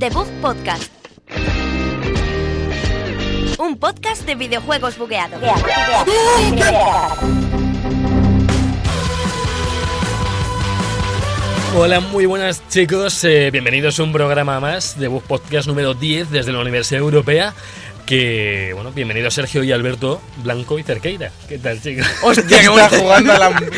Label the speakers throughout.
Speaker 1: The Bug Podcast. Un podcast de videojuegos bugueado.
Speaker 2: Hola, muy buenas chicos. Eh, bienvenidos a un programa más de Bug Podcast número 10 desde la Universidad Europea. Que, bueno, bienvenidos Sergio y Alberto Blanco y Cerqueira. ¿Qué tal, chicos?
Speaker 3: Hostia, que está jugando a la otra vez.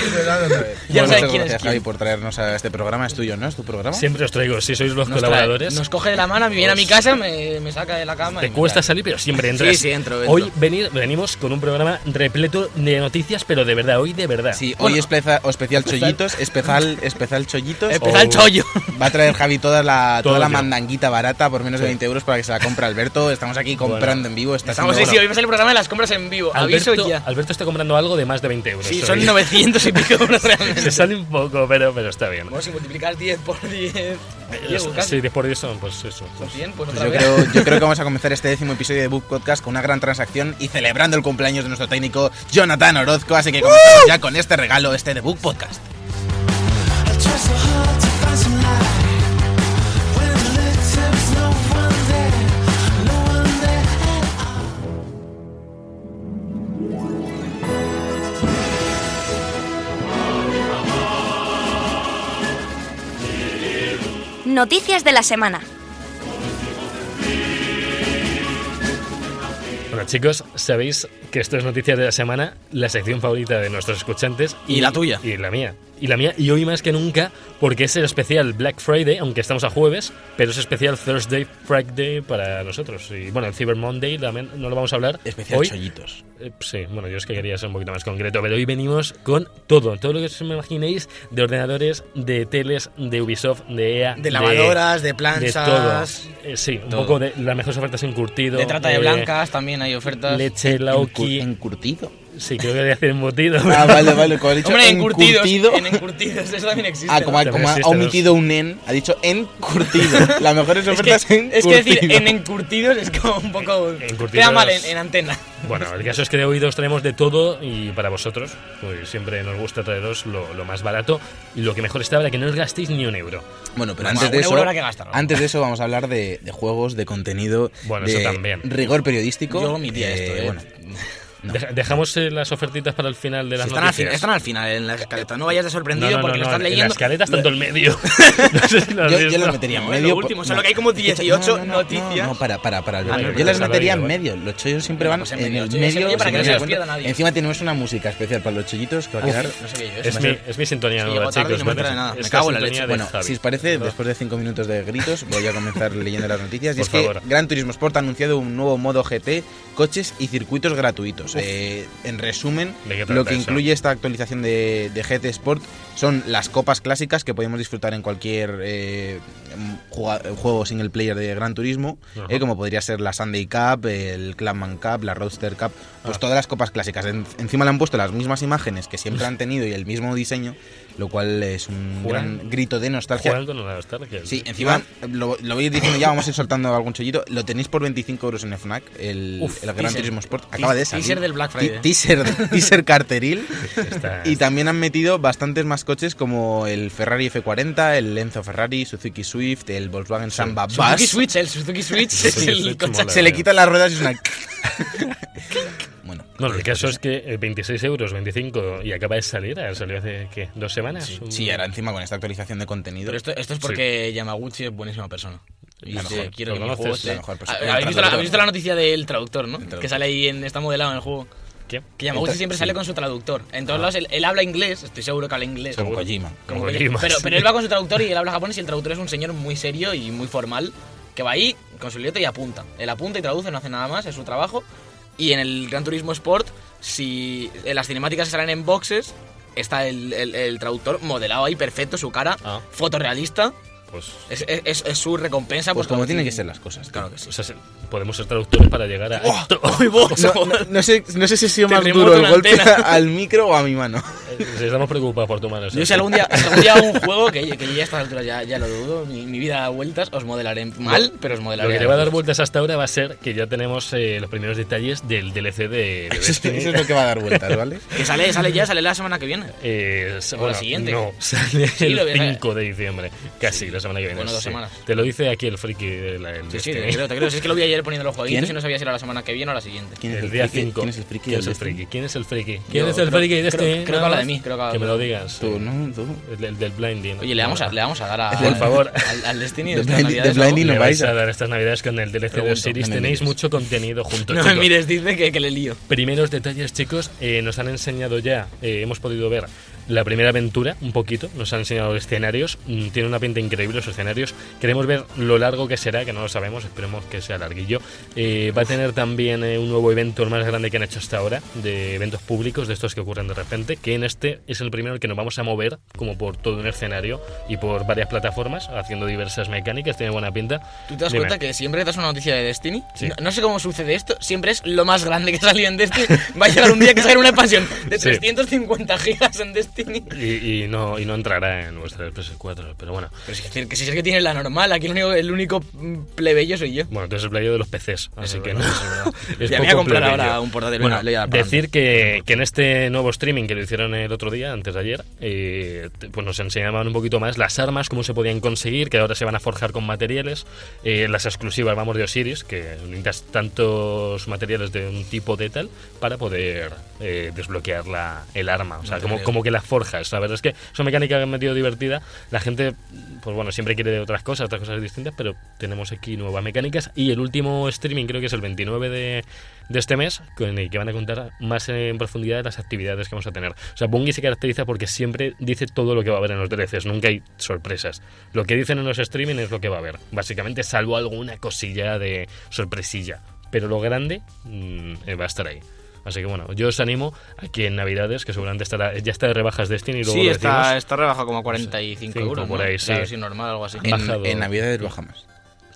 Speaker 4: Ya
Speaker 3: Bueno, muchas
Speaker 4: sabes quién es
Speaker 3: gracias,
Speaker 4: quién.
Speaker 3: Javi, por traernos a este programa. Es tuyo, ¿no? ¿Es tu programa?
Speaker 2: Siempre os traigo, si sois los
Speaker 4: Nos, trae-
Speaker 2: colaboradores.
Speaker 4: nos coge de la mano, me viene a mi casa, me, me saca de la cama. y
Speaker 2: Te
Speaker 4: me
Speaker 2: cuesta
Speaker 4: trae.
Speaker 2: salir, pero siempre entras.
Speaker 4: Sí, sí, entro, entro.
Speaker 2: Hoy venir, venimos con un programa repleto de noticias, pero de verdad, hoy de verdad.
Speaker 3: Sí, hoy es pleza- o especial Chollitos, especial, especial Chollitos.
Speaker 4: Empieza el
Speaker 2: Oh.
Speaker 4: chollo.
Speaker 3: Va a traer Javi toda la,
Speaker 2: Todo
Speaker 3: toda la
Speaker 2: yo.
Speaker 3: mandanguita barata por menos de
Speaker 2: Sí.
Speaker 3: 20 euros para que se la compre Alberto. Estamos aquí comprando en vivo. Está
Speaker 4: Estamos, sí,
Speaker 3: haciendo-
Speaker 4: sí, hoy me sale el programa de las compras en vivo.
Speaker 2: Alberto,
Speaker 4: Aviso ya.
Speaker 2: Alberto está comprando algo de más de 20 euros.
Speaker 4: Sí,
Speaker 2: hoy.
Speaker 4: son 900 y pico euros realmente.
Speaker 2: Se sale un poco, pero, pero está bien.
Speaker 4: Bueno, si multiplicas 10 por 10, Diego,
Speaker 2: Eh, Sí,
Speaker 4: casi.
Speaker 2: sí, de por eso, pues eso.
Speaker 4: Son
Speaker 2: pues-
Speaker 4: 100, pues
Speaker 3: Pues
Speaker 4: otra
Speaker 3: yo,
Speaker 4: vez.
Speaker 3: creo, yo creo que vamos a comenzar este décimo episodio de Book Podcast con una gran transacción y celebrando el cumpleaños de nuestro técnico Jonathan Orozco. Así que comenzamos ya con este regalo, este de Book Podcast.
Speaker 1: Noticias de la semana.
Speaker 2: Bueno, chicos, sabéis que esto es Noticias de la Semana, la sección favorita de nuestros escuchantes.
Speaker 4: Y la tuya.
Speaker 2: Y la mía. Y la mía, y hoy más que nunca, porque es el especial Black Friday, aunque estamos a jueves, pero es especial Thursday, Friday para nosotros. Y bueno, el Cyber Monday también no lo vamos a hablar.
Speaker 3: Especial
Speaker 2: hoy.
Speaker 3: Chollitos.
Speaker 2: Eh, sí, bueno, yo es que quería ser un poquito más concreto, pero hoy venimos con todo, todo lo que os imaginéis de ordenadores, de teles, de Ubisoft, de EA,
Speaker 4: De lavadoras, de
Speaker 2: de
Speaker 4: planchas,
Speaker 2: todo. Eh, sí, un
Speaker 4: todo.
Speaker 2: poco de las mejores ofertas en curtido.
Speaker 4: de trata de
Speaker 2: eh,
Speaker 4: blancas, también hay ofertas.
Speaker 2: Leche, Lauki.
Speaker 3: Encurtido.
Speaker 2: Sí, creo que voy a decir embutido.
Speaker 3: Ah, vale, vale, como ha dicho,
Speaker 4: Hombre, en curtidos.
Speaker 3: encurtido.
Speaker 4: En encurtidos, eso también existe.
Speaker 3: Ah, como ha,
Speaker 2: También
Speaker 3: como ha
Speaker 2: existe,
Speaker 3: omitido un en, ha dicho encurtido. La mejor es
Speaker 4: Es
Speaker 3: oferta es
Speaker 4: que,
Speaker 3: encurtido.
Speaker 4: es que decir en encurtidos es como un poco.
Speaker 2: Encurtidos.
Speaker 4: Queda mal en, en antena.
Speaker 2: Bueno, el caso es que de hoy os tenemos de todo y para vosotros, pues siempre nos gusta traeros lo, lo más barato y lo que mejor está para que no os gastéis ni un euro.
Speaker 3: Bueno, pero
Speaker 4: Bueno,
Speaker 3: antes de
Speaker 4: algún
Speaker 3: eso,
Speaker 4: euro habrá que gastarlo.
Speaker 3: antes de eso vamos a hablar de, de juegos, de contenido,
Speaker 2: Bueno,
Speaker 3: de
Speaker 2: eso también.
Speaker 3: rigor periodístico.
Speaker 4: Yo omitía
Speaker 3: Eh,
Speaker 4: esto, eh.
Speaker 3: bueno.
Speaker 2: Deja- dejamos eh, las ofertitas para el final de las
Speaker 4: están, al fin-
Speaker 2: noticias.
Speaker 4: están al final en la escaleta. No vayas de
Speaker 2: No, no,
Speaker 4: sorprendido
Speaker 2: no,
Speaker 4: porque
Speaker 2: no,
Speaker 4: lo estás
Speaker 2: en
Speaker 4: leyendo.
Speaker 2: la escaleta está en todo el medio. no sé si lo has
Speaker 3: Yo, yo
Speaker 2: visto.
Speaker 3: las metería en
Speaker 4: Bueno,
Speaker 3: medio.
Speaker 4: lo último,
Speaker 3: por-
Speaker 4: o sea, lo que hay como
Speaker 3: Es
Speaker 4: 18
Speaker 3: no, no, no,
Speaker 4: noticias.
Speaker 3: No, para, para, para. Alberto.
Speaker 2: Ah, no,
Speaker 3: yo las
Speaker 2: pero
Speaker 3: metería en
Speaker 2: está
Speaker 3: medio. Los chollos siempre van
Speaker 4: Bueno, pues en
Speaker 3: en
Speaker 4: medio,
Speaker 3: el
Speaker 4: chollos en
Speaker 3: medio.
Speaker 4: medio
Speaker 3: si
Speaker 4: para que no
Speaker 3: me
Speaker 4: se
Speaker 3: das
Speaker 4: los pierda
Speaker 3: cuenta.
Speaker 4: nadie.
Speaker 3: Encima tenemos una música especial para los chollitos que va a
Speaker 2: Uf.
Speaker 3: quedar.
Speaker 4: No sabía yo eso.
Speaker 2: Es mi, es mi sintonía
Speaker 4: Sí,
Speaker 2: nueva,
Speaker 4: llego tarde y
Speaker 2: chicos.
Speaker 4: no me
Speaker 2: bueno,
Speaker 4: entera de nada. Me
Speaker 2: es
Speaker 4: cago en la
Speaker 2: sintonía
Speaker 4: leche.
Speaker 2: de
Speaker 3: Bueno,
Speaker 2: Javi.
Speaker 3: si os parece,
Speaker 2: ¿No?
Speaker 3: después de cinco minutos de gritos, voy a comenzar leyendo las noticias. Y
Speaker 2: Por
Speaker 3: es que
Speaker 2: favor.
Speaker 3: Gran Turismo Sport ha anunciado un nuevo modo GT, coches y circuitos gratuitos. Eh, en resumen,
Speaker 2: ¿De qué trata
Speaker 3: lo que
Speaker 2: eso?
Speaker 3: incluye esta actualización de, de GT Sport son las copas clásicas que podemos disfrutar en cualquier eh, juga- juego single player de Gran Turismo,
Speaker 2: Ajá.
Speaker 3: eh, como podría ser la Sunday Cup, el Clubman Cup, la Roadster Cup, pues
Speaker 2: Ah.
Speaker 3: todas las copas clásicas. En- encima le han puesto las mismas imágenes que siempre han tenido y el mismo diseño, lo cual es un
Speaker 2: Juegan-
Speaker 3: gran grito de nostalgia.
Speaker 2: Jugando no la nostalgia.
Speaker 3: Sí, encima lo, lo voy a ir diciendo ya, vamos a ir soltando algún chollito. Lo tenéis por 25 euros en FNAC, el,
Speaker 2: Uf,
Speaker 3: el Gran
Speaker 4: teaser.
Speaker 3: Turismo Sport. Acaba de salir.
Speaker 4: Teaser del Black
Speaker 3: Ti-
Speaker 4: Friday.
Speaker 3: Teaser, teaser carteril.
Speaker 2: Está-
Speaker 3: Y también han metido bastantes más coches como el Ferrari F40, el Enzo Ferrari, Suzuki Swift, el Volkswagen Samba
Speaker 4: Suzuki eh.
Speaker 3: Bus.
Speaker 4: Switch, el Suzuki Switch
Speaker 2: Suzuki
Speaker 4: es el
Speaker 2: Switch
Speaker 4: coche.
Speaker 2: mola.
Speaker 3: Se le quitan las ruedas y es una... bueno.
Speaker 2: Bueno,
Speaker 4: Pues
Speaker 2: el caso es que eh, 26 euros, 25, y acaba de salir, eh, salió hace, ¿qué? ¿Dos semanas? Un-
Speaker 3: Sí, ahora encima con esta actualización de contenido.
Speaker 4: Pero esto, esto es porque Yamaguchi es buenísima persona. Y
Speaker 3: La
Speaker 4: dice,
Speaker 3: mejor.
Speaker 4: quiero
Speaker 2: Lo
Speaker 4: que
Speaker 2: conoces,
Speaker 4: mi juego
Speaker 2: la
Speaker 4: esté-
Speaker 3: pues, mejor persona.
Speaker 4: Ah,
Speaker 3: El
Speaker 4: ¿Habéis visto, la,
Speaker 3: traductor.
Speaker 4: habéis visto la noticia del traductor, no?
Speaker 3: traductor.
Speaker 4: Que sale ahí, en, está modelado en el juego.
Speaker 2: ¿Qué?
Speaker 4: Que Yamaguchi
Speaker 3: Entonces,
Speaker 4: siempre
Speaker 3: sí.
Speaker 4: sale con su traductor. En todos lados, él, él habla inglés, estoy seguro que habla inglés.
Speaker 3: Como Kojima.
Speaker 2: Como
Speaker 4: Como Kojima.
Speaker 2: Kojima,
Speaker 4: Pero,
Speaker 2: sí.
Speaker 4: pero él va con su traductor y él habla japonés y el traductor es un señor muy serio y muy formal que va ahí con su libreta y apunta. Él apunta y traduce, no hace nada más, es su trabajo. Y en el Gran Turismo Sport, si en las cinemáticas salen en boxes, está el, el- el traductor modelado ahí perfecto, su cara,
Speaker 2: Ah.
Speaker 4: fotorrealista.
Speaker 2: Pues,
Speaker 4: Es, es- es- es su recompensa.
Speaker 3: Pues como
Speaker 4: cuando-
Speaker 3: tienen que ser las cosas.
Speaker 4: Claro que sí.
Speaker 2: o sea, se- podemos ser traductores para llegar a...
Speaker 4: ¡Oh!
Speaker 2: esto.
Speaker 3: No, no- no sé, no sé si ha sido
Speaker 4: Te
Speaker 3: más
Speaker 4: remoto
Speaker 3: duro el
Speaker 4: la
Speaker 3: golpe
Speaker 4: antena.
Speaker 3: al micro o a mi mano.
Speaker 2: Eh, Estamos preocupados por tu mano.
Speaker 4: Yo si algún día, si algún día hago un juego, que, que ya a estas alturas ya, ya lo dudo, mi, mi vida a vueltas, os modelaré mal, pero os
Speaker 2: Lo
Speaker 4: modelaré.
Speaker 2: que le va a dar
Speaker 4: algo.
Speaker 2: vueltas hasta ahora va a ser que ya tenemos eh, los primeros detalles del DLC de, de
Speaker 3: Eso es,
Speaker 2: Destiny.
Speaker 3: eso es lo que va a dar vueltas, ¿vale?
Speaker 4: Que sale, sale ya, sale la semana que viene.
Speaker 2: Eh,
Speaker 4: O
Speaker 2: bueno,
Speaker 4: el siguiente.
Speaker 2: No, sale
Speaker 4: Sí, lo
Speaker 2: el
Speaker 4: voy a-
Speaker 2: 5 de diciembre. Casi, lo la semana que viene.
Speaker 4: Bueno, dos
Speaker 2: sí.
Speaker 4: semanas.
Speaker 2: Te lo dice aquí el friki de la- el
Speaker 4: Sí, sí,
Speaker 2: este,
Speaker 4: te creo, te creo. Si es que lo vi ayer poniendo los jueguitos
Speaker 3: ¿Quién?
Speaker 4: y no sabía si era la semana que viene o la siguiente.
Speaker 3: ¿Quién es
Speaker 2: el
Speaker 3: el
Speaker 2: día
Speaker 3: friki?
Speaker 2: 5.
Speaker 3: ¿Quién es el friki
Speaker 2: ¿Quién es
Speaker 3: del
Speaker 2: el
Speaker 3: este?
Speaker 2: friki? ¿Quién es el friki? ¿Quién
Speaker 4: Yo
Speaker 2: es el
Speaker 4: creo-
Speaker 2: friki de
Speaker 4: creo-
Speaker 2: este?
Speaker 4: creo que habla de
Speaker 2: Nada
Speaker 4: mí,
Speaker 2: más.
Speaker 4: creo que habla
Speaker 2: me
Speaker 4: de
Speaker 2: lo
Speaker 4: mí.
Speaker 2: digas.
Speaker 3: Tú, ¿no? Tú.
Speaker 2: El del, del blinding.
Speaker 4: Oye, le vamos a, le vamos a dar a,
Speaker 2: Por favor.
Speaker 4: al, al Destiny
Speaker 3: The
Speaker 4: de estas
Speaker 3: Blinding-
Speaker 4: navidades,
Speaker 3: The Blinding no
Speaker 4: ¿no?
Speaker 2: Le
Speaker 3: vais
Speaker 2: vais
Speaker 3: a-
Speaker 2: a dar estas navidades con el DLC de
Speaker 3: Pregunto,
Speaker 2: Series.
Speaker 3: no me
Speaker 2: Tenéis
Speaker 3: mires.
Speaker 2: mucho contenido juntos.
Speaker 4: No me
Speaker 2: chicos.
Speaker 4: mires, dice que, que le lío.
Speaker 2: Primeros detalles, chicos, eh, nos han enseñado ya, eh, hemos podido ver la primera aventura un poquito, nos han enseñado escenarios, mm, tiene una pinta increíble los escenarios, queremos ver lo largo que será, que no lo sabemos, esperemos que sea larguillo. Eh, va a tener también eh, un nuevo evento, el más grande que han hecho hasta ahora, de eventos públicos, de estos que ocurren de repente, que en este es el primero en el que nos vamos a mover como por todo un escenario y por varias plataformas, haciendo diversas mecánicas, tiene buena pinta.
Speaker 4: ¿Tú te das
Speaker 2: Dime.
Speaker 4: cuenta que siempre que das una noticia de Destiny?
Speaker 2: Sí.
Speaker 4: No, no sé cómo sucede esto, siempre es lo más grande que salió en Destiny. Va a llegar un día que salga una expansión de
Speaker 2: Sí.
Speaker 4: 350 gigas en Destiny.
Speaker 2: Y, y no, y no entrará en vuestra PS4, pero bueno.
Speaker 4: Pero si es que, que si es que tiene la normal, aquí el único, el único mm, plebeyo soy yo.
Speaker 2: Bueno, tú eres el playo de los PCs,
Speaker 4: Ah,
Speaker 2: así que no. es
Speaker 4: Ya me voy a
Speaker 2: poco
Speaker 4: comprar
Speaker 2: plebeyo.
Speaker 4: ahora un portátil,
Speaker 2: Bueno,
Speaker 4: venga, le voy a dar para
Speaker 2: decir que, que en este nuevo streaming que lo hicieron el otro día, antes de ayer, eh, te- pues nos enseñaban un poquito más las armas, cómo se podían conseguir, que ahora se van a forjar con materiales, eh, las exclusivas, vamos, de Osiris, que necesitas tantos materiales de un tipo de tal para poder eh, desbloquear la, el arma. O sea,
Speaker 4: No te
Speaker 2: como,
Speaker 4: creo.
Speaker 2: como que la forjas. La verdad es que es una mecánica que han metido divertida. La gente, pues bueno, siempre quiere otras cosas, otras cosas distintas, pero tenemos aquí nuevas mecánicas. Y el último streaming, creo que es el 29 de, de este mes, con el que van a contar más en profundidad las actividades que vamos a tener. O sea, Bungie se caracteriza porque siempre dice todo lo que va a haber en los DLCs, nunca hay sorpresas. Lo que dicen en los streaming es lo que va a haber, básicamente, salvo alguna cosilla de sorpresilla. Pero lo grande mm, eh, va a estar ahí. Así que bueno, yo os animo a que en Navidades, que seguramente estará, ya está de rebajas Destiny y luego
Speaker 4: Sí,
Speaker 2: lo
Speaker 4: está,
Speaker 2: decimos.
Speaker 4: está rebajado como a 45
Speaker 2: Cinco
Speaker 4: euros.
Speaker 2: por
Speaker 4: ¿no?
Speaker 2: ahí, sí.
Speaker 4: Claro, sí, normal, algo así.
Speaker 2: En-
Speaker 4: Baja.
Speaker 2: Bajado.
Speaker 3: En, en Navidades lo bajamos.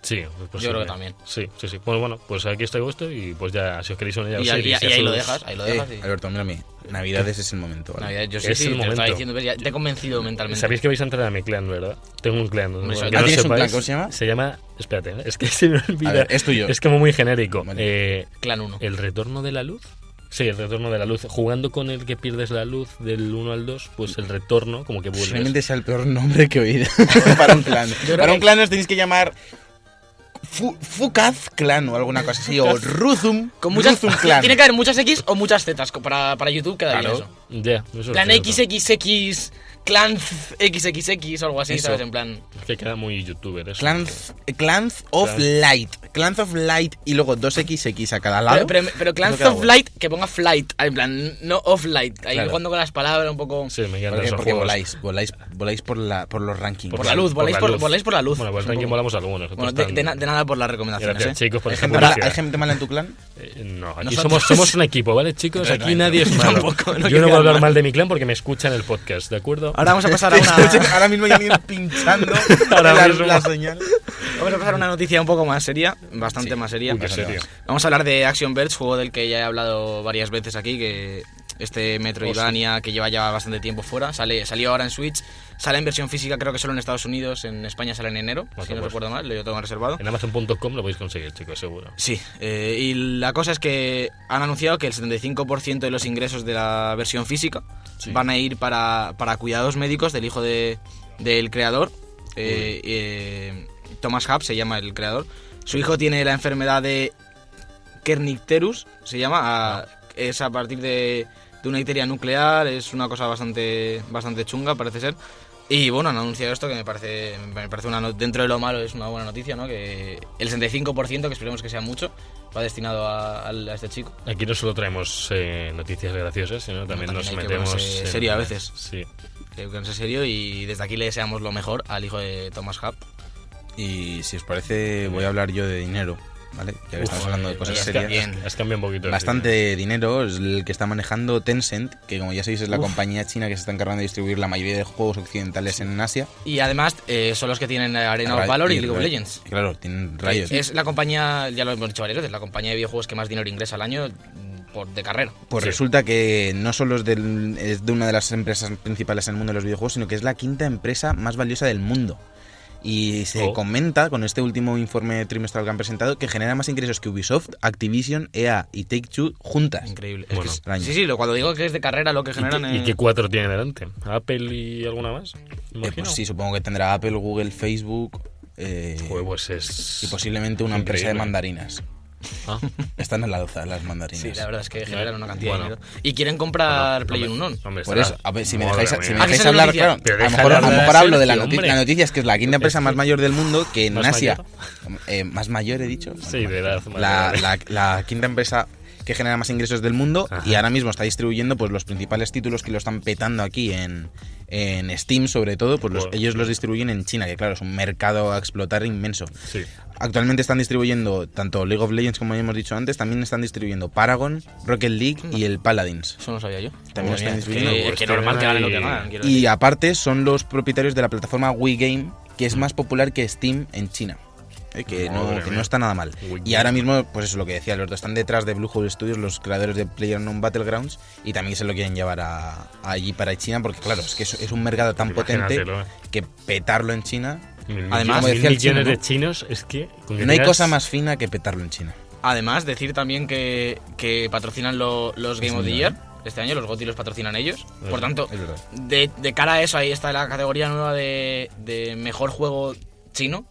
Speaker 2: Sí, pues
Speaker 4: Yo creo
Speaker 2: sí.
Speaker 4: que también.
Speaker 2: Sí, sí, sí. Bueno, bueno, pues aquí está agosto y pues ya, si os queréis unir a
Speaker 4: Y,
Speaker 2: los
Speaker 4: ahí-
Speaker 2: series
Speaker 4: y
Speaker 2: a
Speaker 4: ahí lo
Speaker 2: sus-
Speaker 4: dejas, ahí lo
Speaker 3: Eh,
Speaker 4: dejas. y-
Speaker 3: Alberto, mira a mí. Navidades es el momento. ¿vale?
Speaker 4: Navidad, yo sí,
Speaker 2: Es
Speaker 4: sí,
Speaker 2: el
Speaker 4: te lo estaba
Speaker 2: momento.
Speaker 4: diciendo, ves, ya te he convencido mentalmente.
Speaker 2: Sabéis que vais a entrar a mi clan, ¿verdad? Tengo un clan. bueno,
Speaker 4: suena.
Speaker 2: que
Speaker 4: Ah,
Speaker 2: no
Speaker 3: ¿tienes un
Speaker 2: sepáis.
Speaker 3: clan? ¿Cómo se llama?
Speaker 2: Se llama. Espérate, ¿eh? es que se me olvida.
Speaker 3: A ver, es tuyo.
Speaker 2: Es como muy genérico.
Speaker 3: Vale.
Speaker 2: Eh,
Speaker 4: Clan 1.
Speaker 2: ¿El retorno de la luz? Sí, el retorno de la luz. Jugando con el que pierdes la luz del 1 al 2, pues el retorno, como que vuelves.
Speaker 3: Realmente es el peor nombre que he oído para un clan. Para un clan os tenéis que llamar Fu- Fukaz Clan o alguna cosa así, o Ruzum,
Speaker 4: Con muchas,
Speaker 3: Ruzum Clan.
Speaker 4: Tiene que haber muchas X o muchas Z co- para, para YouTube, queda
Speaker 2: Claro.
Speaker 4: bien eso.
Speaker 2: Ya, eso es
Speaker 4: Plan
Speaker 2: cierto.
Speaker 4: XXX, Clan XXX o algo así,
Speaker 3: Eso.
Speaker 4: ¿sabes? En plan.
Speaker 2: Es que queda muy youtuber eso.
Speaker 3: Clans, eh, Clans of
Speaker 2: Clans.
Speaker 3: Light. Clans of Light y luego 2XX a cada lado.
Speaker 4: Pero, pero, pero Clans
Speaker 3: Eso queda
Speaker 4: of
Speaker 3: guay.
Speaker 4: Light, que ponga Flight, en plan, no Off Light. Ahí
Speaker 3: Claro.
Speaker 4: jugando con las palabras un poco.
Speaker 2: Sí, me encantan
Speaker 3: Porque,
Speaker 2: esos
Speaker 3: porque
Speaker 2: juegos.
Speaker 3: voláis, voláis, voláis por, la, por los rankings.
Speaker 4: Por la luz, voláis por- voláis por la luz.
Speaker 2: Bueno,
Speaker 4: Es
Speaker 2: pues
Speaker 4: un
Speaker 2: ranking
Speaker 4: poco-
Speaker 2: volamos algunos. otros
Speaker 4: Bueno, de,
Speaker 2: tan-
Speaker 4: de na- de nada por las recomendaciones,
Speaker 2: Gracias,
Speaker 4: ¿eh?
Speaker 2: chicos, por
Speaker 3: ¿Hay
Speaker 2: esta
Speaker 3: gente, mala,
Speaker 2: publicidad.
Speaker 3: ¿Hay gente mala en tu clan?
Speaker 2: Eh, No, aquí
Speaker 4: Nosotros-
Speaker 2: somos, somos un equipo, ¿vale, chicos?
Speaker 3: No, no,
Speaker 2: Aquí
Speaker 3: no, Ah,
Speaker 2: nadie es malo.
Speaker 4: tampoco, no
Speaker 2: Yo
Speaker 4: quiero
Speaker 2: no voy a hablar
Speaker 4: quedar
Speaker 2: mal de mi clan porque me escuchan el podcast, ¿de acuerdo?
Speaker 4: Ahora vamos a pasar a una.
Speaker 3: Ahora mismo hay alguien pinchando
Speaker 2: Ahora
Speaker 3: la,
Speaker 2: mismo.
Speaker 3: la señal.
Speaker 4: Vamos a pasar a una noticia un poco más seria, bastante
Speaker 3: Sí.
Speaker 4: más seria.
Speaker 2: Uy, qué serio.
Speaker 4: Vamos a hablar de Action Verge, juego del que ya he hablado varias veces aquí, que este Metroidvania que lleva ya bastante tiempo fuera, sale, salió ahora en Switch, sale en versión física creo que solo en Estados Unidos, en España sale en enero,
Speaker 2: Bueno,
Speaker 4: si no
Speaker 2: pues.
Speaker 4: recuerdo mal, lo yo tengo reservado.
Speaker 2: En Amazon.com lo podéis conseguir, chicos, seguro.
Speaker 4: Sí, eh, y la cosa es que han anunciado que el 75% de los ingresos de la versión física van a ir para, para cuidados médicos del hijo de, del creador. Eh, eh, Thomas Hub se llama el creador. Su hijo tiene la enfermedad de Kernicterus, se llama. a- es a partir de, de una icteria nuclear, es una cosa bastante, bastante chunga, parece ser. Y bueno, han anunciado esto que me parece, me parece una no- dentro de lo malo es una buena noticia, ¿no? Que el 65%, que esperemos que sea mucho, va destinado a, al- a este chico.
Speaker 2: Aquí no solo traemos eh, noticias graciosas, sino también,
Speaker 4: también
Speaker 2: nos
Speaker 4: hay que
Speaker 2: metemos.
Speaker 4: ponerse
Speaker 2: en-
Speaker 4: serio a veces.
Speaker 2: Sí.
Speaker 4: Creo que no es serio y desde aquí le deseamos lo mejor al hijo de Thomas Hub.
Speaker 3: Y si os parece, voy a hablar yo de dinero, ¿vale? Ya que estamos
Speaker 2: Uf,
Speaker 3: hablando de
Speaker 2: eh,
Speaker 3: cosas
Speaker 2: has,
Speaker 3: serias.
Speaker 2: Has, has cambiado un poquito. el
Speaker 3: Bastante dinero es el que está manejando Tencent, que como ya sabéis es la compañía china que se está encargando de distribuir la mayoría de juegos occidentales en Asia.
Speaker 4: Y además eh, son los que tienen Arena
Speaker 3: Ra-
Speaker 4: of Valor y League of Legends.
Speaker 3: Claro, tienen Riot.
Speaker 4: Es la compañía, ya lo hemos dicho varias veces, la compañía de videojuegos que más dinero ingresa al año mm, por, de carrera.
Speaker 3: Pues
Speaker 2: Sí.
Speaker 3: resulta que no solo es, del- es de una de las empresas principales en el mundo de los videojuegos, sino que es la quinta empresa más valiosa del mundo. Y se
Speaker 2: Oh.
Speaker 3: comenta con este último informe trimestral que han presentado que genera más ingresos que Ubisoft, Activision, EA y Take Two juntas.
Speaker 4: Increíble.
Speaker 2: Bueno.
Speaker 4: Es que es- sí, sí, lo, cuando digo que es de carrera lo que generan.
Speaker 2: ¿Y, qué- y
Speaker 4: es-
Speaker 2: qué cuatro tiene delante? ¿Apple y alguna más?
Speaker 3: Eh,
Speaker 2: Imagino.
Speaker 3: pues sí, supongo que tendrá Apple, Google, Facebook eh,
Speaker 2: Joder, pues es...
Speaker 3: y posiblemente una empresa de
Speaker 2: increíble.
Speaker 3: mandarinas.
Speaker 2: Ah,
Speaker 3: Están en la alza las mandarinas.
Speaker 4: Sí, la verdad es que generan una cantidad
Speaker 2: Bueno.
Speaker 4: de dinero. Y quieren comprar
Speaker 2: hombre,
Speaker 4: PlayerUnOn.
Speaker 2: hombre,
Speaker 3: pues Por
Speaker 2: estará-
Speaker 3: eso, a ver, si me
Speaker 2: Madre
Speaker 3: dejáis, si me
Speaker 2: mía.
Speaker 4: Ah, que
Speaker 3: dejáis
Speaker 4: esa es la
Speaker 3: hablar,
Speaker 4: noticia.
Speaker 3: claro,
Speaker 2: Pero
Speaker 3: a lo
Speaker 2: deja
Speaker 3: mejor, a
Speaker 2: hablar
Speaker 3: lo
Speaker 2: de
Speaker 3: mejor hablo de la
Speaker 2: Sergio,
Speaker 3: noticia.
Speaker 2: hombre.
Speaker 3: La noticia es que es la quinta empresa
Speaker 2: Este-
Speaker 3: más mayor del mundo, que en
Speaker 2: ¿Más
Speaker 3: Asia... eh, más mayor he dicho.
Speaker 2: Sí, de edad. madre
Speaker 3: la,
Speaker 2: mía.
Speaker 3: la- la quinta empresa que genera más ingresos del mundo
Speaker 2: Ajá.
Speaker 3: y ahora mismo está distribuyendo pues los principales títulos que lo están petando aquí en, en Steam sobre todo, pues los-
Speaker 2: Bueno.
Speaker 3: ellos los distribuyen en China, que claro, es un mercado a explotar inmenso.
Speaker 2: Sí.
Speaker 3: Actualmente están distribuyendo tanto League of Legends como ya hemos dicho antes, también están distribuyendo Paragon, Rocket League y el Paladins.
Speaker 4: Eso no sabía yo.
Speaker 3: También
Speaker 4: Madre
Speaker 3: están
Speaker 4: mía,
Speaker 3: distribuyendo.
Speaker 4: es que, es que
Speaker 2: Están
Speaker 4: normal pues que ganen lo que
Speaker 2: ahí.
Speaker 4: ganan. quiero
Speaker 3: Y
Speaker 4: decir.
Speaker 3: aparte son los propietarios de la plataforma WeGame, que es más popular que Steam en China. eh,
Speaker 2: Madre
Speaker 3: Que, no, que
Speaker 2: mía.
Speaker 3: no está nada mal. Y
Speaker 2: WeGame.
Speaker 3: ahora mismo, pues eso es lo que decía, los dos están detrás de Bluehole Studios, los creadores de PlayerUnknown Battlegrounds, y también se lo quieren llevar a- allí para China, porque claro, es que es, es un mercado tan potente
Speaker 2: Imagínatelo, eh.
Speaker 3: que petarlo en China.
Speaker 2: Mil
Speaker 4: Además,
Speaker 2: millones-
Speaker 3: como decía
Speaker 2: mil
Speaker 3: el chino,
Speaker 2: millones
Speaker 3: ¿no?
Speaker 2: de chinos es que... con que
Speaker 3: No hay
Speaker 2: tengas-
Speaker 3: cosa más fina que petarlo en China.
Speaker 4: Además, decir también que, que patrocinan lo- los Game of the Year. Este año los GOTY los patrocinan ellos. Por tanto,
Speaker 3: Es verdad.
Speaker 4: de, de cara a eso, ahí está la categoría nueva de, de mejor juego chino.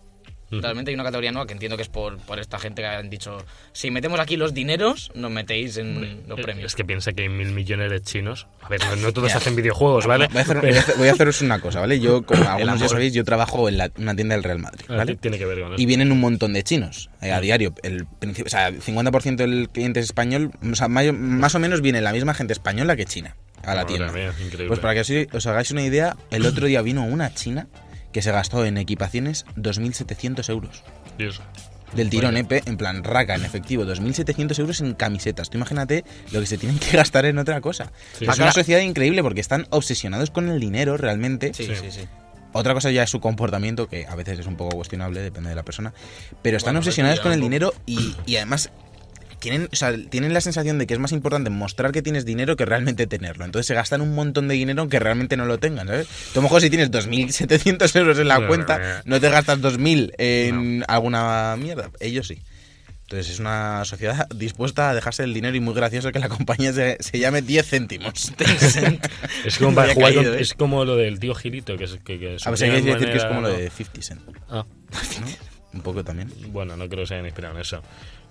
Speaker 2: Ujú.
Speaker 4: Realmente hay una categoría nueva que entiendo que es por, por esta gente que han dicho: si metemos aquí los dineros, nos metéis en los
Speaker 2: Eh,
Speaker 4: premios.
Speaker 2: Es que piensa que hay mil millones de chinos. A ver, no, no todos hacen videojuegos, ¿vale?
Speaker 3: Voy a, hacer- voy a hacer- voy a haceros una cosa, ¿vale? Yo, como algunos ya
Speaker 4: amor.
Speaker 3: sabéis, yo trabajo en la- una tienda del Real Madrid,
Speaker 2: Ah,
Speaker 3: ¿vale?
Speaker 2: Tiene que ver con eso.
Speaker 3: Y vienen un montón de chinos eh, a diario. El, princip- o sea, el 50% del cliente es español. O sea, mayo- más o menos viene la misma gente española que china a la
Speaker 2: Madre
Speaker 3: tienda.
Speaker 2: mía, increíble.
Speaker 3: Pues para que os, os hagáis una idea, el otro día vino una china que se gastó en equipaciones 2.700 euros.
Speaker 2: Dios.
Speaker 3: Del tirón, eh, pe- en plan raca, en efectivo, 2.700 euros en camisetas. Tú imagínate lo que se tienen que gastar en otra cosa.
Speaker 2: Sí.
Speaker 3: Es una sociedad increíble porque están obsesionados con el dinero realmente.
Speaker 4: Sí,
Speaker 2: Sí.
Speaker 4: sí, sí.
Speaker 3: Otra cosa ya es su comportamiento, que a veces es un poco cuestionable, depende de la persona. Pero están
Speaker 4: Bueno,
Speaker 3: obsesionados
Speaker 4: eso ya
Speaker 3: con el
Speaker 4: un
Speaker 3: dinero y, y además tienen, o sea, tienen la sensación de que es más importante mostrar que tienes dinero que realmente tenerlo. Entonces se gastan un montón de dinero aunque realmente no lo tengan, ¿sabes? Tú a lo mejor si tienes 2.700 euros en la
Speaker 2: Madre
Speaker 3: cuenta,
Speaker 2: mía.
Speaker 3: no te gastas 2.000 en alguna mierda. Ellos sí. Entonces es una sociedad dispuesta a dejarse el dinero y muy gracioso que la compañía se, se llame 10 céntimos.
Speaker 2: Es como,
Speaker 4: Me
Speaker 2: para
Speaker 4: había
Speaker 2: jugar
Speaker 4: caído,
Speaker 2: con-
Speaker 4: ¿eh?
Speaker 2: es como lo del tío Girito, que es que, que su
Speaker 3: A ver, si hay Ah, que
Speaker 2: primera
Speaker 3: decir que es
Speaker 2: manera,
Speaker 3: como lo
Speaker 2: ¿no?
Speaker 3: de 50 Cent, ¿no?
Speaker 2: Ah,
Speaker 3: Un poco también.
Speaker 2: bueno, no creo que se hayan inspirado en eso.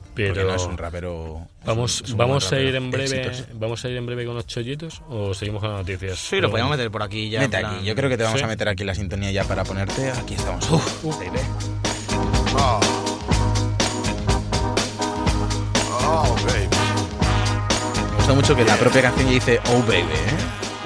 Speaker 3: Porque
Speaker 2: Pero
Speaker 3: no es un rapero.
Speaker 2: vamos,
Speaker 3: es un
Speaker 2: vamos a
Speaker 3: buen
Speaker 2: ir
Speaker 3: rapero
Speaker 2: en breve,
Speaker 3: exitoso.
Speaker 2: vamos a ir en breve con los chollitos o seguimos con las noticias.
Speaker 4: Sí, lo podíamos meter por aquí ya. en
Speaker 3: Mete
Speaker 4: plan-
Speaker 3: aquí, yo creo que te vamos
Speaker 2: Sí.
Speaker 3: a meter aquí la sintonía ya para ponerte. Aquí estamos. Uf.
Speaker 5: Oh. Oh, baby.
Speaker 3: me gusta mucho que la propia canción ya dice Oh baby, ¿eh?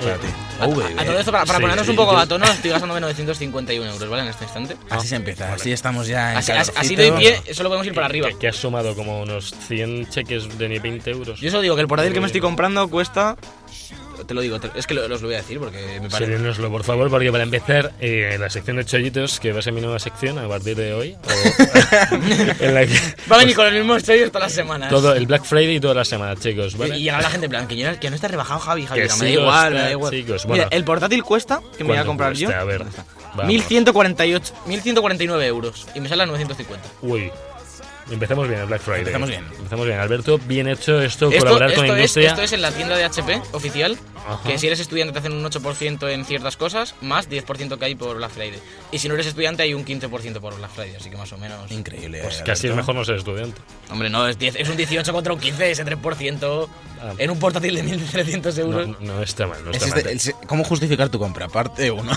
Speaker 3: Espérate. Oh
Speaker 4: A, a- a todo
Speaker 3: baby.
Speaker 4: esto, para, para
Speaker 2: Sí,
Speaker 4: ponernos
Speaker 2: sí,
Speaker 4: un poco
Speaker 2: yo-
Speaker 4: a tono, estoy gastando 951 euros, ¿vale? En este instante.
Speaker 3: Así se empieza, así estamos ya en
Speaker 4: Así, así- así
Speaker 3: calorcito.
Speaker 4: doy pie, solo podemos ir para arriba.
Speaker 2: Que, que ha sumado como unos 100 cheques de ni 20 euros.
Speaker 4: Yo solo digo que el portátil que me estoy comprando cuesta. Te lo digo, te- es que lo- los lo voy a decir porque me parece.
Speaker 2: Síguenoslo, por favor, porque para empezar, eh, la sección de chollitos, que va a ser mi nueva sección a partir de hoy, o- en la que-
Speaker 4: Va a venir con los mismos sellos todas las semanas.
Speaker 2: todo el Black Friday y toda la semana, chicos, ¿vale?
Speaker 4: Y llega la gente en plan, que, yo, que no está rebajado Javi, Javi,
Speaker 2: Que
Speaker 4: diga, me da
Speaker 2: sí,
Speaker 4: igual, me
Speaker 2: hostia,
Speaker 4: da igual.
Speaker 2: chicos,
Speaker 4: Mira,
Speaker 2: bueno.
Speaker 4: el portátil cuesta, que me voy a
Speaker 2: ¿Cuánto
Speaker 4: comprar
Speaker 2: cuesta?
Speaker 4: yo.
Speaker 2: A ver,
Speaker 4: ¿dónde está?
Speaker 2: vamos.
Speaker 4: 1148, 1149 euros y me sale a 950.
Speaker 2: Uy. Empezamos bien el Black Friday. ¿eh?
Speaker 3: Empezamos bien.
Speaker 2: Empezamos bien. Alberto, bien hecho esto,
Speaker 4: Esto,
Speaker 2: colaborar con
Speaker 4: esto
Speaker 2: la
Speaker 4: es,
Speaker 2: industria.
Speaker 4: esto es en la tienda de HP oficial,
Speaker 2: Ajá.
Speaker 4: que si eres estudiante te hacen un 8% en ciertas cosas, más 10% que hay por Black Friday. Y si no eres estudiante hay un 15% por Black Friday, así que más o menos...
Speaker 3: Increíble.
Speaker 2: Pues
Speaker 3: eh,
Speaker 2: casi es
Speaker 3: Alberto.
Speaker 2: mejor no ser estudiante.
Speaker 4: Hombre, no, es, 10 es un 18 contra un 15, ese 3%
Speaker 2: Ah.
Speaker 4: en un portátil de 1.300
Speaker 2: No,
Speaker 4: euros,
Speaker 2: no- no está mal, no
Speaker 3: Es
Speaker 2: está
Speaker 3: este-
Speaker 2: mal.
Speaker 3: el se- ¿Cómo justificar tu compra? Parte uno.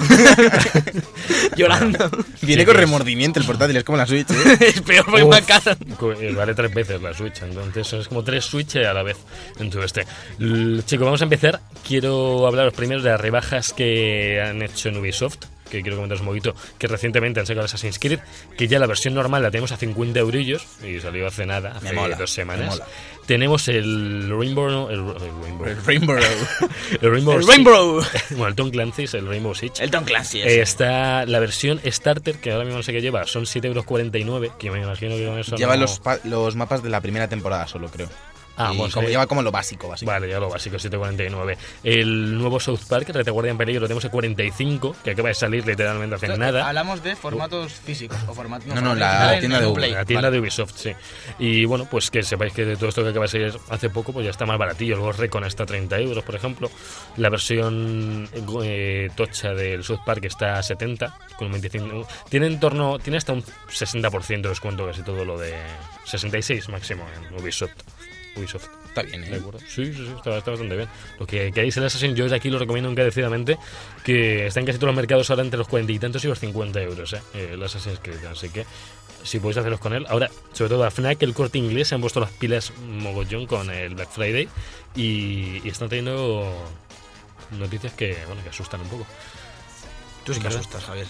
Speaker 4: llorando.
Speaker 3: Viene con remordimiento el portátil, es como la Switch. ¿eh?
Speaker 4: es peor porque
Speaker 2: Uf.
Speaker 4: me alcanzan.
Speaker 2: Co- eh, Vale tres veces la Switch, entonces es como tres Switch a la vez. Entonces, este. L- Chicos, vamos a empezar. Quiero hablaros primero de las rebajas que han hecho en Ubisoft. Que quiero comentaros un poquito. Que recientemente han sacado Assassin's Creed. Que ya la versión normal la tenemos a 50 eurillos. Y salió hace nada, hace
Speaker 3: Me mola,
Speaker 2: dos
Speaker 3: me
Speaker 2: semanas.
Speaker 3: mola.
Speaker 2: Tenemos el Rainbow. El, el Rainbow.
Speaker 3: El Rainbow.
Speaker 2: El Rainbow.
Speaker 4: El
Speaker 2: Six.
Speaker 4: Rainbow.
Speaker 2: Bueno, el Tom Clancy's, el Rainbow Six.
Speaker 4: El Tom Clancy. ese.
Speaker 2: Eh, Está la versión Starter, que ahora mismo no sé qué lleva, son 7,49 euros, que me imagino que con eso
Speaker 3: Lleva
Speaker 2: no-
Speaker 3: los, pa- los mapas de la primera temporada solo, creo.
Speaker 2: Ah,
Speaker 3: y
Speaker 2: bueno,
Speaker 3: como
Speaker 2: sí.
Speaker 3: lleva como lo básico, básico.
Speaker 2: Vale, ya lo básico, 7.49. El nuevo South Park, Rete Guardia en Peligro, lo tenemos en 45, que acaba de salir literalmente hace nada.
Speaker 4: Hablamos de formatos físicos o formatos.
Speaker 3: No, no,
Speaker 4: formatos
Speaker 3: la
Speaker 4: digitales,
Speaker 3: tienda
Speaker 4: no,
Speaker 3: de
Speaker 4: no,
Speaker 3: Google.
Speaker 4: Play.
Speaker 2: La tienda
Speaker 3: vale.
Speaker 2: de Ubisoft, sí. Y bueno, pues que sepáis que de todo esto que acaba de salir hace poco, pues ya está más baratillo. El Ghost Recon está a 30 euros, por ejemplo. La versión eh, tocha del South Park está a 70, con un 25. Tiene en torno, tiene hasta un 60% de descuento casi todo lo de 66 máximo en Ubisoft. Ubisoft.
Speaker 3: Está bien, ¿eh?
Speaker 2: ¿De acuerdo? Sí, sí, sí, está, está bastante bien. Los que queréis el Assassin, yo desde aquí lo recomiendo encarecidamente, que está en casi todos los mercados ahora entre los cuarenta y tantos y los 50 euros, ¿eh? el Assassin's Creed. Así que si podéis haceros con él. Ahora, sobre todo a FNAC, el corte inglés, se han puesto las pilas mogollón con el Black Friday y, y están teniendo noticias que, bueno, que asustan un poco.
Speaker 4: Tú sí que
Speaker 2: ¿Verdad?
Speaker 4: asustas, Javier.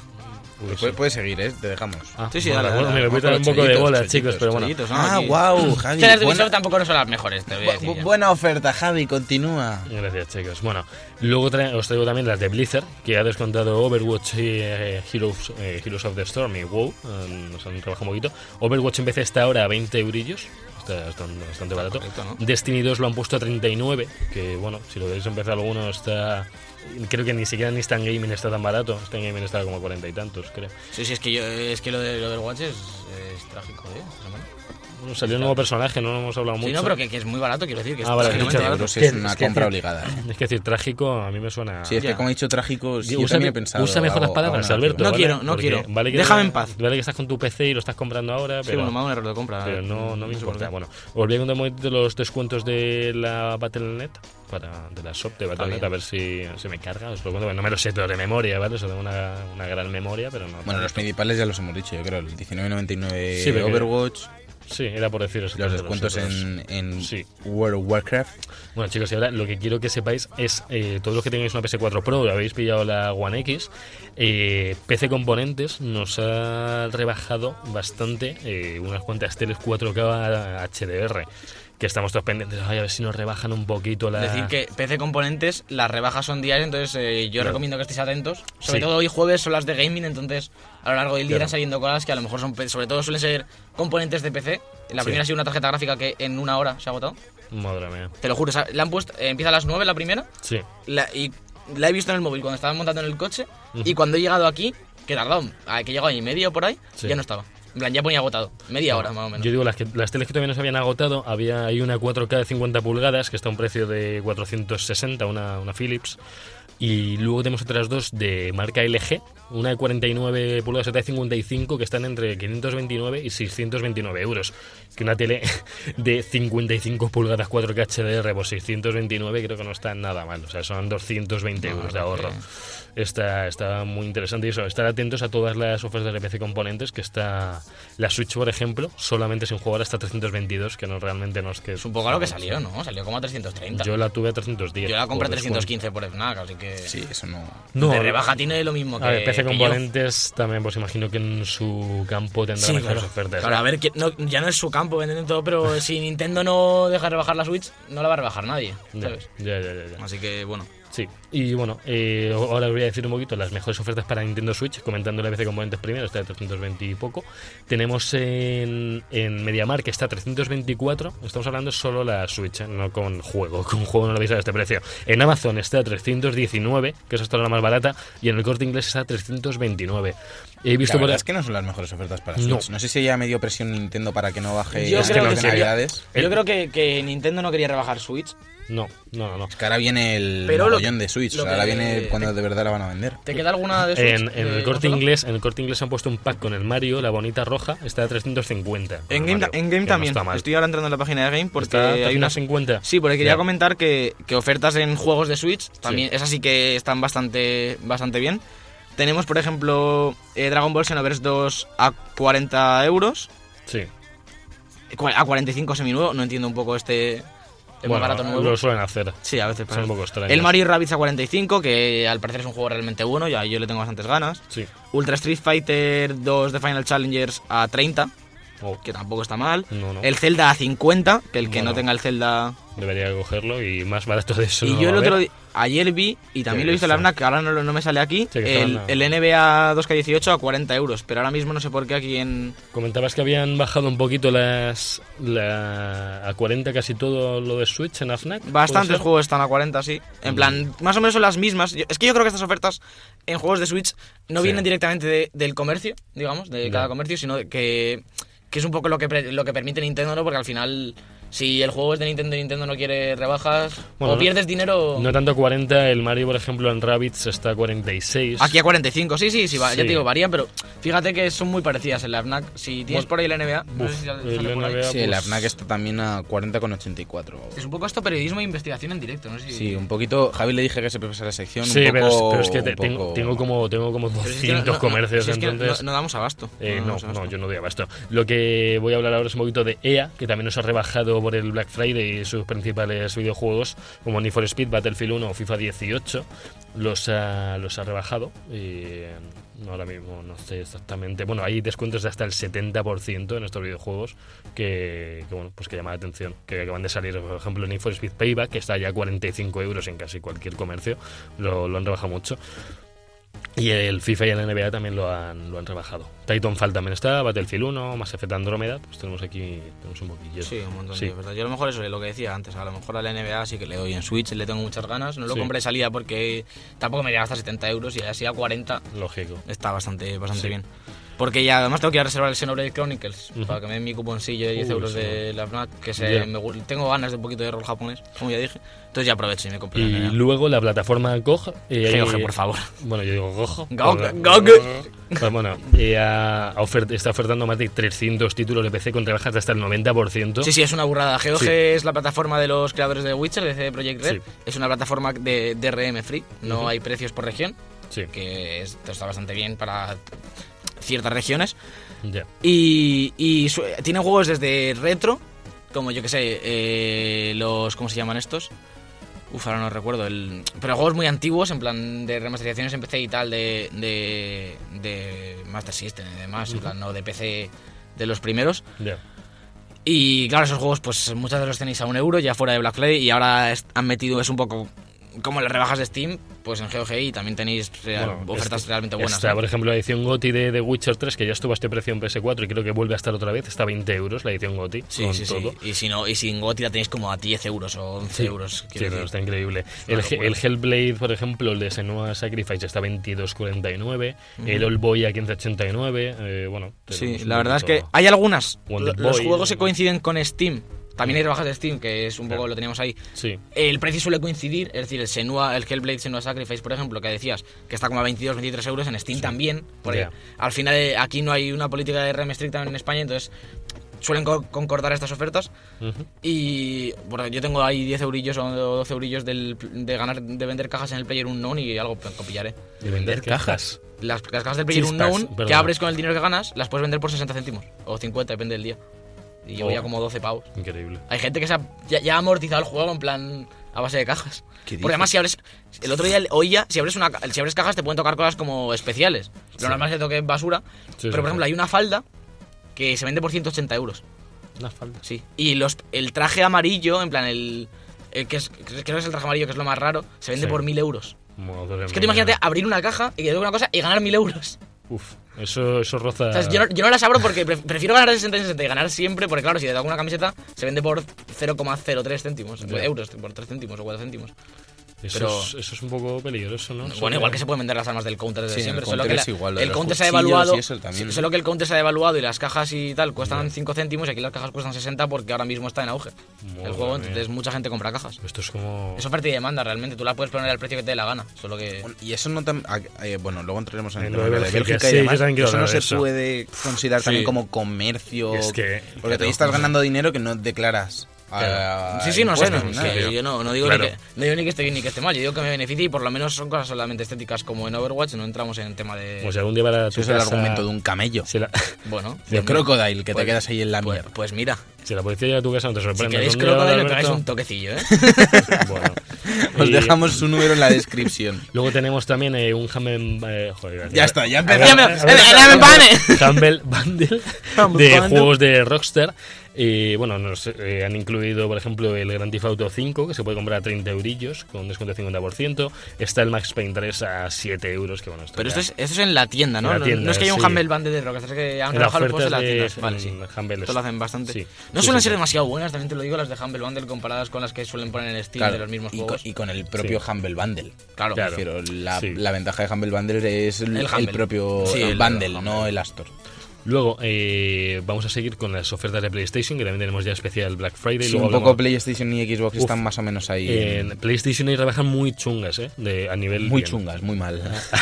Speaker 2: Uy,
Speaker 3: Pues
Speaker 2: sí.
Speaker 3: puedes, puedes seguir, ¿eh? Te dejamos.
Speaker 2: Ah,
Speaker 4: Sí, sí,
Speaker 2: bueno,
Speaker 4: dale, dale,
Speaker 2: bueno, me voy
Speaker 4: dale,
Speaker 2: a
Speaker 3: vamos con
Speaker 2: dar un poco de
Speaker 3: los
Speaker 2: bola,
Speaker 3: chollitos,
Speaker 2: chicos, pero bueno.
Speaker 4: Chollitos, ¿no?
Speaker 3: Ah,
Speaker 4: Aquí.
Speaker 3: wow, Javi.
Speaker 4: Es que las de
Speaker 3: buena-
Speaker 4: Ubisoft tampoco no son las mejores, te voy a decir. eh.
Speaker 3: bu-
Speaker 4: ya.
Speaker 3: buena oferta, Javi, continúa.
Speaker 2: Gracias, chicos. Bueno, luego tra- os traigo también las de Blizzard, que ha descontado Overwatch y eh, Heroes, eh, Heroes of the Storm y WoW. eh, nos han trabajado un poquito. Overwatch en vez está ahora a 20 eurillos. Está bastante, bastante barato.
Speaker 4: correcto, ¿no?
Speaker 2: Destiny 2 lo han puesto a 39, que bueno, si lo veis empezar alguno está... Creo que ni siquiera ni Stan Gaming está tan barato. Stan Gaming está como a 40 y tantos, creo.
Speaker 4: Sí, sí, es que, yo, es que lo, de, lo del Watch es, es trágico, ¿eh? esta semana.
Speaker 2: Bueno, salió un nuevo personaje, no lo hemos hablado mucho.
Speaker 4: Sí, no, pero que, que es muy barato, quiero decir. Que es
Speaker 2: Ah, vale,
Speaker 4: trágicamente
Speaker 2: dicho,
Speaker 4: barato.
Speaker 3: Euros es
Speaker 2: que-
Speaker 3: una
Speaker 2: es que-
Speaker 3: compra obligada. ¿eh?
Speaker 2: Es que decir, trágico a mí me suena...
Speaker 3: Sí, es que
Speaker 4: Ya.
Speaker 3: como he dicho trágico, sí, Pues yo
Speaker 2: usa,
Speaker 3: también he
Speaker 2: me-
Speaker 3: pensado.
Speaker 2: usa mejor las
Speaker 3: algo- algo
Speaker 2: palabras,
Speaker 3: negativo.
Speaker 2: Alberto.
Speaker 4: No
Speaker 2: ¿vale?
Speaker 4: quiero, no
Speaker 2: Porque
Speaker 4: quiero.
Speaker 2: Vale que
Speaker 4: Déjame en paz.
Speaker 2: Vale que estás con tu PC y lo estás comprando ahora,
Speaker 4: Sí,
Speaker 2: pero,
Speaker 4: bueno, me ha dado un error de compra.
Speaker 2: pero no, no me
Speaker 4: sé por
Speaker 2: importa.
Speaker 4: qué.
Speaker 2: Bueno, os voy a contar un momento los descuentos de la Battle.net, para, de la shop de Battle.net,
Speaker 4: bien.
Speaker 2: a ver si se me carga. Os lo cuento, porque no me lo sé todo de memoria, ¿vale? Eso tengo una, una gran memoria, pero no.
Speaker 3: Bueno, los principales ya los hemos dicho, yo creo. El
Speaker 2: Sí,
Speaker 3: 19.99
Speaker 2: porque-
Speaker 3: Overwatch,
Speaker 2: Sí, era por deciros.
Speaker 3: los
Speaker 2: entonces,
Speaker 3: descuentos
Speaker 2: otros.
Speaker 3: en, en
Speaker 2: Sí.
Speaker 3: World of Warcraft.
Speaker 2: Bueno, chicos, y ahora lo que quiero que sepáis es: eh, todos los que tengáis una PS4 Pro, y habéis pillado la One X, eh, PC Componentes nos ha rebajado bastante eh, unas cuantas teles 4K a- HDR. Que estamos todos pendientes, ay, a ver si nos rebajan un poquito la.
Speaker 4: Es decir, que PC Componentes, las rebajas son diarias, entonces eh, yo
Speaker 2: Claro.
Speaker 4: recomiendo que estéis atentos. Sobre
Speaker 2: Sí.
Speaker 4: todo hoy jueves son las de gaming, entonces a lo largo del día
Speaker 2: Claro.
Speaker 4: irán saliendo cosas que a lo mejor son, pe- sobre todo suelen ser componentes de PC. La
Speaker 2: Sí.
Speaker 4: primera ha sido una tarjeta gráfica que en una hora se ha agotado.
Speaker 2: Madre mía.
Speaker 4: Te lo juro, o sea, la han puesto, eh, empieza a las 9 la primera
Speaker 2: Sí.
Speaker 4: la- y la he visto en el móvil cuando estaba montando en el coche y cuando he llegado aquí, que he tardado, a que he llegado ahí media o por ahí,
Speaker 2: Sí.
Speaker 4: ya no estaba. En plan, ya ponía agotado. Media hora más o menos.
Speaker 2: Yo digo, las, que- las teles que todavía no se habían agotado, había hay una 4K de 50 pulgadas que está a un precio de 460, una, una Philips. Y luego tenemos otras dos de marca LG, una de 49 pulgadas y otra de 55, que están entre 529 y 629 euros. Que una tele de 55 pulgadas 4K HDR por 629 creo que no está nada mal. O sea, son 220 euros de ahorro. Está, está muy interesante y eso, estar atentos a todas las ofertas de PC Componentes, que está la Switch, por ejemplo, solamente sin jugar hasta 322, que no realmente no es que...
Speaker 4: Es un poco a lo que salió, ¿no? Salió como a 330.
Speaker 2: Yo la tuve a 310.
Speaker 4: Yo la compré
Speaker 2: por
Speaker 4: a 315 por Fnac, así que...
Speaker 3: Sí, eso no.
Speaker 2: No,
Speaker 4: de rebaja tiene lo mismo que.
Speaker 2: A ver, PC
Speaker 4: que
Speaker 2: Componentes también, pues imagino que en su campo
Speaker 4: yo.
Speaker 2: tendrá
Speaker 4: Sí,
Speaker 2: mejores
Speaker 4: claro.
Speaker 2: ofertas.
Speaker 4: Claro, a ver, que no- ya no es su campo venden todo, pero si Nintendo no deja rebajar la Switch, no la va a rebajar nadie,
Speaker 2: Ya,
Speaker 4: ¿sabes?
Speaker 2: ya, ya, ya, ya.
Speaker 4: Así que, bueno.
Speaker 2: Sí, y bueno, eh, ahora os voy a decir un poquito las mejores ofertas para Nintendo Switch, comentando la PC Componentes primero, está de 320 y poco. Tenemos en, en MediaMarkt que está a 324, estamos hablando solo la Switch, ¿eh? no con juego, con juego no lo veis a este precio. En Amazon está a 319, que es hasta la más barata, y en el corte inglés está a 329. He
Speaker 3: La
Speaker 2: visto por
Speaker 3: verdad
Speaker 2: ahí-
Speaker 3: es que no son las mejores ofertas para
Speaker 2: No.
Speaker 3: Switch. No sé si ya medio presión Nintendo para que no baje
Speaker 4: Yo
Speaker 3: las
Speaker 4: creo que sí.
Speaker 3: nacionalidades.
Speaker 2: El-
Speaker 4: Yo creo que, que Nintendo no quería rebajar Switch.
Speaker 2: No, no, no. no.
Speaker 3: Es que ahora viene el
Speaker 4: Pero lo-
Speaker 3: mogollón de Switch.
Speaker 4: lo
Speaker 3: o sea, ahora
Speaker 4: que-
Speaker 3: viene cuando de verdad la van a vender.
Speaker 4: ¿Te queda alguna de Switch? eh,
Speaker 2: En, en
Speaker 4: de
Speaker 2: el corte
Speaker 4: consola?
Speaker 2: inglés, en el corte inglés han puesto un pack con el Mario, la bonita roja, está a 350.
Speaker 6: En
Speaker 2: Con el
Speaker 6: Game,
Speaker 2: Mario,
Speaker 6: en
Speaker 2: que
Speaker 6: Game
Speaker 2: no
Speaker 6: también.
Speaker 2: está mal.
Speaker 6: Estoy ahora entrando en la página de Game porque
Speaker 2: Está a
Speaker 6: hay unas.
Speaker 2: 350.
Speaker 6: Sí, porque quería
Speaker 2: Ya.
Speaker 6: comentar que, que ofertas en juegos de Switch también, esas sí que están bastante, bastante bien. Tenemos, por ejemplo, eh, Dragon Ball Xenoverse 2 a 40 euros,
Speaker 2: Sí.
Speaker 6: eh, cua- a 45 seminuevo, no entiendo un poco este...
Speaker 4: Es
Speaker 2: Bueno,
Speaker 4: más barato nuevo.
Speaker 2: Lo suelen hacer.
Speaker 6: Sí, a veces
Speaker 2: Son
Speaker 6: pasa.
Speaker 2: un poco extraños.
Speaker 6: El Mario Rabbids a 45, que al parecer es un juego realmente bueno, ya yo le tengo bastantes ganas.
Speaker 2: Sí.
Speaker 6: Ultra Street Fighter 2 de Final Challengers a 30.
Speaker 2: Oh.
Speaker 4: que tampoco está mal.
Speaker 2: No, no.
Speaker 4: El Zelda a 50, que el que
Speaker 2: Bueno.
Speaker 4: no tenga el Zelda...
Speaker 2: Debería cogerlo y más barato de eso.
Speaker 4: y
Speaker 2: no
Speaker 4: yo
Speaker 2: va
Speaker 4: el
Speaker 2: a
Speaker 4: otro
Speaker 2: haber.
Speaker 4: día, ayer vi, y también lo he visto en la
Speaker 2: Sí.
Speaker 4: AMNA, que ahora no, lo- no me sale aquí,
Speaker 2: Sí, que está en
Speaker 4: el,
Speaker 2: la-
Speaker 4: el NBA 2K18 a 40 euros, pero ahora mismo no sé por qué aquí en...
Speaker 2: Comentabas que habían bajado un poquito las la, a 40 casi todo lo de Switch en AFNAC. ¿puede
Speaker 4: Bastantes
Speaker 2: ser? Mm.
Speaker 4: juegos están a 40, sí. En plan, más o menos son las mismas. Yo- es que yo creo que estas ofertas en juegos de Switch no
Speaker 2: Sí.
Speaker 4: vienen directamente de- del comercio, digamos, de
Speaker 2: Ya.
Speaker 4: cada comercio, sino de que, que es un poco lo que, pre- lo que permite Nintendo, ¿no? Porque al final, si el juego es de Nintendo y Nintendo no quiere rebajas,
Speaker 2: Bueno,
Speaker 4: o
Speaker 2: no-
Speaker 4: pierdes dinero...
Speaker 2: No tanto a 40, el Mario, por ejemplo, en Rabbids está a 46.
Speaker 4: Aquí a 45, sí, sí, sí, va-
Speaker 2: Sí.
Speaker 4: ya te digo, varían, pero fíjate que son muy parecidas en la FNAC. Si tienes
Speaker 2: Bueno,
Speaker 4: por ahí la NBA, no
Speaker 2: Uf,
Speaker 4: sé si sale-
Speaker 2: el
Speaker 4: sale por ahí.
Speaker 2: NBA,
Speaker 3: Sí, el
Speaker 2: pues,
Speaker 3: AFNAC está también a 40,84.
Speaker 4: Es un poco esto periodismo e investigación en directo, no sé si...
Speaker 3: Sí, un poquito. Javi le dije que se prepara la sección.
Speaker 2: Sí,
Speaker 3: un
Speaker 2: pero, es-
Speaker 3: poco-
Speaker 2: pero es que te-
Speaker 3: un
Speaker 2: tengo,
Speaker 3: poco-
Speaker 2: tengo como, tengo como
Speaker 4: Pero
Speaker 2: 200
Speaker 4: es que no- no-
Speaker 2: comercios,
Speaker 4: si es que no-
Speaker 2: entonces...
Speaker 4: no, no damos abasto.
Speaker 2: Eh, no,
Speaker 4: damos
Speaker 2: no,
Speaker 4: abasto.
Speaker 2: yo no doy abasto. Lo que voy a hablar ahora es un poquito de EA, que también nos ha rebajado por el Black Friday y sus principales videojuegos, como Need for Speed, Battlefield 1 o FIFA 18, los ha, los ha rebajado. Y no, ahora mismo no sé exactamente. Bueno, hay descuentos de hasta el 70% en estos videojuegos que, que, bueno, pues que llama la atención. Que acaban de salir, por ejemplo, Need for Speed Payback, que está ya a 45 euros en casi cualquier comercio, lo- lo han rebajado mucho. Y el FIFA y el NBA también lo han, lo han rebajado. Titanfall también está, Battlefield 1, Mass Effect Andromeda, pues tenemos aquí tenemos un poquillo.
Speaker 4: Sí, un montón
Speaker 2: Sí.
Speaker 4: de ofertas. Yo a lo mejor eso es lo que decía antes. A lo mejor a la NBA sí que le doy en Switch, le tengo muchas ganas. No lo
Speaker 2: Sí.
Speaker 4: compré de salida porque tampoco me llega hasta 70 euros y así a 40
Speaker 2: Lógico.
Speaker 4: está bastante, bastante
Speaker 2: Sí.
Speaker 4: bien. Porque ya además tengo que ir a reservar el Xenoblade Chronicles
Speaker 2: Ujú.
Speaker 4: para que me den mi cuponcillo de 10
Speaker 2: Uy,
Speaker 4: euros
Speaker 2: sí.
Speaker 4: de la FNAC, que se
Speaker 2: Ya.
Speaker 4: me gu- tengo ganas de un poquito de rol japonés, como ya dije. Entonces ya aprovecho y me compro
Speaker 2: Y
Speaker 4: la NBA.
Speaker 2: luego la plataforma GOG. eh,
Speaker 4: Geoge, por favor.
Speaker 2: Bueno, yo digo GOG.
Speaker 4: GOG,
Speaker 2: pero-
Speaker 4: GOG.
Speaker 2: Pues bueno, eh, ha- ha ofert- está ofertando más de 300 títulos de PC con rebajas de hasta el 90%.
Speaker 4: Sí, sí, es una burrada. GOG
Speaker 2: Sí.
Speaker 4: es la plataforma de los creadores de Witcher, de CD Projekt Red.
Speaker 2: Sí.
Speaker 4: Es una plataforma de DRM free, no
Speaker 2: Ujú.
Speaker 4: hay precios por región,
Speaker 2: Sí,
Speaker 4: que es- está bastante bien para ciertas regiones.
Speaker 2: ya.
Speaker 4: Y, y su- tiene juegos desde retro, como yo que sé, eh, los. ¿Cómo se llaman estos? Uf, ahora no recuerdo. El, pero juegos muy antiguos, en plan de remasterizaciones en PC y tal, de, de, de Master System y demás, en plan, no de PC de los primeros.
Speaker 2: ya.
Speaker 4: Y claro, esos juegos, pues muchas de los tenéis a un euro ya fuera de Black Friday y ahora est- han metido, es un poco como las rebajas de Steam, pues en GOG y también tenéis real-
Speaker 2: Bueno,
Speaker 4: Eh, ofertas
Speaker 2: este-
Speaker 4: realmente buenas.
Speaker 2: Está,
Speaker 4: ¿no?
Speaker 2: por ejemplo, la edición GOTI de The Witcher 3, que ya estuvo a este precio en PS4 y creo que vuelve a estar otra vez. Está a 20 euros la edición GOTI.
Speaker 4: Sí,
Speaker 2: con
Speaker 4: sí,
Speaker 2: todo.
Speaker 4: sí. Y si no, y sin GOTI la tenéis como a 10 euros o 11 euros.
Speaker 2: Sí, este
Speaker 4: quiero
Speaker 2: no,
Speaker 4: decir.
Speaker 2: está increíble.
Speaker 4: una
Speaker 2: El, He-
Speaker 4: locura.
Speaker 2: el Hellblade, por ejemplo, el de Senua Sacrifice está a 22.49. El Old Boy a 15.89. eh, bueno,
Speaker 4: Sí,
Speaker 2: tenemos un
Speaker 4: la verdad es que
Speaker 2: poquito-
Speaker 4: hay algunas.
Speaker 2: Wonder
Speaker 4: Lo- los
Speaker 2: Boy,
Speaker 4: juegos se
Speaker 2: ¿no?
Speaker 4: coinciden con Steam. También hay rebajas de Steam, que es un poco
Speaker 2: Claro.
Speaker 4: lo teníamos ahí.
Speaker 2: Sí,
Speaker 4: El precio suele coincidir, es decir, el Senua, el Hellblade Senua Sacrifice, por ejemplo, que decías, que está como a 22, 23 euros en Steam también. Porque
Speaker 2: Ya.
Speaker 4: al final eh, aquí no hay una política de RM estricta en España, entonces suelen co- concordar estas ofertas.
Speaker 2: ujú,
Speaker 4: Y bueno, yo tengo ahí 10 eurillos o 12 eurillos del- de ganar de vender cajas en el Player Unknown y algo p- pillaré.
Speaker 2: de vender cajas.
Speaker 4: Las, las cajas del Player
Speaker 2: Chispas,
Speaker 4: Unknown que
Speaker 2: perdón.
Speaker 4: abres con el dinero que ganas, las puedes vender por 60 céntimos o 50, depende del día. Y llevo
Speaker 2: Oh.
Speaker 4: ya como 12 pavos.
Speaker 2: Increíble.
Speaker 4: Hay gente que se ha, ya, ya ha amortizado el juego en plan a base de cajas.
Speaker 3: ¿Qué dices?
Speaker 4: Porque además si abres el otro día hoy ya si abres una ca- si abres cajas te pueden tocar cosas como especiales. Lo normal es que toque basura,
Speaker 2: Sí,
Speaker 4: pero
Speaker 2: sí,
Speaker 4: por ejemplo
Speaker 2: sí.
Speaker 4: hay una falda que se vende por 180 euros.
Speaker 2: Unas faldas.
Speaker 4: Sí. Y los, el traje amarillo, en plan el, el que es, creo que es el traje amarillo que es lo más raro, se vende
Speaker 2: Sí. Pues
Speaker 4: por 1000 euros.
Speaker 2: Madre
Speaker 4: Es
Speaker 2: mía.
Speaker 4: que te imagínate abrir una caja y que toque una cosa y ganar 1000 euros.
Speaker 2: Uf, eso, eso roza.
Speaker 4: O sea, yo, no, yo no las abro porque pref- prefiero ganar de 60 en 60 y ganar siempre, porque claro, si te toca una camiseta, se vende por 0,03 céntimos,
Speaker 2: Ya.
Speaker 4: euros, por 3 céntimos o 4 céntimos.
Speaker 2: eso,
Speaker 4: pero-
Speaker 2: es, eso es un poco peligroso, ¿no? Eso
Speaker 4: Bueno, igual que
Speaker 2: de-
Speaker 4: se pueden vender las armas del counter desde
Speaker 3: Sí, el
Speaker 4: siempre,
Speaker 3: Counter
Speaker 4: solo que
Speaker 3: es igual, lo de
Speaker 4: el
Speaker 3: los
Speaker 4: counter se ha
Speaker 3: cuchillos
Speaker 4: devaluado,
Speaker 3: y eso también.
Speaker 4: sí, solo que el counter se ha devaluado y las cajas y tal cuestan 5 céntimos y aquí las cajas cuestan 60 porque ahora mismo está en auge
Speaker 2: Madre
Speaker 4: el juego,
Speaker 2: mía.
Speaker 4: entonces mucha gente compra cajas.
Speaker 2: Esto es como.
Speaker 4: Es oferta y demanda, realmente. Tú la puedes poner al precio que te dé la gana. Solo que.
Speaker 3: Y eso no tan. ah, eh, bueno, luego entraremos en el
Speaker 2: En
Speaker 3: tema
Speaker 2: lo de
Speaker 3: de
Speaker 2: Bélgica,
Speaker 3: Bélgica
Speaker 2: sí,
Speaker 3: y
Speaker 2: yo
Speaker 3: demás.
Speaker 2: también quiero
Speaker 3: Eso no
Speaker 2: hablar de
Speaker 3: se
Speaker 2: eso.
Speaker 3: puede considerar también como comercio.
Speaker 2: Es que-
Speaker 3: porque
Speaker 2: claro.
Speaker 3: ahí estás ganando dinero que no declaras. a-
Speaker 2: Claro.
Speaker 3: a
Speaker 4: Sí, sí, no sé.
Speaker 3: impuestos
Speaker 4: no,
Speaker 3: ni
Speaker 4: sí,
Speaker 3: nada.
Speaker 2: claro.
Speaker 4: yo no, no digo
Speaker 2: Claro.
Speaker 4: ni, que, no digo ni que esté bien ni que esté mal. Yo digo que me beneficie y por lo menos son cosas solamente estéticas como en Overwatch. No entramos en tema de.
Speaker 2: O sea, algún día para
Speaker 3: Eso
Speaker 2: tu
Speaker 3: es el
Speaker 2: casa-
Speaker 3: argumento de un camello.
Speaker 2: Si la,
Speaker 4: bueno.
Speaker 3: De Crocodile, que te
Speaker 4: Pues-
Speaker 3: quedas ahí en la
Speaker 4: Pues,
Speaker 3: mierda.
Speaker 4: pues mira,
Speaker 2: si la policía llega a tu casa, no te
Speaker 4: si
Speaker 2: sorprende.
Speaker 4: queréis
Speaker 2: Algún día,
Speaker 4: crocodile, me pegáis
Speaker 2: Alberto-
Speaker 4: un toquecillo, ¿eh?
Speaker 2: Bueno,
Speaker 3: Os
Speaker 2: Y
Speaker 3: pues dejamos su número en la descripción.
Speaker 2: Luego tenemos también eh, un Hamel. eh, joder,
Speaker 3: Ya está, ya
Speaker 2: Hamel-
Speaker 3: empezamos.
Speaker 2: Hamel-
Speaker 4: eh, ya me pane.
Speaker 2: Humble Bundle
Speaker 4: Humble
Speaker 2: de
Speaker 4: Bundle.
Speaker 2: juegos de Rockstar. Y bueno, nos eh, han incluido, por ejemplo, el Grand Theft Auto 5, que se puede comprar a 30 eurillos con descuento del 50%. Está el Max Payne 3 a 7 euros, que bueno, esto
Speaker 4: Pero
Speaker 2: ya-
Speaker 4: esto es, esto es en la tienda, ¿no?
Speaker 2: En la
Speaker 4: No- no
Speaker 2: tienda,
Speaker 4: es que haya un
Speaker 2: sí.
Speaker 4: Humble Bundle de Rockstar, es que han
Speaker 2: En la
Speaker 4: trabajado los juegos en
Speaker 2: oferta
Speaker 4: las
Speaker 2: de-
Speaker 4: tiendas. Vale, sí.
Speaker 2: en Humble
Speaker 4: Esto lo hacen bastante.
Speaker 2: Sí.
Speaker 4: No
Speaker 2: Sí,
Speaker 4: suelen
Speaker 2: sí,
Speaker 4: ser
Speaker 2: sí.
Speaker 4: demasiado buenas, también te lo digo, las de Humble Bundle comparadas con las que suelen poner en Steam
Speaker 3: Claro,
Speaker 4: de los mismos
Speaker 3: y, con,
Speaker 4: juegos.
Speaker 3: y con el propio Humble Bundle.
Speaker 4: Claro.
Speaker 2: Claro.
Speaker 3: Prefiero, la,
Speaker 2: Sí.
Speaker 3: la ventaja de Humble Bundle es el, el
Speaker 4: El Humble.
Speaker 3: propio
Speaker 4: Sí, el-
Speaker 3: Bundle,
Speaker 4: el Humble.
Speaker 3: no el Astor.
Speaker 2: Luego eh, vamos a seguir con las ofertas de PlayStation, que también tenemos ya especial Black Friday.
Speaker 3: Sí,
Speaker 2: Luego
Speaker 3: un poco
Speaker 2: hablamos-
Speaker 3: PlayStation y Xbox
Speaker 2: Uf.
Speaker 3: están más o menos ahí.
Speaker 2: En PlayStation hay rebajas muy chungas, ¿eh? De, a nivel.
Speaker 3: muy
Speaker 2: bien.
Speaker 3: chungas, muy mal.
Speaker 2: Ah,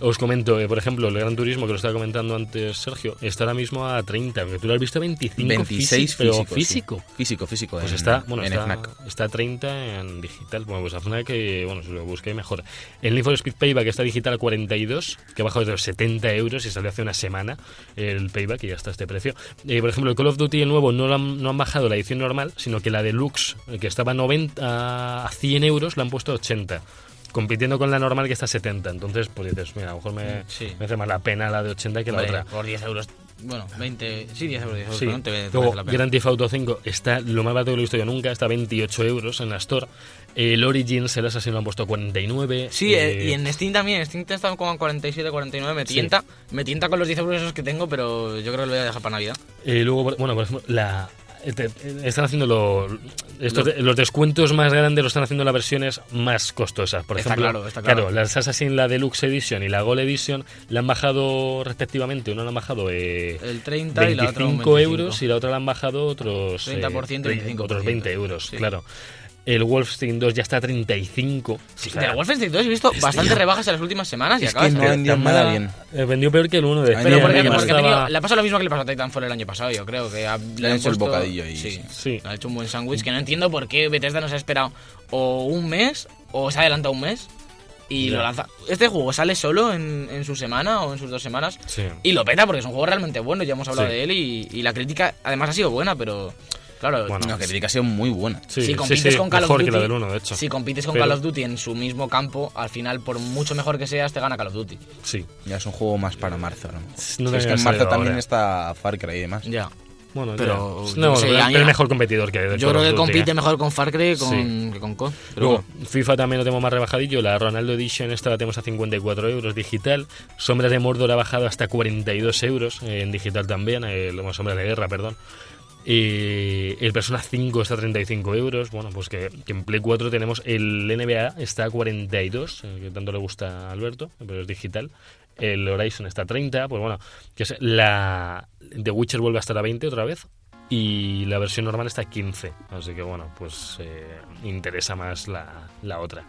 Speaker 2: Os comento, eh, por ejemplo, el Gran Turismo, que lo estaba comentando antes Sergio, está ahora mismo a 30, porque tú lo has visto a 25.
Speaker 3: 26
Speaker 2: físico.
Speaker 3: físicos, sí.
Speaker 2: físico.
Speaker 3: Físico, físico.
Speaker 2: Pues
Speaker 3: en-
Speaker 2: está, bueno,
Speaker 3: en
Speaker 2: está,
Speaker 3: Fnac.
Speaker 2: está a 30 en digital. Bueno, pues a FNAC, eh, bueno, si lo busqué mejor. El Need for Speed Payback está digital a 42, que ha bajado de los 70 euros y salió hace una semana el Payback y ya está a este precio. Eh, por ejemplo, el Call of Duty, el nuevo, no, lo han, no han bajado la edición normal, sino que la deluxe, eh, que estaba a 90, a 100 euros, la han puesto a 80. Compitiendo con la normal que está a 70. Entonces, pues dices, mira, a lo mejor me,
Speaker 4: Sí.
Speaker 2: me hace más la pena la de 80 que la
Speaker 4: Hombre,
Speaker 2: otra.
Speaker 4: Por 10 euros. Bueno, 20. Sí, 10 euros. 10 euros
Speaker 2: Sí.
Speaker 4: perdón, Pues te- te
Speaker 2: Luego,
Speaker 4: merece la pena.
Speaker 2: Grand Theft Auto 5 está lo más barato que lo he visto yo nunca, está a 28 euros en la Store. El Origins, el Assassin lo han puesto a 49.
Speaker 4: Sí, eh,
Speaker 2: eh,
Speaker 4: y en Steam también. Steam te está como en 47, 49. Me
Speaker 2: Sí.
Speaker 4: tienta. Me tienta con los 10 euros esos que tengo, pero yo creo que lo voy a dejar para Navidad.
Speaker 2: eh, luego, por- bueno, por ejemplo, la... eh, te- eh, Están haciendo lo- estos de- los descuentos más grandes, los están haciendo las versiones más costosas. Por
Speaker 4: Está
Speaker 2: ejemplo,
Speaker 4: claro, está claro.
Speaker 2: las Assassin, la Deluxe Edition y la Gold Edition, la han bajado respectivamente. Una la han bajado eh,
Speaker 4: El 30 y la otra. un
Speaker 2: 25 euros
Speaker 4: 25.
Speaker 2: y la otra la han bajado otros eh,
Speaker 4: 30% y 25%.
Speaker 2: otros 20 euros,
Speaker 4: Sí.
Speaker 2: claro. El Wolfenstein 2 ya está a 35.
Speaker 4: Sí,
Speaker 2: O sea,
Speaker 4: de la Wolfenstein 2 he visto bastantes rebajas en las últimas semanas y
Speaker 3: Es
Speaker 4: acabas
Speaker 3: que no
Speaker 4: de-
Speaker 3: ha vendido
Speaker 2: Tamara,
Speaker 3: nada bien.
Speaker 2: eh, vendió peor que el 1 de
Speaker 3: Ha
Speaker 4: Pero
Speaker 3: vendido
Speaker 2: España,
Speaker 4: porque,
Speaker 3: Bien,
Speaker 2: que
Speaker 4: porque ha
Speaker 2: estaba-
Speaker 4: tenido- le ha pasado lo mismo que le pasó a Titanfall el año pasado, yo creo. que ha-
Speaker 3: Le han hecho el
Speaker 4: puesto-
Speaker 3: bocadillo ahí,
Speaker 4: Sí,
Speaker 3: sí.
Speaker 2: Sí.
Speaker 4: Le ha hecho un buen sándwich que no entiendo por qué Bethesda nos ha esperado o un mes o se ha adelantado un mes y
Speaker 2: Ya.
Speaker 4: lo lanza. Este juego sale solo en, en su semana o en sus dos semanas
Speaker 2: Sí.
Speaker 4: y lo peta porque es un juego realmente bueno. Ya hemos hablado
Speaker 2: Sí.
Speaker 4: de él y, y la crítica además ha sido buena, pero claro.
Speaker 2: Bueno,
Speaker 3: No, que crítica ha sido muy buena.
Speaker 2: Sí,
Speaker 4: si
Speaker 2: sí,
Speaker 4: compites
Speaker 2: sí,
Speaker 4: con Call
Speaker 2: mejor
Speaker 4: of Duty,
Speaker 2: que la del 1, de hecho.
Speaker 4: si compites con
Speaker 2: Pero-
Speaker 4: Call of Duty en su mismo campo, al final por mucho mejor que seas te gana Call of Duty.
Speaker 2: Sí.
Speaker 3: Ya es un juego más para marzo, ¿no?
Speaker 2: No
Speaker 3: es
Speaker 2: tenía
Speaker 3: que en
Speaker 2: que
Speaker 3: marzo
Speaker 2: ser
Speaker 3: también
Speaker 2: ahora.
Speaker 3: está Far Cry y demás.
Speaker 4: Ya.
Speaker 2: Bueno,
Speaker 4: pero-
Speaker 2: ya.
Speaker 4: yo
Speaker 2: No,
Speaker 4: sé,
Speaker 2: pero
Speaker 4: ya,
Speaker 2: es el
Speaker 4: ya.
Speaker 2: mejor competidor que hay. del
Speaker 4: Yo
Speaker 2: Call
Speaker 4: creo
Speaker 2: of
Speaker 4: que
Speaker 2: Duty,
Speaker 4: compite
Speaker 2: ¿eh?
Speaker 4: mejor con Far Cry que con,
Speaker 2: Sí.
Speaker 4: que con COD. Pero
Speaker 2: Luego,
Speaker 4: bueno.
Speaker 2: FIFA también lo tenemos más rebajadillo. La Ronaldo Edition, esta la tenemos a 54 euros digital. Sombras de Mordor ha bajado hasta 42 euros eh, en digital también. Eh, bueno, Sombras de Guerra, perdón. Y el Persona 5 está a 35 euros. Bueno, pues que, que en Play 4 tenemos el NBA, está a 42, eh, que tanto le gusta a Alberto, pero es digital. El Horizon está a 30, pues bueno, que es la The Witcher vuelve a estar a 20 otra vez. Y la versión normal está a 15, así que bueno, pues eh, interesa más la, la otra.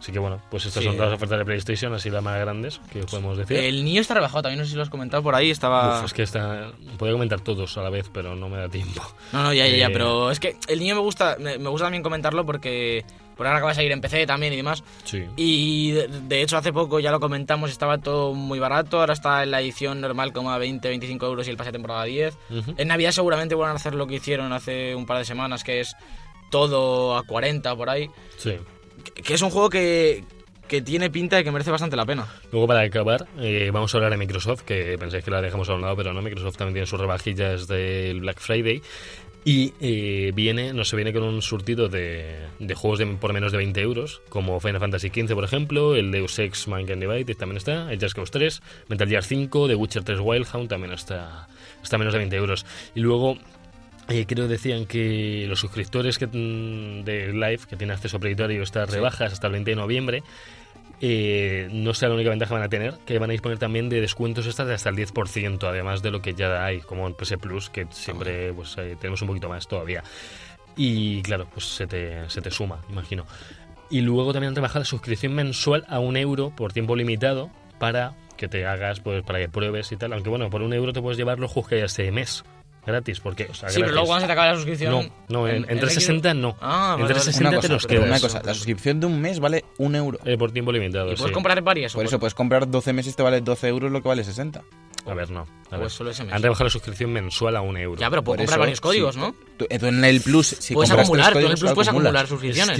Speaker 2: Así que bueno, pues estas
Speaker 4: Sí.
Speaker 2: son las ofertas de PlayStation, así las más grandes que podemos decir.
Speaker 4: El niño está rebajado, también no sé si lo has comentado por ahí, estaba...
Speaker 2: Uf, es que está, podría comentar todos a la vez, pero no me da tiempo.
Speaker 4: No, no, ya, ya, ya,
Speaker 2: Eh,
Speaker 4: pero es que el niño me gusta, me me gusta también comentarlo porque por ahora acabas de ir en PC también y demás.
Speaker 2: Sí.
Speaker 4: Y de, de hecho hace poco ya lo comentamos, estaba todo muy barato, ahora está en la edición normal como a 20, 25 euros y el pase de temporada a 10.
Speaker 2: Ujú.
Speaker 4: En Navidad seguramente van a hacer lo que hicieron hace un par de semanas, que es todo a 40 por ahí.
Speaker 2: Sí.
Speaker 4: Que, que es un juego que, que tiene pinta de que merece bastante la pena.
Speaker 2: Luego, para acabar, eh, vamos a hablar de Microsoft, que pensáis que la dejamos a un lado, pero no, Microsoft también tiene sus rebajillas del Black Friday. Y eh, viene, no se viene con un surtido de, de juegos de, por menos de 20 euros, como Final Fantasy XV, por ejemplo, el Deus Ex Mankind Divided también está, el Just Cause 3, Metal Gear 5, The Witcher 3 Wildhound también está, está a menos de 20 euros. Y luego eh, creo decían que los suscriptores que, mm, de Live, que tienen acceso prioritario a estas rebajas hasta el 20 de noviembre, eh, no sea la única ventaja que van a tener, que van a disponer también de descuentos estas de hasta el 10%, además de lo que ya hay, como el PS Plus, que
Speaker 4: Ah,
Speaker 2: siempre pues, eh, tenemos un poquito más todavía. Y claro, pues se te, se te suma, imagino. Y luego también han rebajado la suscripción mensual a un euro por tiempo limitado para que te hagas, pues para que pruebes y tal. Aunque bueno, por un euro te puedes llevar los juegos que hay este mes. Gratis, porque. O sea,
Speaker 4: Sí, pero
Speaker 2: gratis.
Speaker 4: luego cuando se te acaba la suscripción...
Speaker 2: No, no, en, en
Speaker 4: Xbox-
Speaker 2: 360 no.
Speaker 4: Ah, vale,
Speaker 2: en
Speaker 4: vale.
Speaker 2: 360
Speaker 3: Una
Speaker 2: te
Speaker 3: cosa,
Speaker 2: los
Speaker 3: pero
Speaker 2: quedas.
Speaker 3: una cosa, la suscripción de un mes vale un euro.
Speaker 2: Eh, por tiempo limitado. sí.
Speaker 4: ¿Y puedes comprar varias? o
Speaker 3: Por eso puedes comprar 12 meses te vale 12 euros lo que vale 60.
Speaker 2: A ver, no. A
Speaker 4: Pues
Speaker 2: ver.
Speaker 4: solo ese mes.
Speaker 2: Han rebajado la suscripción mensual a un euro.
Speaker 4: Ya, pero puedo
Speaker 3: Por
Speaker 4: comprar
Speaker 3: eso,
Speaker 4: varios códigos,
Speaker 3: sí.
Speaker 4: ¿no?
Speaker 3: Tú, eh, tú en el Plus, si
Speaker 4: puedes
Speaker 3: compras
Speaker 4: acumular,
Speaker 3: tres
Speaker 4: tú en el
Speaker 3: códigos,
Speaker 4: Plus puedes
Speaker 3: acumulas.
Speaker 4: acumular suscripciones.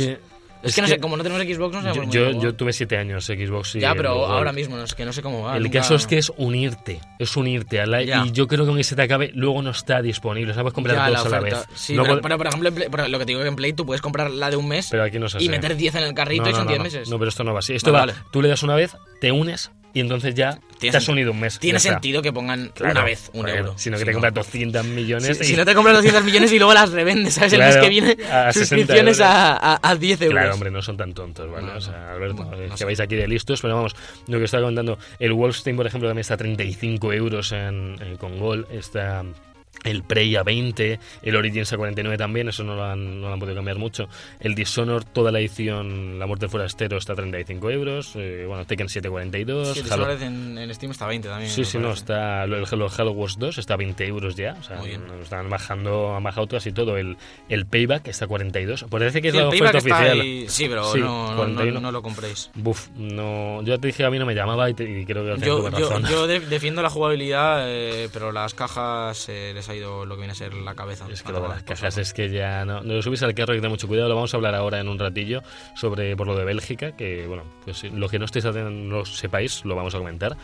Speaker 4: Es, Es, que no sé, como no tenemos Xbox, no
Speaker 2: Yo,
Speaker 4: sabemos. muy
Speaker 2: yo,
Speaker 4: bien
Speaker 2: yo
Speaker 4: cómo
Speaker 2: tuve siete años Xbox y
Speaker 4: va. pues ya, pero
Speaker 2: luego-
Speaker 4: ahora mismo no es que no sé cómo va.
Speaker 2: el
Speaker 4: nunca-
Speaker 2: caso es que es unirte, es unirte a la,
Speaker 4: Ya.
Speaker 2: y yo creo que aunque se te acabe luego no está disponible, o sea, puedes comprar
Speaker 4: Ya,
Speaker 2: dos a la
Speaker 4: oferta.
Speaker 2: vez.
Speaker 4: Sí,
Speaker 2: No
Speaker 4: pero,
Speaker 2: pod-
Speaker 4: pero, por ejemplo, en Play- pero lo que te digo que en Play tú puedes comprar la de un mes
Speaker 2: pero aquí no se
Speaker 4: y
Speaker 2: hace.
Speaker 4: meter 10 en el carrito
Speaker 2: No,
Speaker 4: y
Speaker 2: no,
Speaker 4: son
Speaker 2: no,
Speaker 4: 10
Speaker 2: no.
Speaker 4: meses.
Speaker 2: No, pero esto no va así. Esto
Speaker 4: Vale,
Speaker 2: va,
Speaker 4: vale.
Speaker 2: tú le das una vez, te unes y entonces ya
Speaker 4: Tiene
Speaker 2: te has
Speaker 4: sentido.
Speaker 2: unido un mes.
Speaker 4: Tiene
Speaker 2: ya está.
Speaker 4: sentido que pongan una
Speaker 2: Claro,
Speaker 4: vez un
Speaker 2: joder,
Speaker 4: euro.
Speaker 2: Sino que
Speaker 4: Si
Speaker 2: te
Speaker 4: no-
Speaker 2: compras 200 millones
Speaker 4: Si,
Speaker 2: y-
Speaker 4: si no te compras 200 millones y luego las revendes, ¿sabes? el mes
Speaker 2: Claro,
Speaker 4: que viene,
Speaker 2: a 60
Speaker 4: suscripciones
Speaker 2: euros.
Speaker 4: a, a, a 10 euros.
Speaker 2: Claro, hombre, no son tan tontos, ¿vale?
Speaker 4: No,
Speaker 2: o sea, Alberto,
Speaker 4: Bueno,
Speaker 2: eh,
Speaker 4: no
Speaker 2: que
Speaker 4: sé.
Speaker 2: vais aquí de listos, pero vamos, lo que estaba contando, el Wolfstein, por ejemplo, también está a 35 euros en, eh, con Gol, está el Prey a 20, el Origins a 49 también, eso no lo, han, no lo han podido cambiar mucho, el Dishonor, toda la edición, La Muerte del Forastero está a 35 euros, eh, bueno, Tekken 7 42,
Speaker 4: Sí, el
Speaker 2: Halo-
Speaker 4: Dishonored en, en Steam está 20 también.
Speaker 2: Sí,
Speaker 4: me
Speaker 2: sí, no,
Speaker 4: parece.
Speaker 2: está el Halo, Halo Wars 2 está a 20 euros ya, o sea,
Speaker 4: Muy bien.
Speaker 2: nos están bajando, han bajado casi todo, el, el Payback está a 42, parece que es
Speaker 4: Sí,
Speaker 2: la
Speaker 4: el
Speaker 2: oferta
Speaker 4: Payback está
Speaker 2: oficial.
Speaker 4: ahí- Sí, pero
Speaker 2: Sí,
Speaker 4: no, no, no,
Speaker 2: 41.
Speaker 4: no lo compréis.
Speaker 2: Buf, no. Yo te dije que a mí no me llamaba y, te- y creo que al final
Speaker 4: Yo,
Speaker 2: tuve
Speaker 4: yo,
Speaker 2: razón.
Speaker 4: yo de- defiendo la jugabilidad, eh, pero las cajas eh, les ha ido lo que viene a ser la cabeza.
Speaker 2: Es que
Speaker 4: Ah,
Speaker 2: lo de
Speaker 4: vale,
Speaker 2: las
Speaker 4: pues
Speaker 2: cajas
Speaker 4: no.
Speaker 2: es que ya no, no lo subís al carro hay que tener mucho cuidado. Lo vamos a hablar ahora en un ratillo sobre por lo de Bélgica, que bueno, pues sí, lo que no estéis aten- no lo sepáis, lo vamos a comentar.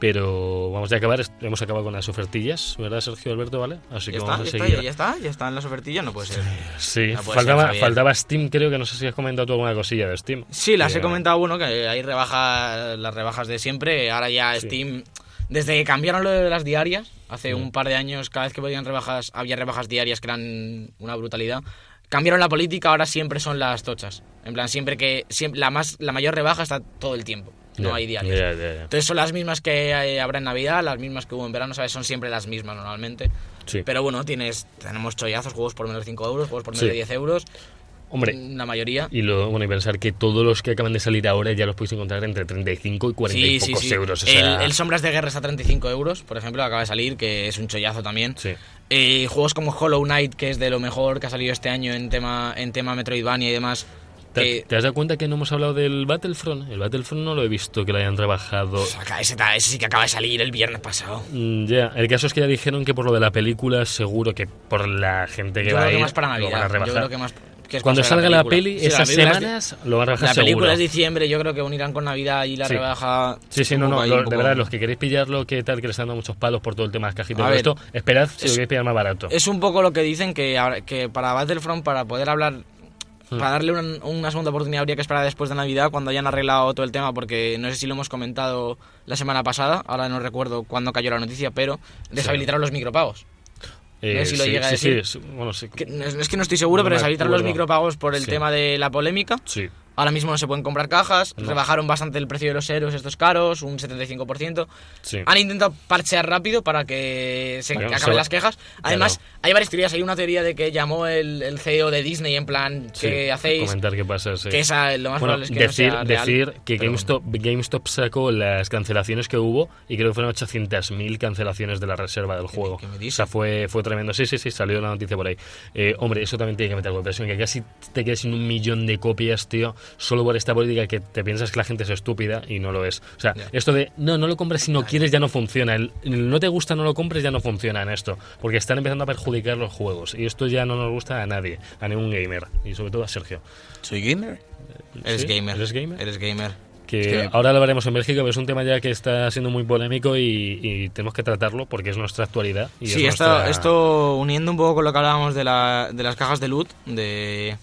Speaker 2: Pero vamos ya a acabar, est- hemos acabado con las ofertillas, ¿verdad, Sergio Alberto? ¿Vale? Así que
Speaker 4: Ya está,
Speaker 2: vamos
Speaker 4: ya
Speaker 2: a
Speaker 4: está,
Speaker 2: seguir.
Speaker 4: ya está, ya está en las ofertillas, no puede ser.
Speaker 2: Sí,
Speaker 4: No puede ser,
Speaker 2: faltaba,
Speaker 4: Javier.
Speaker 2: faltaba Steam, creo que no sé si has comentado tú alguna cosilla de Steam.
Speaker 4: Sí, las
Speaker 2: Que,
Speaker 4: he comentado, bueno, que hay rebajas, las rebajas de siempre. Ahora ya
Speaker 2: Sí.
Speaker 4: Steam, desde que cambiaron lo de las diarias, hace un par de años, cada vez que podían rebajas, había rebajas diarias que eran una brutalidad. Cambiaron la política, ahora siempre son las tochas. En plan, siempre que siempre, la más la mayor rebaja está todo el tiempo. No
Speaker 2: ya,
Speaker 4: hay diarias.
Speaker 2: ya, ya, ya.
Speaker 4: Entonces son las mismas que eh, habrá en Navidad, las mismas que hubo en verano, ¿sabes? Son siempre las mismas normalmente.
Speaker 2: Sí.
Speaker 4: Pero bueno, tienes, tenemos chollazos, juegos por menos de 5 euros, juegos por menos
Speaker 2: Sí.
Speaker 4: de 10 euros.
Speaker 2: Hombre,
Speaker 4: La mayoría.
Speaker 2: Y lo bueno y pensar que todos los que acaban de salir ahora ya los podéis encontrar entre 35 y 40 y pocos euros. o sea,
Speaker 4: el, el Sombras de Guerra está a 35 euros, por ejemplo, acaba de salir, que es un chollazo también.
Speaker 2: sí.
Speaker 4: Eh, juegos como Hollow Knight, que es de lo mejor que ha salido este año en tema, en tema Metroidvania y demás. eh,
Speaker 2: ¿Te,
Speaker 4: que-
Speaker 2: te has dado cuenta que no hemos hablado del Battlefront? El Battlefront no lo he visto que lo hayan trabajado.
Speaker 4: pues Acá- ese, ta- ese sí que acaba de salir el viernes pasado.
Speaker 2: Mm, Ya, el caso es que ya dijeron que por lo de la película, seguro que por la gente que
Speaker 4: Yo
Speaker 2: va
Speaker 4: creo
Speaker 2: a ir,
Speaker 4: que más para
Speaker 2: lo van a
Speaker 4: Navidad. Yo
Speaker 2: rebajar.
Speaker 4: creo que más. que es
Speaker 2: Cuando
Speaker 4: cosa de
Speaker 2: salga la,
Speaker 4: película.
Speaker 2: peli,
Speaker 4: Sí, la
Speaker 2: esas
Speaker 4: película es de-
Speaker 2: semanas lo van a rebajar
Speaker 4: La película
Speaker 2: seguro.
Speaker 4: es diciembre, yo creo que unirán con Navidad y la
Speaker 2: Sí.
Speaker 4: rebaja.
Speaker 2: Sí, sí,
Speaker 4: un
Speaker 2: no,
Speaker 4: poco
Speaker 2: no,
Speaker 4: ahí,
Speaker 2: lo-
Speaker 4: un
Speaker 2: de
Speaker 4: poco-
Speaker 2: verdad, los que queréis pillarlo, que tal, que le están dando muchos palos por todo el tema de las cajitas
Speaker 4: A
Speaker 2: y
Speaker 4: ver,
Speaker 2: esto, esperad si lo
Speaker 4: es-
Speaker 2: queréis pillar más barato.
Speaker 4: Es un poco lo que dicen que, ahora- que para Battlefront, para poder hablar,
Speaker 2: Hmm.
Speaker 4: para darle un- una segunda oportunidad, habría que esperar después de Navidad cuando hayan arreglado todo el tema, porque no sé si lo hemos comentado la semana pasada, ahora no recuerdo cuándo cayó la noticia, pero deshabilitaron los micropagos.
Speaker 2: Eh,
Speaker 4: no sé si lo
Speaker 2: sí,
Speaker 4: llega a
Speaker 2: sí, sí,
Speaker 4: decir.
Speaker 2: sí, bueno, sí.
Speaker 4: Que no es es que no estoy seguro,
Speaker 2: No me
Speaker 4: pero deshabilitaron los
Speaker 2: acuerdo.
Speaker 4: micropagos por el
Speaker 2: Sí.
Speaker 4: tema de la polémica.
Speaker 2: Sí.
Speaker 4: Ahora mismo no se pueden comprar cajas,
Speaker 2: No.
Speaker 4: rebajaron bastante el precio de los héroes estos caros, un 75%.
Speaker 2: Sí.
Speaker 4: Han intentado parchear rápido para que se
Speaker 2: Para que no
Speaker 4: acaben
Speaker 2: se-
Speaker 4: las quejas. Además, hay varias teorías. Hay una teoría de que llamó el, el CEO de Disney en plan
Speaker 2: Sí,
Speaker 4: que hacéis.
Speaker 2: Comentar qué pasa, sí.
Speaker 4: Que esa lo más
Speaker 2: bueno,
Speaker 4: probable es que no
Speaker 2: decir,
Speaker 4: sea real.
Speaker 2: decir que
Speaker 4: Pero
Speaker 2: GameStop, GameStop sacó las cancelaciones que hubo y creo que fueron 800.000 cancelaciones de la reserva del juego.
Speaker 4: qué me dices?
Speaker 2: O sea, fue, fue tremendo. Sí, sí, sí, salió la noticia por ahí. Eh, hombre, eso también tiene que meter algo de presión, que casi te quedes sin un millón de copias, tío, solo por esta política que te piensas que la gente es estúpida y no lo es. O sea, esto de, no, no lo compres si no quieres ya no funciona. El, el no te gusta, no lo compres ya no funciona en esto. Porque están empezando a perjudicar los juegos y esto ya no nos gusta a nadie, a ningún gamer y sobre todo a Sergio.
Speaker 3: ¿Soy gamer?
Speaker 4: Eres
Speaker 2: ¿Sí?
Speaker 4: gamer.
Speaker 2: ¿Eres gamer?
Speaker 4: Eres gamer.
Speaker 2: que
Speaker 3: Es que-
Speaker 2: ahora lo veremos en Bélgica, pero es un tema ya que está siendo muy polémico y, y tenemos que tratarlo porque es nuestra actualidad. Y
Speaker 4: Sí,
Speaker 2: es
Speaker 4: esto,
Speaker 2: nuestra-
Speaker 4: esto uniendo un poco con lo que hablábamos de, la- de las cajas de loot, de,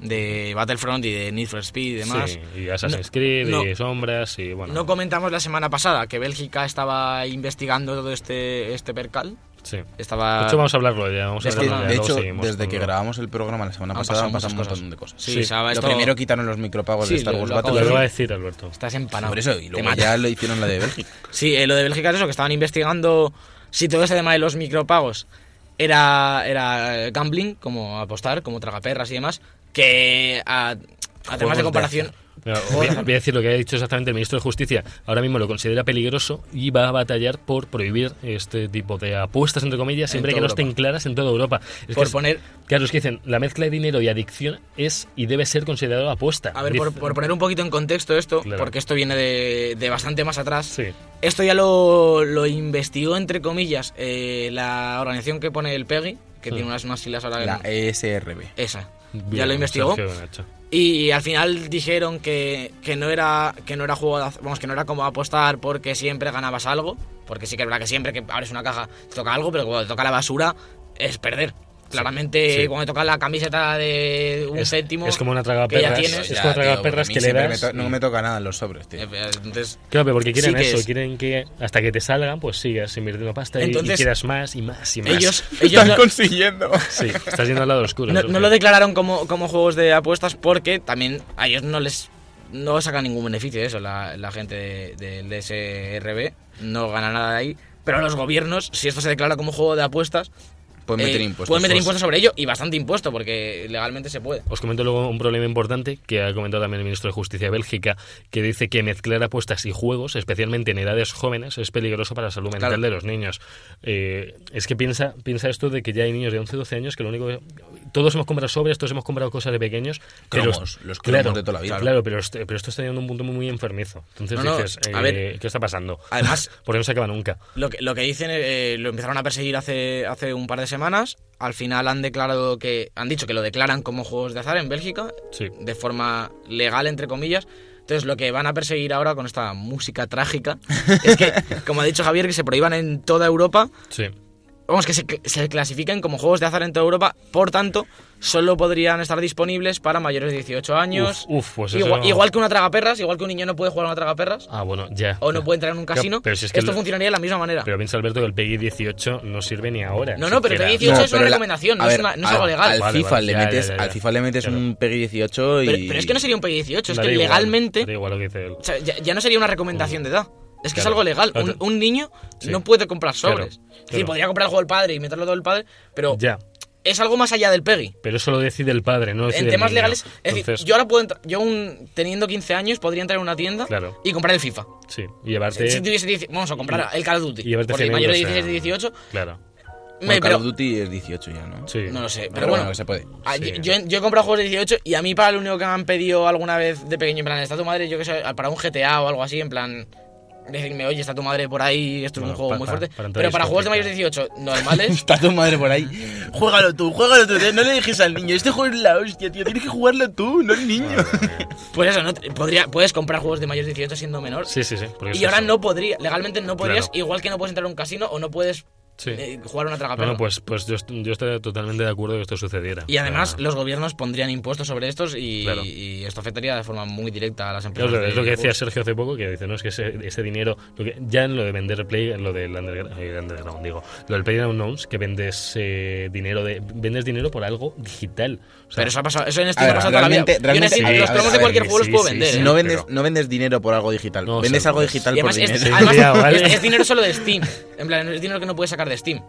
Speaker 4: de Battlefront y de Need for Speed y demás.
Speaker 2: Sí, y Assassin's
Speaker 4: No-
Speaker 2: Creed, y
Speaker 4: no-
Speaker 2: sombras, y bueno.
Speaker 4: No comentamos la semana pasada que Bélgica estaba investigando todo este, este percal.
Speaker 2: sí.
Speaker 4: Estaba...
Speaker 2: De hecho, vamos a hablarlo ya. Vamos a
Speaker 4: Ah. Es
Speaker 3: Es
Speaker 4: que,
Speaker 3: que,
Speaker 2: hablarlo ya,
Speaker 3: de
Speaker 2: luego
Speaker 3: hecho,
Speaker 2: seguimos
Speaker 3: desde
Speaker 2: con
Speaker 3: que
Speaker 2: lo- Ah,
Speaker 3: grabamos el programa la semana
Speaker 4: Han
Speaker 3: pasada han
Speaker 4: pasado
Speaker 3: pasado un
Speaker 4: muchas
Speaker 3: montón de cosas.
Speaker 4: Sí, o sea,
Speaker 3: Lo
Speaker 4: esto-
Speaker 3: primero quitaron los micropagos
Speaker 4: Sí,
Speaker 3: de Star
Speaker 4: lo-
Speaker 3: Wars
Speaker 4: lo acabo
Speaker 2: Lo que va a
Speaker 3: Battle.
Speaker 2: decir Alberto.
Speaker 4: Estás empanado.
Speaker 3: Por eso, y
Speaker 4: Te
Speaker 3: luego
Speaker 4: mata.
Speaker 3: ya lo hicieron la de Bélgica.
Speaker 4: Sí, eh, lo de Bélgica es eso, que estaban investigando si todo ese tema de los micropagos era, era eh, gambling, como apostar, como tragaperras y demás, que a, a temas
Speaker 3: de
Speaker 4: de comparación...
Speaker 2: Mira, voy, voy a decir lo que ha dicho exactamente el ministro de Justicia. Ahora mismo lo considera peligroso y va a batallar por prohibir este tipo de apuestas, entre comillas, siempre que
Speaker 4: toda
Speaker 2: no estén
Speaker 4: Europa.
Speaker 2: claras en toda Europa. Es
Speaker 4: Por
Speaker 2: que es-
Speaker 4: poner-
Speaker 2: Claro, es que dicen, la mezcla de dinero y adicción es y debe ser considerada apuesta.
Speaker 4: A ver, por,
Speaker 2: Dice-
Speaker 4: por poner un poquito en contexto esto,
Speaker 2: Claro.
Speaker 4: porque esto viene de, de bastante más atrás,
Speaker 2: Sí.
Speaker 4: esto ya lo, lo investigó, entre comillas, eh, la organización que pone el PEGI, que tiene unas, unas siglas ahora... que
Speaker 3: La E.
Speaker 4: no-
Speaker 3: ESRB.
Speaker 4: Esa.
Speaker 2: Bien,
Speaker 4: ya lo investigó.
Speaker 2: Sergio Nacho.
Speaker 4: Y al final dijeron que, que no era que no era juego, de az- vamos, que no era como apostar porque siempre ganabas algo, porque sí que es verdad que siempre que abres una caja te toca algo, pero cuando te toca la basura es perder. Claramente
Speaker 2: sí.
Speaker 4: cuando te toca la camiseta de un
Speaker 2: es,
Speaker 4: céntimo
Speaker 2: es como una traga
Speaker 4: que ya
Speaker 2: perras.
Speaker 4: tienes. eh,
Speaker 2: Es
Speaker 3: Ya,
Speaker 2: como una traga
Speaker 3: tío,
Speaker 2: perras
Speaker 3: a mí
Speaker 2: que le
Speaker 3: siempre
Speaker 2: das.
Speaker 3: me to- No me toca nada en los sobres, tío.
Speaker 4: pues, entonces
Speaker 2: Claro, pero porque quieren
Speaker 4: Sí que
Speaker 2: eso,
Speaker 4: es.
Speaker 2: quieren que hasta que te salgan, pues sigas invirtiendo pasta y- y,
Speaker 4: Entonces,
Speaker 2: quieras más y más y más.
Speaker 4: ellos ellos no-
Speaker 3: consiguiendo.
Speaker 2: Sí, estás yendo al lado oscuro.
Speaker 4: no,
Speaker 2: eso
Speaker 4: no
Speaker 2: sí.
Speaker 4: lo declararon como, como juegos de apuestas porque también a ellos no les no sacan ningún beneficio de eso la, la gente de- del DSRB no gana nada de ahí pero los gobiernos si esto se declara como juego de apuestas
Speaker 3: Pueden meter
Speaker 4: eh,
Speaker 3: impuestos.
Speaker 4: pueden meter
Speaker 3: pues.
Speaker 4: impuestos sobre ello y bastante impuesto porque legalmente se puede
Speaker 2: Os comento luego un problema importante que ha comentado también el ministro de Justicia de Bélgica, que dice que mezclar apuestas y juegos, especialmente en edades jóvenes, es peligroso para la salud mental
Speaker 4: Claro.
Speaker 2: de los niños. Eh, es que piensa, piensa esto de que ya hay niños de 11, 12 años que lo único que... Todos hemos comprado sobres, todos hemos comprado cosas de pequeños. pero-
Speaker 3: Cromos, los cromos de toda la vida.
Speaker 2: Claro, pero, est- pero esto está llegando a un punto muy, muy enfermizo. Entonces
Speaker 4: No, no,
Speaker 2: dices,
Speaker 4: a
Speaker 2: eh,
Speaker 4: ver.
Speaker 2: ¿qué está pasando?
Speaker 4: Además-
Speaker 2: Porque no se acaba nunca.
Speaker 4: Lo que, lo que dicen, eh, lo empezaron a perseguir hace, hace un par de semanas. Al final han declarado que. Han dicho que lo declaran como juegos de azar en Bélgica.
Speaker 2: Sí.
Speaker 4: De forma legal, entre comillas. Entonces, lo que van a perseguir ahora con esta música trágica es que, como ha dicho Javier, que se prohíban en toda Europa.
Speaker 2: Sí.
Speaker 4: Vamos, que se, cl- se clasifiquen como juegos de azar en toda Europa. Por tanto, solo podrían estar disponibles para mayores de 18 años.
Speaker 2: Uf, uf, pues eso
Speaker 4: igual,
Speaker 2: no-
Speaker 4: igual que una tragaperras, igual que un niño no puede jugar a una tragaperras.
Speaker 2: Ah, bueno, ya.
Speaker 4: O no puede entrar en un
Speaker 2: Ya,
Speaker 4: casino.
Speaker 2: pero si es que
Speaker 4: Esto
Speaker 2: lo-
Speaker 4: funcionaría de la misma manera.
Speaker 2: Pero piensa Alberto que el PEGI 18 no sirve ni ahora.
Speaker 4: No, no, pero el
Speaker 2: siquiera.
Speaker 4: PEGI 18 es una
Speaker 3: pero la-
Speaker 4: recomendación, no
Speaker 3: a
Speaker 4: es
Speaker 3: ver,
Speaker 4: una- no es
Speaker 3: al-
Speaker 4: algo legal.
Speaker 3: Al
Speaker 2: Vale,
Speaker 3: FIFA
Speaker 2: vale,
Speaker 3: le
Speaker 2: ya, ya,
Speaker 3: metes,
Speaker 2: ya, ya.
Speaker 3: al FIFA le metes
Speaker 2: Claro.
Speaker 3: un PEGI 18 y.
Speaker 4: Pero, pero es que no sería un PEGI 18, es
Speaker 2: Da
Speaker 4: que
Speaker 2: igual,
Speaker 4: legalmente
Speaker 2: da igual lo que dice él.
Speaker 4: o sea, ya, ya no sería una recomendación de edad. Es que es
Speaker 2: Claro.
Speaker 4: algo legal. Un,
Speaker 2: Claro.
Speaker 4: un niño
Speaker 2: Sí.
Speaker 4: no puede comprar
Speaker 2: Claro,
Speaker 4: sobres. Es decir,
Speaker 2: claro.
Speaker 4: podría comprar el juego del padre y meterlo todo el padre, pero
Speaker 2: Ya,
Speaker 4: es algo más allá del PEGI.
Speaker 2: pero eso lo decide el padre, no lo decide
Speaker 4: En
Speaker 2: el
Speaker 4: temas
Speaker 2: niño.
Speaker 4: legales, es
Speaker 2: Entonces,
Speaker 4: decir, yo ahora puedo entrar, yo un- teniendo 15 años podría entrar en una tienda
Speaker 2: Claro.
Speaker 4: y comprar el FIFA.
Speaker 2: sí, y llevarte,
Speaker 4: Si tuviese 10 vamos a comprar el Call of Duty,
Speaker 2: y llevarte
Speaker 4: porque
Speaker 2: 100
Speaker 4: mayor de
Speaker 2: euros,
Speaker 4: 16
Speaker 2: eh.
Speaker 4: de 18,
Speaker 2: claro,
Speaker 4: me-
Speaker 3: Bueno, Call
Speaker 4: pero-
Speaker 3: of Duty es 18 ya, ¿no?
Speaker 2: sí.
Speaker 4: no lo sé,
Speaker 3: Pero,
Speaker 4: pero
Speaker 3: bueno,
Speaker 4: bueno,
Speaker 3: que se puede.
Speaker 4: Ah,
Speaker 2: Sí.
Speaker 4: yo- yo, he- yo he comprado juegos de 18 y a mí para lo único que me han pedido alguna vez de pequeño, en plan, está tu madre, yo que sé, para un GTA o algo así, en plan, decirme, oye, está tu madre por ahí, esto es
Speaker 2: Bueno,
Speaker 4: un juego
Speaker 2: pa-
Speaker 4: muy
Speaker 2: pa-
Speaker 4: fuerte.
Speaker 2: para entrar
Speaker 4: pero para
Speaker 2: es
Speaker 4: juegos de mayores
Speaker 2: complicado.
Speaker 4: de 18 normales,
Speaker 3: Está tu madre por ahí. Juégalo tú, juégalo tú. tío, No le dejes al niño. Este juego es la hostia, tío. Tienes que jugarlo tú, no el niño.
Speaker 4: pues eso, no te- podría, puedes comprar juegos de mayores de 18 siendo menor.
Speaker 2: Sí, sí, sí. porque es
Speaker 4: Y ahora
Speaker 2: eso.
Speaker 4: no podría, legalmente no podrías,
Speaker 2: Claro.
Speaker 4: igual que no puedes entrar a un casino o no puedes
Speaker 2: Sí.
Speaker 4: eh, jugar una traga
Speaker 2: No, no, pues, pues yo, est- yo estoy totalmente de acuerdo que esto sucediera.
Speaker 4: Y además
Speaker 2: Ah.
Speaker 4: los gobiernos pondrían impuestos sobre estos y,
Speaker 2: Claro.
Speaker 4: y esto afectaría de forma muy directa a las
Speaker 2: Claro,
Speaker 4: empresas.
Speaker 2: claro, es
Speaker 4: de
Speaker 2: lo que decía
Speaker 4: juegos.
Speaker 2: Sergio hace poco, que dice, no, es que ese, ese dinero, lo que- ya en lo de vender Play, en lo del underground, underground, digo, lo del Play Unknowns, que vendes eh, dinero de vendes dinero por algo digital. O sea,
Speaker 4: Pero eso ha pasado, eso en
Speaker 3: A
Speaker 4: Steam ha
Speaker 3: ver,
Speaker 4: pasado toda la vida.
Speaker 3: realmente-
Speaker 4: Yo en
Speaker 3: realmente-
Speaker 4: Steam
Speaker 2: a ver,
Speaker 4: los
Speaker 2: a ver,
Speaker 4: cromos de
Speaker 2: a
Speaker 4: cualquier
Speaker 2: ver,
Speaker 4: juego
Speaker 2: sí,
Speaker 4: los puedo
Speaker 2: sí,
Speaker 4: vender.
Speaker 2: sí.
Speaker 4: ¿eh?
Speaker 3: No vendes,
Speaker 2: pero-
Speaker 3: no vendes dinero por algo digital.
Speaker 2: No,
Speaker 3: vendes algo
Speaker 2: seguro.
Speaker 3: digital
Speaker 4: Y
Speaker 3: por
Speaker 4: además, es,
Speaker 3: dinero.
Speaker 4: además
Speaker 2: Ya, vale.
Speaker 4: es- es dinero solo de Steam. En plan, es dinero que no puedes sacar de Steam.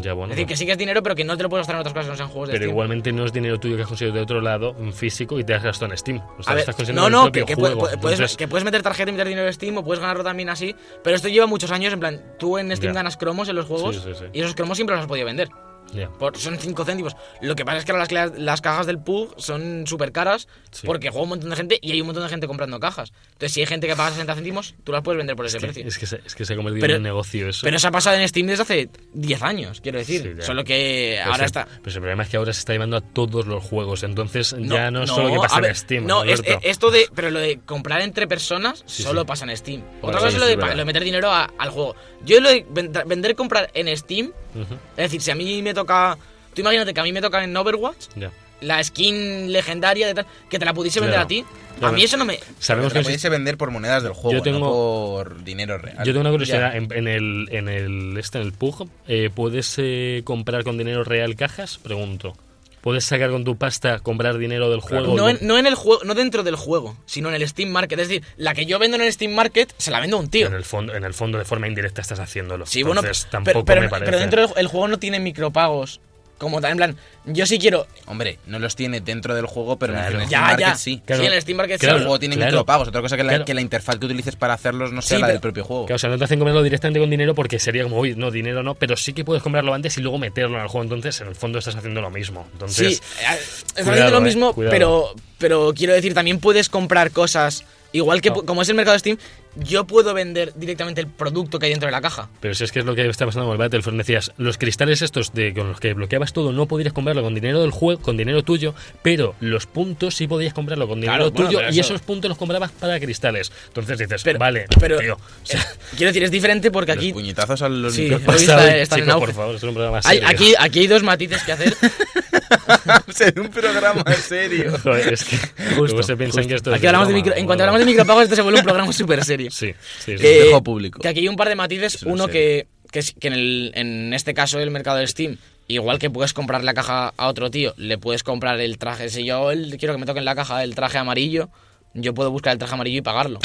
Speaker 2: ya bueno.
Speaker 4: Es decir, que sí que es dinero, pero que no te lo puedes gastar en otras cosas que no sean juegos de
Speaker 2: Pero
Speaker 4: Steam.
Speaker 2: igualmente no es dinero tuyo que has conseguido de otro lado, en físico, y te has gastado en Steam. O sea,
Speaker 4: A ver,
Speaker 2: estás consiguiendo
Speaker 4: no,
Speaker 2: el
Speaker 4: no, que,
Speaker 2: propio
Speaker 4: que
Speaker 2: juego.
Speaker 4: puedes, puedes-
Speaker 2: Entonces,
Speaker 4: que puedes meter tarjeta y meter dinero de Steam o puedes ganarlo también así. Pero esto lleva muchos años. En plan, tú en Steam
Speaker 2: Ya.
Speaker 4: ganas cromos en los juegos
Speaker 2: Sí, sí, sí.
Speaker 4: y esos cromos siempre los has podido vender.
Speaker 2: ya.
Speaker 4: Por- son 5 céntimos. Lo que pasa es que ahora las, cla- las cajas del PUG son súper caras
Speaker 2: Sí.
Speaker 4: porque juega un montón de gente y hay un montón de gente comprando cajas. Entonces, si hay gente que paga 60 céntimos, tú las puedes vender por ese
Speaker 2: Es que,
Speaker 4: precio.
Speaker 2: es que se, es que se ha convertido
Speaker 4: Pero-
Speaker 2: en un negocio eso.
Speaker 4: Pero se ha pasado en Steam desde hace 10 años, quiero
Speaker 2: Sí,
Speaker 4: decir.
Speaker 2: ya.
Speaker 4: Solo que
Speaker 2: Pero sí,
Speaker 4: ahora está.
Speaker 2: Pero Pues el problema es que ahora se está llevando a todos los juegos. Entonces ya no es solo que
Speaker 4: a
Speaker 2: pasa en
Speaker 4: ver,
Speaker 2: Steam.
Speaker 4: No, es-
Speaker 2: Alberto.
Speaker 4: es- esto de. Pero lo de comprar entre personas
Speaker 2: Sí,
Speaker 4: solo
Speaker 2: sí.
Speaker 4: pasa en Steam.
Speaker 2: Bueno,
Speaker 4: Otra cosa
Speaker 2: sí,
Speaker 4: es
Speaker 2: sí,
Speaker 4: lo de,
Speaker 2: es
Speaker 4: pa-
Speaker 2: verdad.
Speaker 4: lo de meter dinero a- al juego. Yo lo de ven- vender comprar en Steam.
Speaker 2: Ujú,
Speaker 4: Es decir, si a mí me toca. Tú imagínate que a mí me toca en Overwatch
Speaker 2: ya.
Speaker 4: la skin legendaria de tal, que te la pudiese vender
Speaker 2: Claro.
Speaker 4: a ti. A
Speaker 2: Claro.
Speaker 4: mí eso no me.
Speaker 2: Sabemos que
Speaker 3: Pero
Speaker 2: existe-
Speaker 3: pudiese vender por monedas del juego,
Speaker 2: Yo tengo-
Speaker 3: no por dinero real.
Speaker 2: Yo tengo una curiosidad. En, en el, en, el, este, en el PUG, eh, ¿puedes eh, comprar con dinero real cajas? Pregunto. ¿Puedes sacar con tu pasta, comprar dinero del juego?
Speaker 4: No en, no en el juego, no dentro del juego, sino en el Steam Market. Es decir, la que yo vendo en el Steam Market se la vendo a un tío.
Speaker 2: En el fondo, en el fondo de forma indirecta estás haciéndolo.
Speaker 4: Sí, bueno,
Speaker 2: Entonces,
Speaker 4: pero-
Speaker 2: tampoco
Speaker 4: pero,
Speaker 2: me parece.
Speaker 4: pero dentro del ju- el juego no tiene micropagos. Como tal, en plan, yo sí quiero.
Speaker 3: Hombre, no los tiene dentro del juego, pero
Speaker 2: Claro.
Speaker 3: en el
Speaker 4: Ya,
Speaker 3: Steam Market
Speaker 4: ya.
Speaker 3: sí.
Speaker 2: Claro.
Speaker 4: Sí, en el Steam Market sí.
Speaker 2: Claro,
Speaker 3: el juego tiene
Speaker 2: claro.
Speaker 3: micropagos. Otra cosa que la,
Speaker 2: Claro.
Speaker 3: que la interfaz que utilices para hacerlos no sea
Speaker 4: Sí,
Speaker 3: la
Speaker 4: pero-
Speaker 3: del propio juego.
Speaker 2: Claro, o sea, no te hacen comprarlo directamente con dinero porque sería como, uy, no, dinero no, pero sí que puedes comprarlo antes y luego meterlo en el juego. Entonces, en el fondo estás haciendo lo mismo.
Speaker 4: Sí,
Speaker 2: Entonces,
Speaker 4: eh, está
Speaker 2: cuidado,
Speaker 4: haciendo lo
Speaker 2: eh,
Speaker 4: mismo,
Speaker 2: cuidado.
Speaker 4: pero, pero quiero decir, también puedes comprar cosas Igual que,
Speaker 2: No.
Speaker 4: pu- como es el mercado de Steam, yo puedo vender directamente el producto que hay dentro de la caja.
Speaker 2: Pero si es que es lo que está pasando con el Battlefront, decías, los cristales estos de, con los que bloqueabas todo no podías comprarlo con dinero del juego, con dinero tuyo, pero los puntos sí podías comprarlo con dinero
Speaker 6: Claro, bueno,
Speaker 2: tuyo
Speaker 6: pero
Speaker 2: y
Speaker 6: eso-
Speaker 2: esos puntos los comprabas para cristales. Entonces dices,
Speaker 4: Pero-
Speaker 2: vale,
Speaker 4: pero- eh,
Speaker 2: tío, o sea,
Speaker 4: Quiero decir, es diferente porque aquí.
Speaker 3: Puñetazos a los
Speaker 4: Sí.
Speaker 2: ¿qué
Speaker 3: micrófonos.
Speaker 2: os
Speaker 4: pero hoy
Speaker 2: pasa
Speaker 4: está-
Speaker 2: hoy,
Speaker 4: están en
Speaker 2: chicos,
Speaker 4: auge.
Speaker 2: por favor, es un programa
Speaker 4: Hay,
Speaker 2: serio.
Speaker 4: aquí, aquí hay dos matices que hacer.
Speaker 3: en un programa serio.
Speaker 2: Joder, es que luego se piensan que esto es
Speaker 4: Aquí hablamos de
Speaker 2: broma,
Speaker 4: micro- en
Speaker 2: bueno.
Speaker 4: cuanto hablamos de Eh, micropagos, esto se vuelve un programa súper serio.
Speaker 2: Sí, sí, sí.
Speaker 4: Que-
Speaker 3: Espejo público.
Speaker 4: Que aquí hay un par de matices.
Speaker 3: Es una
Speaker 4: Uno
Speaker 3: serie.
Speaker 4: que, que, es- que en, el- en este caso el mercado de Steam, igual que puedes comprar la caja a otro tío, le puedes comprar el traje. Si yo el- quiero que me toquen la caja el traje amarillo, yo puedo buscar el traje amarillo y pagarlo.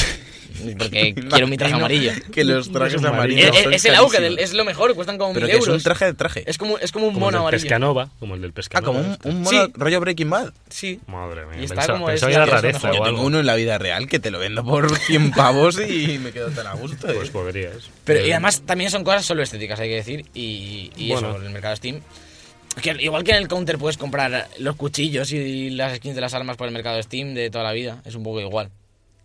Speaker 4: Porque quiero mi traje
Speaker 3: Imagino
Speaker 4: amarillo.
Speaker 3: Que los trajes
Speaker 2: Es un
Speaker 4: Eh,
Speaker 3: amarillos.
Speaker 2: amarillo.
Speaker 4: eh,
Speaker 3: son
Speaker 4: es el auge, del-
Speaker 3: carísimos.
Speaker 4: es lo mejor, cuestan como
Speaker 3: Pero
Speaker 4: mil
Speaker 3: que es un
Speaker 4: euros.
Speaker 3: traje de traje.
Speaker 4: Es como, es como un
Speaker 2: Como el
Speaker 4: mono
Speaker 2: del
Speaker 4: amarillo.
Speaker 2: Pescanova, como el del
Speaker 3: Ah,
Speaker 2: Pescanova. este.
Speaker 3: como un, un
Speaker 4: Sí.
Speaker 3: mono rollo Breaking Bad.
Speaker 4: Sí.
Speaker 2: Madre mía,
Speaker 4: Y está
Speaker 2: pensaba,
Speaker 4: como
Speaker 2: pensaba
Speaker 4: es
Speaker 2: que era
Speaker 4: la- es lo
Speaker 2: rareza
Speaker 4: mejor.
Speaker 2: o
Speaker 3: Yo
Speaker 2: algo.
Speaker 3: tengo uno en la vida real que te lo vendo por 100 pavos y me quedo tan a gusto. eh.
Speaker 2: Pues podrías.
Speaker 4: Pero, y
Speaker 2: Eh,
Speaker 4: además también son cosas solo estéticas, hay que decir. Y, y
Speaker 2: Bueno.
Speaker 4: eso, en el mercado Steam. Que igual que en el counter puedes comprar los cuchillos y las skins de las armas por el mercado Steam de toda la vida. Es un poco igual.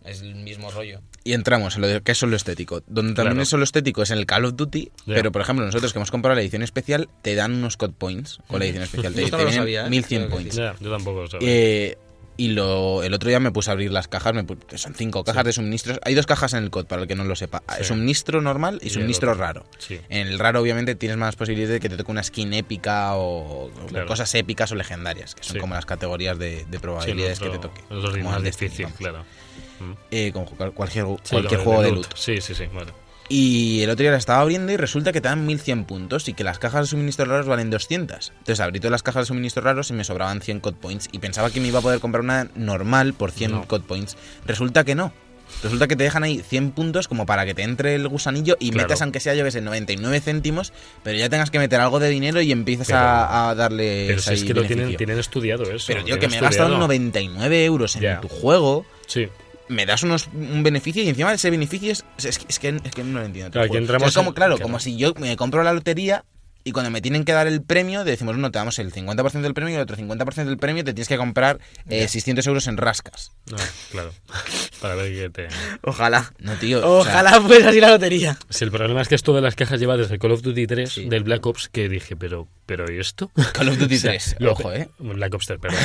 Speaker 4: Es el mismo rollo.
Speaker 3: Y entramos en lo de que es solo estético. Donde también
Speaker 2: Claro.
Speaker 3: es solo estético es en el Call of Duty, pero por ejemplo, nosotros que hemos comprado la edición especial, te dan unos code points con la edición especial. Te,
Speaker 4: Esto
Speaker 3: te
Speaker 4: no lo
Speaker 3: vienen
Speaker 4: sabía, ¿eh?
Speaker 3: 1100
Speaker 4: Creo que
Speaker 3: points.
Speaker 2: Ya, yo tampoco lo sabía.
Speaker 3: Eh, y lo, el otro día me puse a abrir las cajas, me pu- que son cinco cajas de suministros. Hay dos cajas en el COD, para el que no lo sepa. Ah,
Speaker 2: Sí.
Speaker 3: Suministro normal
Speaker 2: Y
Speaker 3: y
Speaker 2: el
Speaker 3: suministro
Speaker 2: otro.
Speaker 3: raro.
Speaker 2: Sí.
Speaker 3: En el raro, obviamente, tienes más posibilidades de que te toque una skin épica o
Speaker 2: Claro.
Speaker 3: cosas épicas o legendarias, que son
Speaker 2: Sí.
Speaker 3: como las categorías de, de
Speaker 2: Sí, el
Speaker 3: probabilidades
Speaker 2: otro-
Speaker 3: que te toque.
Speaker 2: el otro ritmo
Speaker 3: Como al
Speaker 2: es
Speaker 3: Destiny,
Speaker 2: difícil,
Speaker 3: vamos.
Speaker 2: claro. Mm.
Speaker 3: Eh, como jugar cualquier,
Speaker 2: Sí,
Speaker 3: cualquier
Speaker 2: lo
Speaker 3: juego de loot.
Speaker 2: Sí, sí, sí, vale.
Speaker 3: Y el otro día la estaba abriendo y resulta que te dan 1100 puntos y que las cajas de suministros raros valen 200. Entonces abrí todas las cajas de suministros raros y me sobraban 100 code points y pensaba que me iba a poder comprar una normal por 100
Speaker 2: No.
Speaker 3: code points. Resulta que no. Resulta que te dejan ahí 100 puntos como para que te entre el gusanillo y
Speaker 2: Claro.
Speaker 3: metas aunque sea yo que sé 99 céntimos, pero ya tengas que meter algo de dinero y empiezas a, a darle
Speaker 2: Pero si es
Speaker 3: ahí
Speaker 2: que lo
Speaker 3: beneficio.
Speaker 2: tienen, tienen estudiado eso.
Speaker 3: Pero
Speaker 2: lo
Speaker 3: tío, que
Speaker 2: tienen
Speaker 3: me he gastado
Speaker 2: estudiado.
Speaker 3: 99 euros en
Speaker 2: Ya.
Speaker 3: tu juego
Speaker 2: Sí,
Speaker 3: me das unos, un beneficio y encima ese beneficio es, es, que- es que, es que no lo entiendo. te
Speaker 2: Claro, aquí
Speaker 3: juro.
Speaker 2: entramos
Speaker 3: es como,
Speaker 2: en-
Speaker 3: claro,
Speaker 2: claro.
Speaker 3: como si yo me compro la lotería y cuando me tienen que dar el premio, te decimos, no, te damos el 50% del premio y el otro 50% del premio te tienes que comprar eh, 600 euros en rascas.
Speaker 2: no, claro. Para ver que te...
Speaker 4: Ojalá.
Speaker 3: No, tío. o sea,
Speaker 4: Ojalá fuese así la lotería.
Speaker 2: Si el problema es que esto de las cajas lleva desde Call of Duty 3
Speaker 3: Sí.
Speaker 2: del Black Ops que dije, pero, pero ¿y esto?
Speaker 3: Call of Duty
Speaker 2: O sea,
Speaker 3: 3.
Speaker 2: lo-
Speaker 3: Ojo, eh.
Speaker 2: Black Ops 3, perdón.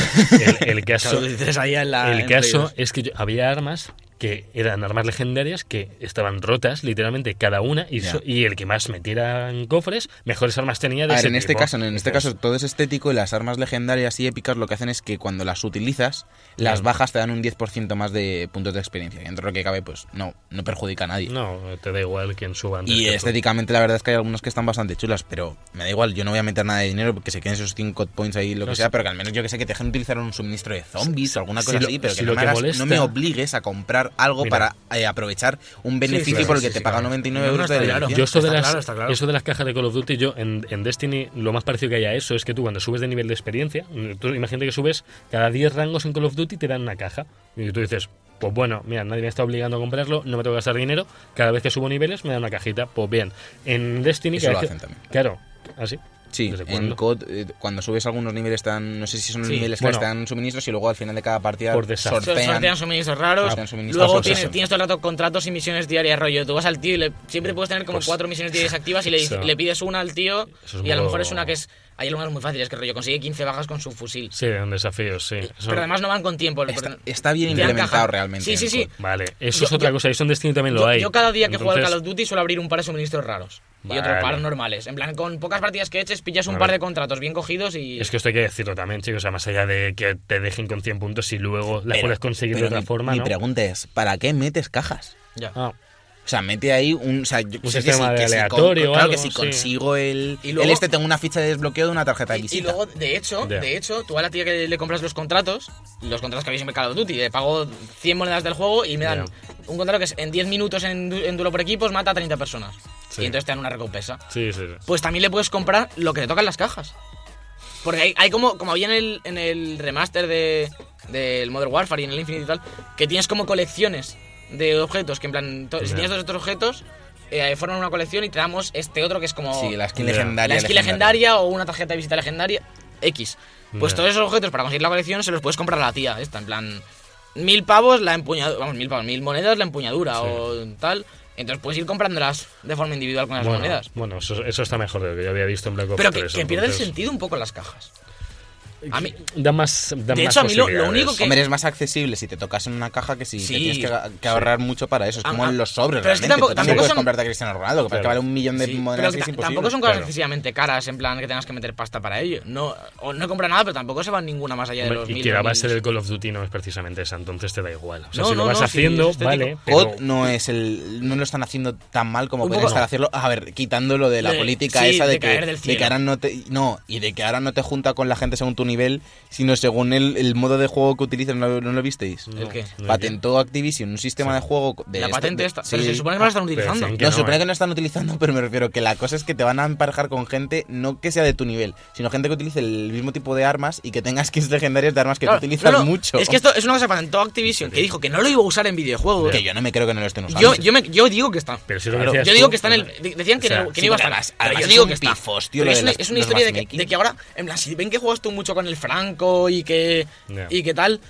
Speaker 2: El, el caso,
Speaker 4: Claro, dices ahí en
Speaker 3: "Ah,
Speaker 4: la-
Speaker 2: el
Speaker 4: en
Speaker 2: caso
Speaker 4: Play
Speaker 2: es que yo- había armas que eran armas legendarias que estaban rotas literalmente cada una y,
Speaker 3: Ya.
Speaker 2: so- y el que más metiera en cofres mejores armas tenía de
Speaker 3: A ver,
Speaker 2: ese
Speaker 3: en este
Speaker 2: tipo. Pues,
Speaker 3: caso, en este
Speaker 2: Dices,
Speaker 3: caso todo es estético y las armas legendarias y épicas lo que hacen es que cuando las utilizas, las
Speaker 2: Claro.
Speaker 3: bajas te dan un 10% más de puntos de experiencia. Y dentro de lo que cabe, pues no, no perjudica a nadie.
Speaker 2: No, te da igual quién suba antes
Speaker 3: Y este
Speaker 2: que tú.
Speaker 3: estéticamente la verdad es que hay algunas que están bastante chulas, pero me da igual, yo no voy a meter nada de dinero porque se queden esos 5 points ahí, lo que
Speaker 2: No,
Speaker 3: sea,
Speaker 2: sí.
Speaker 3: pero que al menos yo que sé que te dejen utilizar un suministro de zombies o alguna
Speaker 2: si
Speaker 3: cosa
Speaker 2: lo-
Speaker 3: así, pero que,
Speaker 2: si
Speaker 3: no,
Speaker 2: lo
Speaker 3: me
Speaker 2: que
Speaker 3: hagas-
Speaker 2: molesta-
Speaker 3: no me obligues a comprar algo
Speaker 2: Mira.
Speaker 3: para eh, aprovechar un beneficio
Speaker 4: claro,
Speaker 3: por el
Speaker 4: sí,
Speaker 3: que
Speaker 4: sí,
Speaker 3: te
Speaker 4: claro.
Speaker 3: pagan 99
Speaker 4: No, no,
Speaker 3: euros de
Speaker 4: está
Speaker 3: la
Speaker 4: claro.
Speaker 3: edición.
Speaker 2: Yo eso de,
Speaker 4: Está
Speaker 2: las,
Speaker 4: claro, está claro.
Speaker 2: eso de las cajas de Call of Duty, yo en, en Destiny lo más parecido que hay a eso es que tú cuando subes de nivel de experiencia, tú imagínate que subes cada 10 rangos en Call of Duty te dan una caja. Y tú dices, pues bueno, mira, nadie me está obligando a comprarlo, no me tengo que gastar dinero, cada vez que subo niveles me dan una cajita, pues bien. En Destiny...
Speaker 3: Eso
Speaker 2: cada
Speaker 3: lo
Speaker 2: vez
Speaker 3: hacen
Speaker 2: que-
Speaker 3: también.
Speaker 2: Claro, así.
Speaker 3: Sí,
Speaker 2: ¿Desde
Speaker 3: en
Speaker 2: cuándo?
Speaker 3: COD, eh, cuando subes algunos niveles están, no sé si son
Speaker 4: Sí,
Speaker 3: niveles
Speaker 2: bueno.
Speaker 3: que están suministros y luego al final de cada partida
Speaker 2: Por desastre.
Speaker 4: Sortean,
Speaker 3: sortean.
Speaker 4: suministros raros.
Speaker 3: Sortean suministros
Speaker 4: Luego
Speaker 3: raros.
Speaker 4: tienes,
Speaker 3: Eso.
Speaker 4: tienes todo el rato contratos y misiones diarias, rollo. Tú vas al tío y le- siempre puedes tener como
Speaker 2: Pues-
Speaker 4: cuatro misiones diarias activas y le, dices-
Speaker 2: Eso.
Speaker 4: le pides una al tío.
Speaker 2: Eso es
Speaker 4: y a lo
Speaker 2: muy-
Speaker 4: mejor es una que es. Hay algunas muy fáciles que rollo. Consigue 15 bajas con su fusil.
Speaker 2: Sí, un desafío, sí. Eso-
Speaker 4: Eh, Pero además no van con tiempo.
Speaker 3: Está,
Speaker 4: porque-
Speaker 3: está bien
Speaker 4: Te dan
Speaker 3: implementado
Speaker 4: caja.
Speaker 3: realmente.
Speaker 4: Sí,
Speaker 3: en
Speaker 4: sí, sí.
Speaker 3: COD.
Speaker 2: Vale, eso
Speaker 4: Yo-
Speaker 2: es otra
Speaker 4: yo-
Speaker 2: cosa, eso en Destiny también lo
Speaker 4: yo,
Speaker 2: hay.
Speaker 4: yo cada día que juego al
Speaker 2: Entonces,
Speaker 4: Call of Duty suelo abrir un par de suministros raros. Y otro
Speaker 2: Vale.
Speaker 4: par normales. En plan, con pocas partidas que eches, pillas un
Speaker 2: Vale.
Speaker 4: par de contratos bien cogidos y.
Speaker 2: Es que esto hay que decirlo también, chicos. O sea, más allá de que te dejen con 100 puntos y luego las
Speaker 3: Pero-
Speaker 2: puedes conseguir de
Speaker 3: pero
Speaker 2: otra
Speaker 3: mi-
Speaker 2: forma,
Speaker 3: Mi
Speaker 2: ¿no?
Speaker 3: pregunta es, ¿para qué metes cajas?
Speaker 4: Ya.
Speaker 2: Ah,
Speaker 3: O sea, mete ahí un. O sea, yo
Speaker 2: Un
Speaker 3: sé
Speaker 2: sistema
Speaker 3: que
Speaker 2: de
Speaker 3: si, que si con-
Speaker 2: aleatorio o
Speaker 3: claro
Speaker 2: algo,
Speaker 3: que si
Speaker 2: sí.
Speaker 3: consigo el.
Speaker 4: Y luego-
Speaker 3: el este tengo una ficha de desbloqueo de una tarjeta de
Speaker 4: Y,
Speaker 3: visita.
Speaker 4: y luego, de hecho,
Speaker 2: Ya.
Speaker 4: de hecho, tú a la tía que le compras los contratos, los contratos que habéis en Mercado Duty, le pago 100 monedas del juego y me dan
Speaker 2: Ya.
Speaker 4: un contrato que es en 10 minutos en, du- en duelo por equipos mata a 30 personas.
Speaker 2: Sí.
Speaker 4: Y entonces te dan una recompensa.
Speaker 2: sí, sí, sí.
Speaker 4: Pues también le puedes comprar lo que te toca en las cajas. Porque hay, hay como, como había en el, en el remaster de, del Modern Warfare y en el Infinite y tal, que tienes como colecciones de objetos, que en plan, to- si
Speaker 2: Ya.
Speaker 4: tienes dos otros objetos, eh, forman una colección y te damos este otro que es como
Speaker 3: Sí, la skin
Speaker 2: Ya.
Speaker 3: legendaria.
Speaker 4: la skin legendaria o una tarjeta de visita legendaria X. Pues
Speaker 2: Ya.
Speaker 4: todos esos objetos para conseguir la colección se los puedes comprar a la tía, esta, en plan. mil pavos la empuñadura, vamos, mil pavos, mil monedas la empuñadura o tal. Entonces puedes ir comprándolas de forma individual con las
Speaker 2: Bueno,
Speaker 4: monedas.
Speaker 2: bueno, eso, eso está mejor de lo que yo había visto en Black Ops
Speaker 4: Pero que,
Speaker 2: 3,
Speaker 4: que pierde el
Speaker 2: entonces,
Speaker 4: sentido un poco las cajas. A mí,
Speaker 2: Da más. da
Speaker 4: De
Speaker 2: más
Speaker 4: hecho, a mí lo- lo
Speaker 2: posibilidades.
Speaker 4: único que-
Speaker 3: Hombre, es más accesible si te tocas en una caja que si te
Speaker 4: Sí,
Speaker 3: tienes que, ga- que ahorrar mucho para eso. Es
Speaker 4: Ah,
Speaker 3: como
Speaker 4: ah,
Speaker 3: en los sobres,
Speaker 4: pero es que
Speaker 3: realmente.
Speaker 4: tampoco-
Speaker 3: Tú
Speaker 4: tampoco
Speaker 3: puedes
Speaker 4: son-
Speaker 3: comprarte a Cristiano Ronaldo, que parece que
Speaker 2: Claro.
Speaker 3: vale un millón de
Speaker 4: Sí,
Speaker 3: monedas
Speaker 4: pero
Speaker 3: que es
Speaker 4: ta-
Speaker 3: imposible.
Speaker 4: tampoco son cosas
Speaker 2: Claro.
Speaker 4: excesivamente caras, en plan que tengas que meter pasta para ello. No, o no he comprado nada, pero tampoco se va ninguna más allá de
Speaker 2: Hombre,
Speaker 4: los
Speaker 2: y
Speaker 4: mil.
Speaker 2: que la
Speaker 4: dos mil.
Speaker 2: base del Call of Duty no es precisamente esa, entonces te da igual. O sea,
Speaker 4: No,
Speaker 2: si lo
Speaker 4: no,
Speaker 2: vas
Speaker 4: no, sí,
Speaker 2: haciendo,
Speaker 4: es estético.
Speaker 2: vale. Pero
Speaker 3: COD no es el no lo están haciendo tan mal como
Speaker 4: Un
Speaker 3: pueden
Speaker 4: poco-
Speaker 3: estar haciendo a ver quitando lo de la
Speaker 4: De-
Speaker 3: política
Speaker 4: sí,
Speaker 3: esa de,
Speaker 4: de
Speaker 3: que,
Speaker 4: caer del
Speaker 3: de
Speaker 4: cielo.
Speaker 3: que ahora no te no y de que ahora no te junta con la gente según tu nivel sino según el, el modo de juego que utilizan no, lo- no lo visteis
Speaker 2: no,
Speaker 4: ¿El qué?
Speaker 2: no,
Speaker 3: patentó Activision un sistema de juego de
Speaker 4: La
Speaker 3: esta-
Speaker 4: patente
Speaker 3: de-
Speaker 4: está.
Speaker 3: sí.
Speaker 4: Pero se supone que no la están
Speaker 2: pero
Speaker 4: utilizando.
Speaker 2: dicen que
Speaker 3: no,
Speaker 2: no,
Speaker 3: se supone
Speaker 2: eh.
Speaker 3: que no están utilizando, pero me refiero que la cosa es que te van a emparejar con gente, no que sea de tu nivel, sino gente que utilice el mismo tipo de armas y que tengas skins legendarias de armas que
Speaker 4: Claro,
Speaker 3: te utilizan
Speaker 4: no, no,
Speaker 3: mucho.
Speaker 4: Es que esto es una cosa que patentó Activision, que dijo que no lo iba a usar en videojuegos.
Speaker 3: Que yo no me creo que no lo estén usando.
Speaker 4: Yo, yo, me- yo digo que está.
Speaker 2: Pero si lo
Speaker 4: Claro,
Speaker 2: decías
Speaker 4: yo digo
Speaker 2: tú,
Speaker 4: que está en el.
Speaker 2: pues,
Speaker 4: de- Decían que,
Speaker 2: o sea,
Speaker 4: no, que
Speaker 3: sí,
Speaker 4: no iba a
Speaker 3: pero además-
Speaker 4: estar. pero
Speaker 3: además
Speaker 4: yo
Speaker 3: es
Speaker 4: digo
Speaker 3: un
Speaker 4: que está.
Speaker 3: pifos, tío,
Speaker 4: Pero
Speaker 3: lo
Speaker 4: es,
Speaker 3: de
Speaker 4: una,
Speaker 3: las-
Speaker 4: es una
Speaker 3: los
Speaker 4: historia de que,
Speaker 3: matchmaking.
Speaker 4: de que ahora, en plan, si ven que juegas tú mucho con el Franco y que.
Speaker 2: Ya.
Speaker 4: y que tal.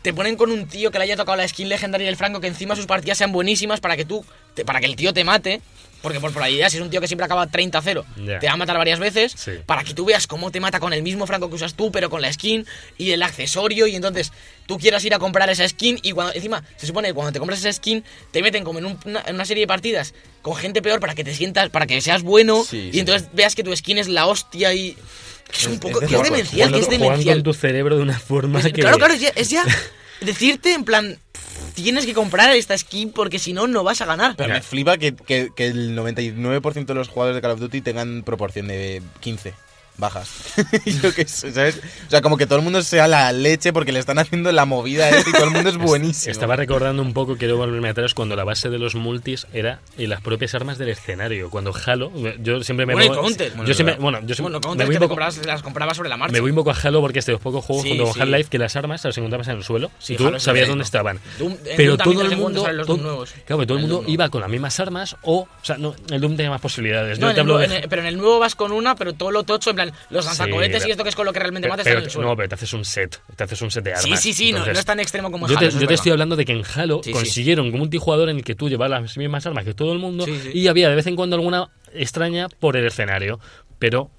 Speaker 4: Te ponen con un tío que le haya tocado la skin legendaria del Franco, que encima sus partidas sean buenísimas para que tú. te- para que el tío te mate. Porque por probabilidad, si es un tío que siempre acaba 30-0,
Speaker 2: Ya.
Speaker 4: te va a matar varias veces.
Speaker 2: Sí.
Speaker 4: Para que tú veas cómo te mata con el mismo Franco que usas tú, pero con la skin y el accesorio. Y entonces tú quieras ir a comprar esa skin. Y cuando encima se supone que cuando te compras esa skin, te meten como en, un- una, en una serie de partidas con gente peor para que te sientas, para que seas bueno.
Speaker 3: Sí,
Speaker 4: y
Speaker 3: sí,
Speaker 4: entonces veas que tu skin es la hostia y. que es un poco.
Speaker 3: de
Speaker 4: que es
Speaker 3: locos.
Speaker 4: demencial, que es
Speaker 2: Juegan con
Speaker 4: demencial.
Speaker 2: tu cerebro de una forma
Speaker 4: Pues,
Speaker 2: que.
Speaker 4: Claro, claro, es ya, es ya decirte en plan, tienes que comprar esta skin porque si no, no vas a ganar.
Speaker 3: Pero me flipa que, que- que el 99% de los jugadores de Call of Duty tengan proporción de 15 bajas. Yo qué sé, ¿sabes? O sea, como que todo el mundo sea la leche porque le están haciendo la movida esta y todo el mundo es buenísimo.
Speaker 2: Estaba recordando un poco, quiero volverme atrás, cuando la base de los multis era eh, las propias armas del escenario. Cuando Halo, yo siempre me
Speaker 4: Bueno, y
Speaker 2: voy-
Speaker 4: Counter.
Speaker 2: Yo siempre, bueno, yo siempre
Speaker 4: Bueno, como
Speaker 2: me
Speaker 4: antes
Speaker 2: voy
Speaker 4: que
Speaker 2: un poco-
Speaker 4: te comprabas- las comprabas sobre la marcha.
Speaker 2: Me voy un poco a Halo porque este de los pocos juegos
Speaker 4: Sí,
Speaker 2: junto con
Speaker 4: sí.
Speaker 2: Half-Life que las armas las encontrabas en el suelo
Speaker 4: Sí,
Speaker 2: y tú
Speaker 4: Halo es
Speaker 2: sabías
Speaker 4: diferente.
Speaker 2: dónde estaban.
Speaker 4: Doom- en
Speaker 2: pero
Speaker 4: Doom también
Speaker 2: todo
Speaker 4: de
Speaker 2: el
Speaker 4: vez en cuando
Speaker 2: mundo,
Speaker 4: salen los
Speaker 2: todo-
Speaker 4: Doom nuevos.
Speaker 2: claro, pero todo el
Speaker 4: El
Speaker 2: mundo
Speaker 4: Doom
Speaker 2: iba con las mismas armas o, o sea, no, el Doom tenía más posibilidades.
Speaker 4: No,
Speaker 2: Pues yo
Speaker 4: en
Speaker 2: te
Speaker 4: el,
Speaker 2: hablo
Speaker 4: nuevo-
Speaker 2: de
Speaker 4: en el- pero en el nuevo vas con una, pero todo lo tocho, en plan, los lanzacohetes
Speaker 2: pero-
Speaker 4: y esto que es con lo que realmente
Speaker 2: Pe-
Speaker 4: matas
Speaker 2: pero-
Speaker 4: están en el suelo.
Speaker 2: No, pero te haces un set. Te haces un set de armas.
Speaker 4: Sí, sí, sí, no- no,
Speaker 2: Entonces,
Speaker 4: es tan extremo como en
Speaker 2: Yo,
Speaker 4: Halo,
Speaker 2: te,
Speaker 4: eso es
Speaker 2: yo te
Speaker 4: verdad.
Speaker 2: estoy hablando de que en Halo
Speaker 4: Sí, sí.
Speaker 2: consiguieron como un multijugador en el que tú llevas las mismas armas que todo el mundo
Speaker 4: Sí, sí.
Speaker 2: y había de vez en cuando alguna extraña por el escenario. Pero.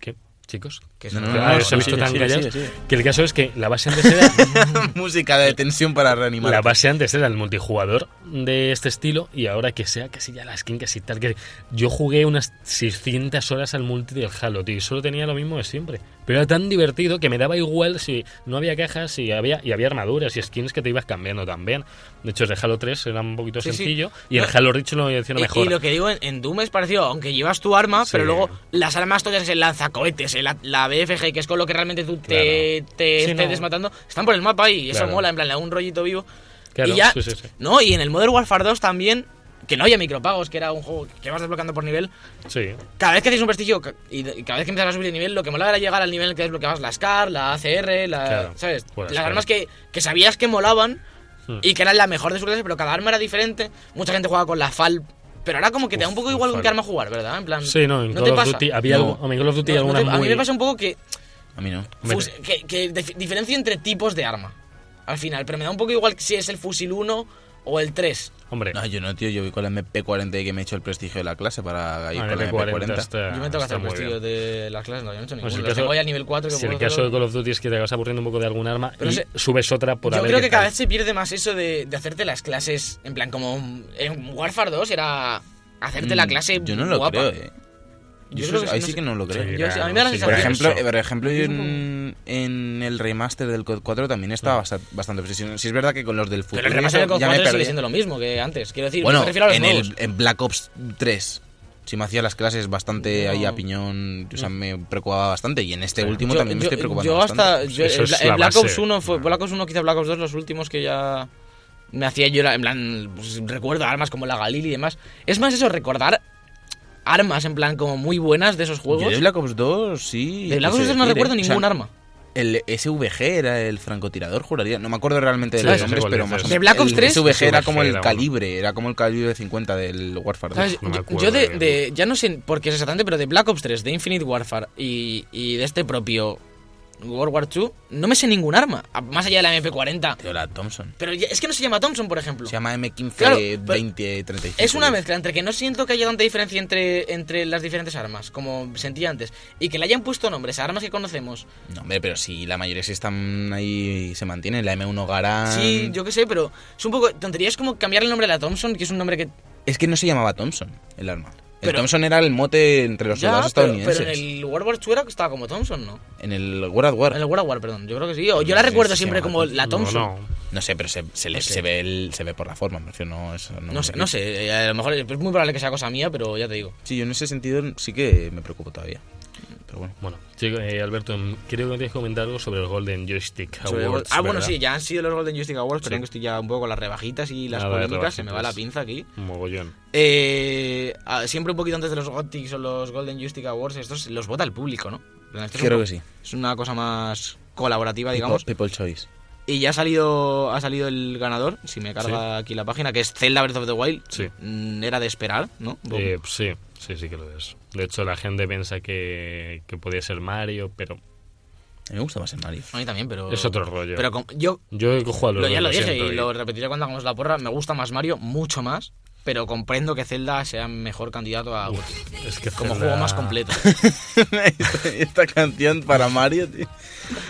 Speaker 2: ¿Qué? Chicos.
Speaker 4: Que es
Speaker 3: No,
Speaker 4: una-
Speaker 3: no,
Speaker 2: Claro,
Speaker 3: no,
Speaker 2: os he
Speaker 3: sigue,
Speaker 2: visto
Speaker 3: sigue,
Speaker 2: tan
Speaker 3: sigue,
Speaker 2: callados
Speaker 3: sigue, sigue.
Speaker 2: que el caso es que la base antes era
Speaker 3: Música de tensión para reanimar.
Speaker 2: la base antes era el multijugador de este estilo y ahora que sea casi ya la skin, casi tal. Que yo jugué unas 600 horas al multi del Halo, tío, y solo tenía lo mismo de siempre. Pero era tan divertido que me daba igual si no había cajas si había, y había armaduras y skins que te ibas cambiando también. De hecho, el de Halo 3 era un poquito
Speaker 4: Sí, sí.
Speaker 2: sencillo y el
Speaker 4: No,
Speaker 2: Halo Reach lo hicieron
Speaker 4: Y-
Speaker 2: mejor.
Speaker 4: Y lo que digo en, en Doom es parecido, aunque llevas tu arma,
Speaker 2: Sí.
Speaker 4: pero luego las armas todas, el lanzacohetes, el- la BFG, que es con lo que realmente tú te,
Speaker 2: Claro.
Speaker 4: te
Speaker 2: Sí,
Speaker 4: estés
Speaker 2: no.
Speaker 4: matando, están por el mapa y eso
Speaker 2: Claro.
Speaker 4: mola, en plan, le da un rollito vivo.
Speaker 2: Claro,
Speaker 4: y ya,
Speaker 2: sí, sí, sí.
Speaker 4: ¿no? Y en el Modern Warfare 2 también, que no había micropagos, que era un juego que vas desbloqueando por nivel,
Speaker 2: Sí.
Speaker 4: cada vez que hacéis un prestigio ca- y y cada vez que empezabas a subir de nivel, lo que molaba era llegar al nivel en el que desbloqueabas la SCAR, la ACR, la,
Speaker 2: Claro,
Speaker 4: ¿sabes?
Speaker 2: pues,
Speaker 4: las
Speaker 2: claro.
Speaker 4: armas que, que sabías que molaban
Speaker 2: Hmm.
Speaker 4: y que eran la mejor de su clase, pero cada arma era diferente. Mucha gente jugaba con la FAL, pero ahora como que te da
Speaker 2: Uf,
Speaker 4: un poco igual con
Speaker 2: FAL.
Speaker 4: qué arma jugar, ¿verdad? En plan,
Speaker 2: Sí, no, en
Speaker 4: Ah, te
Speaker 2: Call of
Speaker 4: pasa?
Speaker 2: Duty había
Speaker 3: No.
Speaker 2: algo- en Call of Duty
Speaker 4: No, no
Speaker 2: alguna
Speaker 4: te- A mí
Speaker 2: muy-
Speaker 4: me pasa un poco que,
Speaker 3: A mí no.
Speaker 4: fus- que, que dif- diferencio entre tipos de arma al final, pero me da un poco igual si es el fusil 1 o el 3.
Speaker 2: Hombre,
Speaker 3: No, yo no, tío. Yo voy con la MP40 que me he hecho el prestigio de la clase para ir
Speaker 2: ah,
Speaker 3: con la
Speaker 2: MP40
Speaker 3: MP40.
Speaker 2: está,
Speaker 4: yo me tengo que hacer
Speaker 2: está
Speaker 4: el
Speaker 2: muy bien.
Speaker 4: prestigio de las clases, no, yo no he hecho
Speaker 2: Pues
Speaker 4: ninguno.
Speaker 2: el
Speaker 4: Los
Speaker 2: caso-
Speaker 4: tengo ahí al nivel 4 que
Speaker 2: si en el
Speaker 4: puedo
Speaker 2: caso de
Speaker 4: hacerlo-
Speaker 2: Call of Duty es que te vas aburriendo un poco de algún arma
Speaker 4: Pero
Speaker 2: y
Speaker 4: se-
Speaker 2: subes otra por
Speaker 4: Yo
Speaker 2: haber
Speaker 4: creo que
Speaker 2: qué
Speaker 4: cada
Speaker 2: tal.
Speaker 4: vez se pierde más eso de, de hacerte las clases. En plan, como en Warfare 2 era hacerte la
Speaker 3: Mm,
Speaker 4: clase.
Speaker 3: Yo no lo
Speaker 4: guapa.
Speaker 3: creo, eh. Yo
Speaker 4: Yo
Speaker 3: eso-
Speaker 4: creo que
Speaker 3: ahí
Speaker 4: no
Speaker 3: sí
Speaker 4: sé.
Speaker 3: que no lo creo.
Speaker 2: Sí,
Speaker 4: Yo-
Speaker 2: claro,
Speaker 4: a mí me da la
Speaker 2: sí,
Speaker 3: Por
Speaker 4: sensación-
Speaker 3: ejemplo,
Speaker 2: eso.
Speaker 3: eh, por ejemplo yo en, en el remaster del COD 4 también estaba basa- bastante obsesionado. Si es verdad que con los del futuro.
Speaker 4: Pero el remaster del
Speaker 3: ya-
Speaker 4: COD
Speaker 3: ya me
Speaker 4: 4 sigue
Speaker 3: perdí.
Speaker 4: siendo lo mismo que antes. Quiero decir,
Speaker 3: Bueno,
Speaker 4: me refiero a los
Speaker 3: en,
Speaker 4: nuevos.
Speaker 3: el, en Black Ops 3. Si me hacía las clases bastante ahí a
Speaker 4: No.
Speaker 3: piñón, o sea, me preocupaba bastante. Y en este
Speaker 2: Sí.
Speaker 3: último también me estoy preocupando.
Speaker 4: yo hasta.
Speaker 3: bastante.
Speaker 4: yo-
Speaker 2: Eso
Speaker 4: el,
Speaker 2: es
Speaker 4: Bla- el
Speaker 2: la
Speaker 4: Black
Speaker 2: base.
Speaker 4: Ops 1 fue. Black Ops 1, quizá Black Ops 2, los últimos que ya. Me hacía llorar. En plan, pues, recuerdo armas como la Galil y demás. Es más, eso, recordar armas en plan como muy buenas de esos
Speaker 3: Yo
Speaker 4: juegos.
Speaker 3: de Black Ops 2, sí. eh,
Speaker 4: de Black Ops 2 no recuerdo ningún arma.
Speaker 3: El SVG era el francotirador, juraría. No me acuerdo realmente de
Speaker 2: Sí,
Speaker 3: los
Speaker 2: sé
Speaker 3: nombres,
Speaker 2: cuál
Speaker 3: pero
Speaker 2: dices.
Speaker 3: más
Speaker 2: ¿De
Speaker 3: o menos.
Speaker 4: Black Ops
Speaker 3: El
Speaker 4: 3?
Speaker 3: SVG era
Speaker 2: SVG
Speaker 3: como el
Speaker 2: era uno.
Speaker 3: calibre, era como el calibre 50 del Warfare.
Speaker 4: ¿Sabes?
Speaker 3: 2.
Speaker 2: No me
Speaker 4: Yo-
Speaker 2: acuerdo
Speaker 4: Yo de,
Speaker 2: bien.
Speaker 4: de- Ya no sé por qué es exactamente, pero de Black Ops 3, de Infinite Warfare y, y de este propio World War II, no me sé ningún arma, a- más allá de la MP40.
Speaker 3: Tío, la Thompson.
Speaker 4: Pero ya- es que no se llama Thompson, por ejemplo.
Speaker 3: Se llama M15,
Speaker 4: Claro, pero-
Speaker 3: 20, 35.
Speaker 4: Es una mezcla entre que no siento que haya tanta diferencia entre, entre las diferentes armas, como sentía antes, y que le hayan puesto nombres a armas que conocemos.
Speaker 3: No, hombre, pero si la mayoría sí están ahí y se mantienen. La M1 Garand.
Speaker 4: Sí, yo qué sé, pero es un poco tontería. Es como cambiar el nombre de la Thompson, que es un nombre que.
Speaker 3: Es que no se llamaba Thompson el arma. El
Speaker 4: Pero-
Speaker 3: Thompson era el mote entre los
Speaker 4: Ya,
Speaker 3: soldados
Speaker 4: pero, pero
Speaker 3: estadounidenses.
Speaker 4: en el World War II era- estaba como Thompson, ¿no?
Speaker 3: en el... World at War.
Speaker 4: En el World War, perdón, yo creo que sí. O yo
Speaker 3: No
Speaker 4: la
Speaker 3: sé
Speaker 4: recuerdo
Speaker 3: si se
Speaker 4: siempre
Speaker 3: llama
Speaker 4: como la Thompson.
Speaker 2: No, no.
Speaker 3: No sé, pero se, se, le-
Speaker 4: No sé.
Speaker 3: se ve el- se ve por la forma. me refiero, no, es-
Speaker 4: No sé, no sé, eh, a lo mejor es muy probable que sea cosa mía, pero ya te digo.
Speaker 3: Sí, yo en ese sentido sí que me preocupo todavía. Pero bueno.
Speaker 2: Bueno, chico, eh, Alberto, mm, creo que tienes que comentar algo sobre el Golden Joystick
Speaker 4: Sobre-
Speaker 2: Awards.
Speaker 4: ah, bueno,
Speaker 2: ¿verdad?
Speaker 4: sí, ya han sido los Golden Joystick Awards,
Speaker 2: Sí.
Speaker 4: pero que estoy ya un poco con las rebajitas y las
Speaker 2: Nada de
Speaker 4: polémicas, se me va la
Speaker 2: rebajitas.
Speaker 4: pinza aquí.
Speaker 2: Mogollón.
Speaker 4: Eh, ah, siempre un poquito antes de los Gothics o los Golden Joystick Awards, estos los vota el público, ¿no? En plan, esto es un
Speaker 3: Creo
Speaker 4: po-
Speaker 3: que sí.
Speaker 4: Es una cosa más colaborativa, digamos.
Speaker 3: People, people Choice.
Speaker 4: Y ya ha salido, ha salido el ganador, si me carga aquí la página, que es Zelda Breath of the Wild.
Speaker 2: Sí.
Speaker 4: Mm, Era de esperar, ¿no?
Speaker 2: Eh, sí, sí, sí que lo es. De hecho, la gente piensa que, que podía ser Mario, pero
Speaker 3: A mí me gusta más el Mario.
Speaker 4: A mí también, pero...
Speaker 2: es otro rollo.
Speaker 4: Pero como- yo
Speaker 2: Yo he cogido a los
Speaker 4: lo, ya
Speaker 2: dos,
Speaker 4: lo dije
Speaker 2: siento,
Speaker 4: y lo repetiré cuando hagamos la porra. Me gusta más Mario, mucho más, pero comprendo que Zelda sea mejor candidato a Gotti.
Speaker 2: es que
Speaker 4: Como
Speaker 2: Zelda-
Speaker 4: juego más completo.
Speaker 3: esta, esta canción para Mario, tío.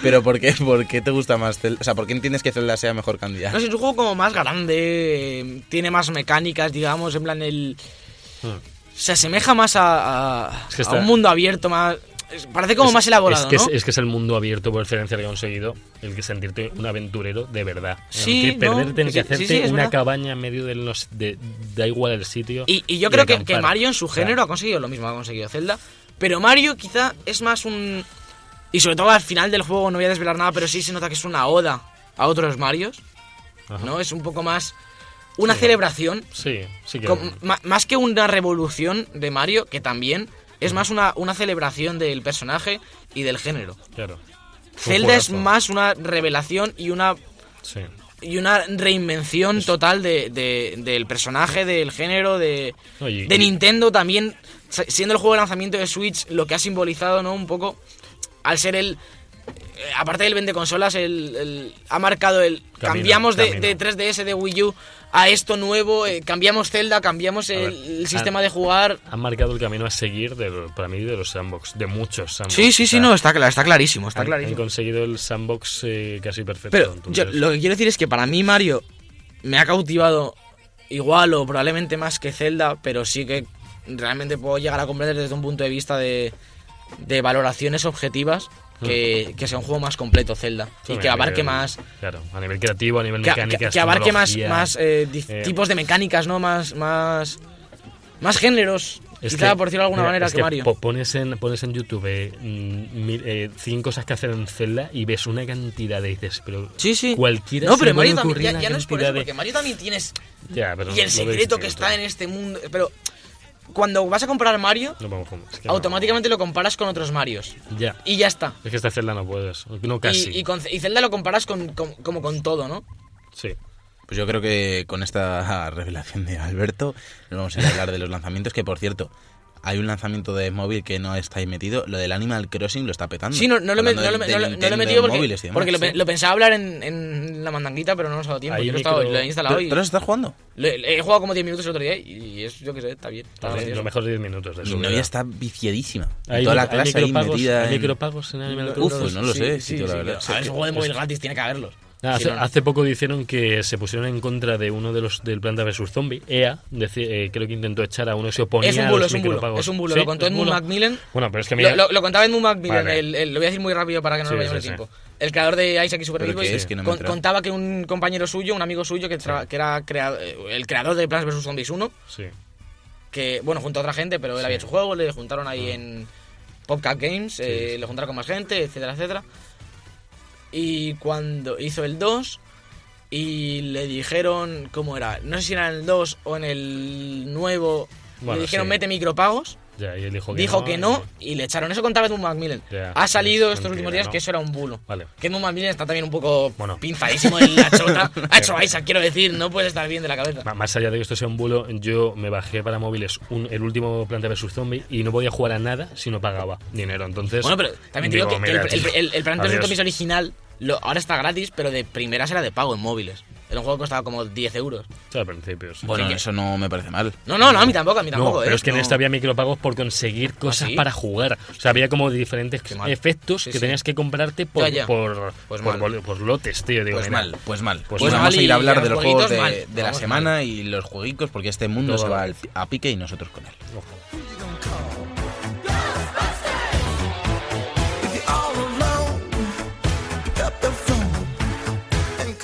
Speaker 3: Pero ¿por qué, por qué te gusta más Zelda? O sea, ¿por qué entiendes que Zelda sea mejor
Speaker 4: No
Speaker 3: candidata?
Speaker 4: sé, es un juego como más grande, eh, tiene más mecánicas, digamos, en plan el...
Speaker 2: Mm.
Speaker 4: Se asemeja más a, a-
Speaker 2: Es que
Speaker 4: a
Speaker 2: está-
Speaker 4: un mundo abierto, más... es- Parece como
Speaker 2: Es-
Speaker 4: más elaborado,
Speaker 2: es que,
Speaker 4: ¿no?
Speaker 2: es, es que es el mundo abierto por excelencia que he conseguido, el que sentirte un aventurero de verdad. En
Speaker 4: Sí,
Speaker 2: el que
Speaker 4: no,
Speaker 2: perderte, en el
Speaker 4: sí,
Speaker 2: que
Speaker 4: sí,
Speaker 2: hacerte
Speaker 4: sí, es
Speaker 2: una
Speaker 4: verdad.
Speaker 2: cabaña en medio de los... De, da igual el sitio.
Speaker 4: Y, y yo creo que, que
Speaker 2: acampar.
Speaker 4: Mario en su
Speaker 2: O sea,
Speaker 4: género ha conseguido lo mismo que ha conseguido Zelda. Pero Mario quizá es más un... Y sobre todo al final del juego, no voy a desvelar nada, pero sí se nota que es una oda a otros Marios,
Speaker 2: ajá.
Speaker 4: ¿no? Es un poco más una celebración,
Speaker 2: Sí, sí que...
Speaker 4: con- ma- más que una revolución de Mario, que también es más una, una celebración del personaje y del género.
Speaker 2: Claro.
Speaker 4: Zelda es
Speaker 2: juegazo.
Speaker 4: más una revelación y una
Speaker 2: Sí.
Speaker 4: y una reinvención total de, de- del personaje, del género, de,
Speaker 2: No, y-
Speaker 4: de
Speaker 2: y-
Speaker 4: Nintendo también, sa- siendo el juego de lanzamiento de Switch, lo que ha simbolizado, ¿no? Un poco, al ser el... eh, Aparte del vende consolas, el, el- ha marcado el...
Speaker 2: Camino,
Speaker 4: cambiamos de,
Speaker 2: camino.
Speaker 4: de 3DS, de Wii U, a esto nuevo, eh, cambiamos Zelda, cambiamos
Speaker 2: A
Speaker 4: el,
Speaker 2: ver,
Speaker 4: el
Speaker 2: ah,
Speaker 4: sistema de jugar.
Speaker 2: Han marcado el camino a seguir, de, lo- para mí, de los sandbox, de muchos sandbox.
Speaker 4: Sí, sí,
Speaker 2: O
Speaker 4: sí,
Speaker 2: sea,
Speaker 4: no, está, cla- está clarísimo, está
Speaker 2: han, han
Speaker 4: clarísimo.
Speaker 2: conseguido el sandbox eh, casi perfecto.
Speaker 4: Pero yo,
Speaker 2: entonces-
Speaker 4: lo que quiero decir es que para mí Mario me ha cautivado igual o probablemente más que Zelda, pero sí que realmente puedo llegar a comprender desde un punto de vista de, de valoraciones objetivas que, que sea un juego más completo Zelda
Speaker 2: Sí,
Speaker 4: y
Speaker 2: a
Speaker 4: que abarque
Speaker 2: nivel-
Speaker 4: más...
Speaker 2: Claro, a nivel creativo, a nivel
Speaker 4: Que,
Speaker 2: mecánico.
Speaker 4: que- que abarque más, más eh, di-
Speaker 2: eh,
Speaker 4: tipos de mecánicas, ¿no? Más... más más géneros,
Speaker 2: Es
Speaker 4: quizá
Speaker 2: que-
Speaker 4: por decirlo de alguna
Speaker 2: mira,
Speaker 4: manera,
Speaker 2: es
Speaker 4: que, Mario.
Speaker 2: po- Pones en, pones en YouTube eh, mm, mil- eh, cinco cosas que hacer en Zelda y ves una cantidad de dices, pero
Speaker 4: Sí, sí.
Speaker 2: cualquiera
Speaker 4: No,
Speaker 2: se
Speaker 4: pero
Speaker 2: le
Speaker 4: Mario
Speaker 2: puede
Speaker 4: también,
Speaker 2: ocurrir
Speaker 4: ya,
Speaker 2: la
Speaker 4: ya no es por eso,
Speaker 2: cantidad de-
Speaker 4: porque Mario también tienes
Speaker 2: Ya, pero
Speaker 4: Y el
Speaker 2: no- no lo
Speaker 4: secreto
Speaker 2: distingo,
Speaker 4: que está en este mundo. Pero cuando vas a comprar Mario,
Speaker 2: no vamos con- es que no.
Speaker 4: automáticamente lo comparas con otros Marios.
Speaker 2: Ya.
Speaker 4: Y ya está.
Speaker 2: Es que esta Zelda no puedes. No casi.
Speaker 4: Y, y con- y Zelda lo comparas con, con- como con todo, ¿no?
Speaker 2: Sí.
Speaker 3: Pues yo creo que con esta revelación de Alberto nos vamos a ir a hablar de los lanzamientos, que por cierto, hay un lanzamiento de móvil que no está ahí metido. Lo del Animal Crossing lo está petando.
Speaker 4: Sí, no, no lo, he-
Speaker 3: Mm. Hablando
Speaker 4: no lo-
Speaker 3: de- de
Speaker 4: no lo- no lo he
Speaker 3: Nintendo
Speaker 4: metido porque,
Speaker 3: móviles y demás.
Speaker 4: porque lo, pe-
Speaker 3: Sí.
Speaker 4: lo pensaba hablar en, en la mandanguita, pero no nos ha dado tiempo.
Speaker 2: Ahí
Speaker 4: Yo lo, he
Speaker 2: micro-
Speaker 4: estado- lo he instalado
Speaker 3: ¿Tú,
Speaker 4: y
Speaker 3: tú los estás jugando?
Speaker 4: lo he, he jugado como 10 minutos el otro día y, y es, yo qué sé, está bien. está
Speaker 2: Vale,
Speaker 4: gracioso.
Speaker 2: Lo mejor de 10 minutos de
Speaker 3: Mi
Speaker 2: su vida.
Speaker 3: novia está viciadísima.
Speaker 2: Hay,
Speaker 3: Toda la
Speaker 2: hay
Speaker 3: clase ahí
Speaker 2: micropagos,
Speaker 3: metida.
Speaker 2: hay
Speaker 3: en-
Speaker 2: micropagos en Animal
Speaker 3: Uf,
Speaker 2: Crossing.
Speaker 3: pues no lo
Speaker 4: Sí,
Speaker 3: sé,
Speaker 4: sí,
Speaker 3: tío, la
Speaker 4: sí,
Speaker 3: verdad.
Speaker 4: claro. A ver, es un juego de móvil gratis, tiene que haberlos.
Speaker 2: Nada, Ah,
Speaker 4: Si
Speaker 2: hace,
Speaker 4: no, no.
Speaker 2: hace poco dijeron que se pusieron en contra de uno de los del Planta vs Zombie, EA, deci- eh, creo que intentó echar a uno que se oponía
Speaker 4: Es un
Speaker 2: a
Speaker 4: bulo,
Speaker 2: los
Speaker 4: es un bulo.
Speaker 2: micropagos.
Speaker 4: Es un bulo.
Speaker 2: Sí,
Speaker 4: Lo contó
Speaker 2: es un
Speaker 4: Edmund
Speaker 2: bulo.
Speaker 4: Macmillan.
Speaker 2: Bueno, pero es que
Speaker 4: Lo,
Speaker 2: mira,
Speaker 4: lo- lo contaba Edmund Macmillan,
Speaker 2: Vale.
Speaker 4: el, el- lo voy a decir muy rápido para que no
Speaker 2: Sí,
Speaker 4: nos vayamos
Speaker 2: sí,
Speaker 4: el
Speaker 2: sí.
Speaker 4: tiempo. El creador de Isaac y
Speaker 3: ¿Pero
Speaker 4: Supervivo
Speaker 3: qué es? Que no me he enterado.
Speaker 4: contaba que un compañero suyo, un amigo suyo, que, tra- que era crea- eh, el creador de Plants vs. Zombies 1,
Speaker 2: Sí.
Speaker 4: que, bueno, junto a otra gente, pero él había hecho juego, le juntaron ahí en PopCap Games, eh, le juntaron con más gente, etcétera, etcétera. Y cuando hizo el 2 y le dijeron, ¿cómo era? No sé si era en el 2 o en el nuevo,
Speaker 2: Bueno,
Speaker 4: le dijeron
Speaker 2: sí.
Speaker 4: mete micropagos
Speaker 2: Ya, y él dijo que
Speaker 4: Dijo
Speaker 2: no.
Speaker 4: que no y le echaron. Eso contaba Edmund Macmillan.
Speaker 2: Ya,
Speaker 4: ha salido
Speaker 2: es
Speaker 4: estos últimos
Speaker 2: mentira,
Speaker 4: días
Speaker 2: no.
Speaker 4: que eso era un bulo.
Speaker 2: Vale.
Speaker 4: Que Edmund Macmillan está también un poco
Speaker 2: Bueno.
Speaker 4: pinzadísimo en la chota. ha hecho Isaac, quiero decir, no puede estar bien de la cabeza.
Speaker 2: Ma- Más allá de que esto sea un bulo, yo me bajé para móviles un- el último Planta vs Zombie y no podía jugar a nada si no pagaba dinero. Entonces.
Speaker 4: Bueno, pero también te digo, que, que
Speaker 2: mira,
Speaker 4: el,
Speaker 2: tío,
Speaker 4: el, el, el Plants vs.
Speaker 2: adiós.
Speaker 4: Zombies original lo- ahora está gratis, pero de primeras era de pago en móviles. Era un juego que costaba como 10 euros.
Speaker 2: O sea, al principio, sí.
Speaker 4: Bueno,
Speaker 3: Bueno,
Speaker 4: que-
Speaker 3: eso no me parece mal.
Speaker 4: No, no, no, a mí tampoco, a mí tampoco.
Speaker 2: no, pero
Speaker 4: ¿eh?
Speaker 2: es que
Speaker 4: No. ¿Ah,
Speaker 2: en este había micropagos por conseguir cosas
Speaker 4: sí?
Speaker 2: para jugar. O sea, había como diferentes
Speaker 4: mal.
Speaker 2: efectos
Speaker 4: Sí,
Speaker 2: que
Speaker 4: sí.
Speaker 2: tenías que comprarte por,
Speaker 4: Ya, ya.
Speaker 2: por,
Speaker 4: Pues
Speaker 2: por
Speaker 4: mal.
Speaker 2: bol- por lotes, tío. Digo,
Speaker 3: Pues
Speaker 2: mira,
Speaker 3: mal, pues mal.
Speaker 2: Pues
Speaker 3: Pues,
Speaker 2: mal.
Speaker 3: vamos a ir a hablar
Speaker 4: Y
Speaker 3: de los
Speaker 4: los
Speaker 3: juegos de,
Speaker 4: jueguitos mal.
Speaker 3: de la
Speaker 4: Vamos
Speaker 3: semana y los jueguicos, porque este mundo
Speaker 2: Todo
Speaker 3: se va
Speaker 2: mal.
Speaker 3: al pi- a pique y nosotros con él.
Speaker 2: ojo.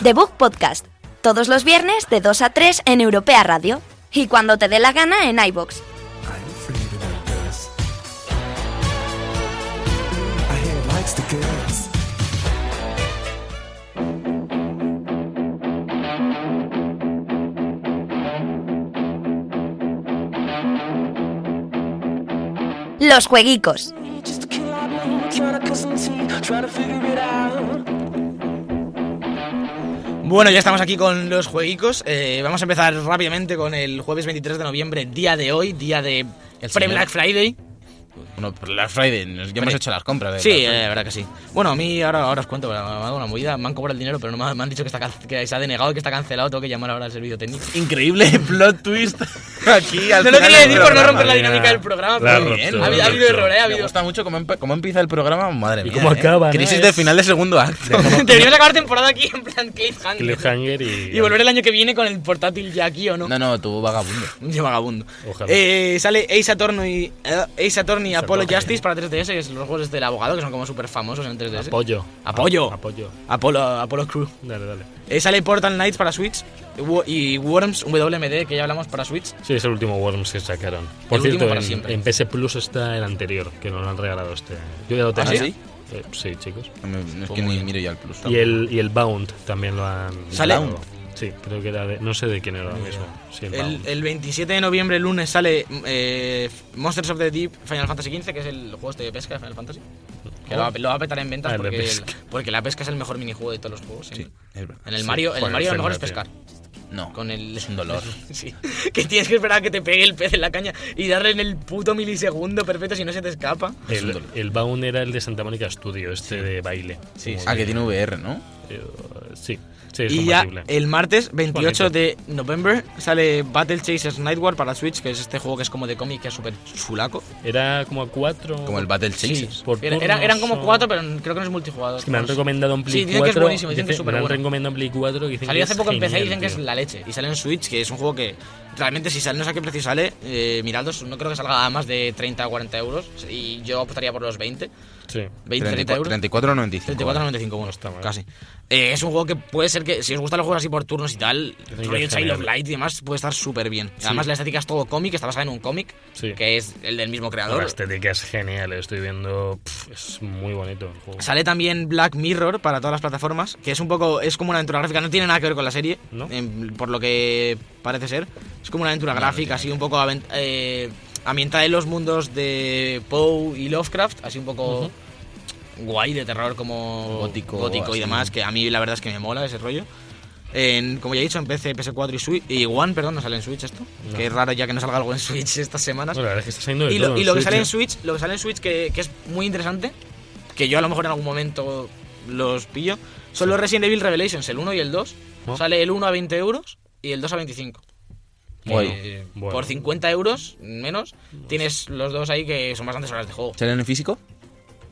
Speaker 1: The Book Podcast. Todos los viernes de 2 a 3 en Europea Radio. Y cuando te dé la gana en iBox.
Speaker 7: I'm afraid of that dust. I hear it likes the girls.
Speaker 1: Los jueguicos.
Speaker 7: Just a kill I know, trying to cut some teeth, trying to figure it out.
Speaker 4: Bueno, ya estamos aquí con los jueguicos. Eh, vamos a empezar rápidamente con el jueves 23 de noviembre, día de hoy, día de
Speaker 3: El
Speaker 4: pre-Black Friday.
Speaker 3: Bueno, Black Friday, nos- ya hemos
Speaker 4: Vale.
Speaker 3: hecho las compras. de
Speaker 4: Sí,
Speaker 3: Black
Speaker 4: eh,
Speaker 3: Friday.
Speaker 4: la verdad que sí. Bueno, a mí ahora, ahora os cuento, me ha dado una movida, me han cobrado el dinero, pero no me, han- me han dicho que, está, can- que se ha denegado, que está cancelado, tengo que llamar ahora al servicio técnico.
Speaker 3: Increíble plot twist aquí al
Speaker 4: No lo
Speaker 3: final
Speaker 4: quería
Speaker 3: del
Speaker 4: decir por no
Speaker 3: programa.
Speaker 4: romper la
Speaker 2: mira,
Speaker 4: dinámica del programa,
Speaker 2: la
Speaker 4: pero
Speaker 2: ha
Speaker 4: muy
Speaker 2: roto,
Speaker 4: bien.
Speaker 2: la
Speaker 4: Ha habido, ha
Speaker 2: ha
Speaker 4: habido
Speaker 2: roto.
Speaker 4: error, ¿eh? ha
Speaker 3: Me
Speaker 4: habido.
Speaker 3: gusta mucho cómo, empe- cómo empieza el programa, madre
Speaker 2: ¿Y
Speaker 3: mía.
Speaker 2: cómo
Speaker 3: ¿eh?
Speaker 2: acaba, no?
Speaker 3: Crisis
Speaker 2: Es-
Speaker 3: de final de segundo acto.
Speaker 4: Deberíamos acabar temporada aquí en plan cliffhanger.
Speaker 2: Cliffhanger y.
Speaker 4: Y volver el año que viene con el portátil ya aquí o no.
Speaker 3: No, no, tú vagabundo.
Speaker 4: Yo vagabundo.
Speaker 2: Ojalá.
Speaker 4: Eh, sale Ace Attorney, eh, Ace Attorney Apollo
Speaker 2: Attorney.
Speaker 4: Justice para 3DS, que es los juegos del abogado, que son como súper famosos en 3DS.
Speaker 2: Apoyo.
Speaker 4: ¿Eh? Apoyo.
Speaker 2: Apoyo.
Speaker 4: Apollo, Apollo Crew.
Speaker 2: Dale, dale.
Speaker 4: Eh, sale Portal Knights para Switch wo- y Worms WMD, que ya hablamos para Switch.
Speaker 2: Sí, es el último Worms que sacaron. Por
Speaker 4: último
Speaker 2: cierto,
Speaker 4: para
Speaker 2: en,
Speaker 4: siempre.
Speaker 2: en PS Plus está el anterior, que nos lo han regalado este. Yo ya lo
Speaker 4: ¿Ah,
Speaker 2: tenía.
Speaker 3: sí?
Speaker 2: Eh, sí, chicos.
Speaker 3: No me- no es
Speaker 4: Pues
Speaker 3: que
Speaker 4: muy
Speaker 3: ni
Speaker 4: bien.
Speaker 3: miro yo al plus.
Speaker 2: Y el, y el Bound también lo han.
Speaker 4: ¿Sale?
Speaker 2: regalado. Sí, creo que era de. No sé de quién era ahora mismo. Sí, el,
Speaker 4: El,
Speaker 2: Bound.
Speaker 4: el 27 de noviembre, lunes, sale eh, Monsters of the Deep Final Fantasy XV, que es el juego este de pesca de Final Fantasy. Que lo, va, lo va a petar en ventas
Speaker 2: Ah, el de
Speaker 4: porque, el-
Speaker 2: pesca.
Speaker 4: porque la pesca es el mejor minijuego de todos los juegos. siempre.
Speaker 3: Sí, es verdad.
Speaker 4: En el
Speaker 2: Sí,
Speaker 4: Mario, en el
Speaker 2: joder,
Speaker 4: Mario lo mejor es
Speaker 2: Zelda,
Speaker 4: pescar.
Speaker 3: No,
Speaker 4: Con el...
Speaker 3: es un dolor.
Speaker 4: Sí, que tienes que esperar a que te pegue el pez en la caña y darle en el puto milisegundo perfecto si no se te escapa.
Speaker 2: El, el Bound era el de Santa Mónica Studio, este de baile. Como
Speaker 3: Ah,
Speaker 2: de-
Speaker 3: que tiene VR, ¿no?
Speaker 2: eh, sí, sí, es
Speaker 4: Y ya
Speaker 2: compatible.
Speaker 4: el martes 28
Speaker 2: Bonito.
Speaker 4: de noviembre sale Battle Chasers Night War para Switch, que es este juego que es como de cómic, que es súper chulaco.
Speaker 2: Era como a cuatro.
Speaker 3: Como el Battle Chasers.
Speaker 2: por
Speaker 4: Era-
Speaker 2: turnos
Speaker 4: era- eran como
Speaker 2: o-
Speaker 4: cuatro, pero creo que no es multijugador.
Speaker 2: Es que me han
Speaker 4: No sé.
Speaker 2: recomendado en Play
Speaker 4: Sí, dicen
Speaker 2: 4.
Speaker 4: que es buenísimo, dicen que es
Speaker 2: me
Speaker 4: súper
Speaker 2: han
Speaker 4: bueno.
Speaker 2: recomendado en Play 4 que dicen
Speaker 4: Salió
Speaker 2: que
Speaker 4: hace
Speaker 2: es
Speaker 4: poco en PC y
Speaker 2: genial,
Speaker 4: dicen que es
Speaker 2: tío.
Speaker 4: la leche. Y sale en Switch, que es un juego que realmente si sale, no sé a qué precio sale, eh, miradlos, no creo que salga a más de 30 o 40 euros. Y yo apostaría por los 20.
Speaker 2: Sí.
Speaker 4: 20, 30 euros.
Speaker 3: 34,95.
Speaker 4: 34.95, bueno,
Speaker 2: está mal.
Speaker 4: ¿eh? casi. Eh, es un juego que puede ser que, si os gustan los juegos así por turnos y tal,
Speaker 2: que es
Speaker 4: rollo Child of
Speaker 2: genial.
Speaker 4: Light y demás, puede estar súper bien. Además, la estética es todo cómic, está basada en un cómic,
Speaker 2: Sí.
Speaker 4: que es el del mismo
Speaker 2: La
Speaker 4: creador.
Speaker 2: estética es genial, estoy viendo. pf, es muy bonito el juego.
Speaker 4: Sale también Black Mirror para todas las plataformas, que es un poco, es como una aventura gráfica, no tiene nada que ver con la serie,
Speaker 2: ¿No?
Speaker 4: em, por lo que parece ser. Es como una aventura gráfica, así un poco aven- eh, ambientada en los mundos de Poe y Lovecraft, así un poco guay de terror como
Speaker 3: Gótico,
Speaker 4: y
Speaker 3: así.
Speaker 4: demás, que a mí la verdad es que me mola ese rollo. En, como ya he dicho, en PC, PS4 y, Switch, y One, perdón, no sale en Switch esto.
Speaker 2: No.
Speaker 4: Que es raro ya que no salga algo en Switch estas semanas
Speaker 2: Bueno, la verdad es que está saliendo de
Speaker 4: y lo,
Speaker 2: todo
Speaker 4: y lo que
Speaker 2: Switch,
Speaker 4: sale
Speaker 2: ¿eh?
Speaker 4: en Switch, lo que sale en Switch que, que es muy interesante, que yo a lo mejor en algún momento los pillo, son los Resident Evil Revelations, el 1 y el 2.
Speaker 2: ¿No?
Speaker 4: Sale el 1 a 20 euros y el 2 a 25.
Speaker 3: Guay.
Speaker 4: Eh,
Speaker 2: Bueno.
Speaker 4: Por 50 euros menos, tienes los dos ahí que son bastantes horas de juego.
Speaker 3: ¿Salen en físico?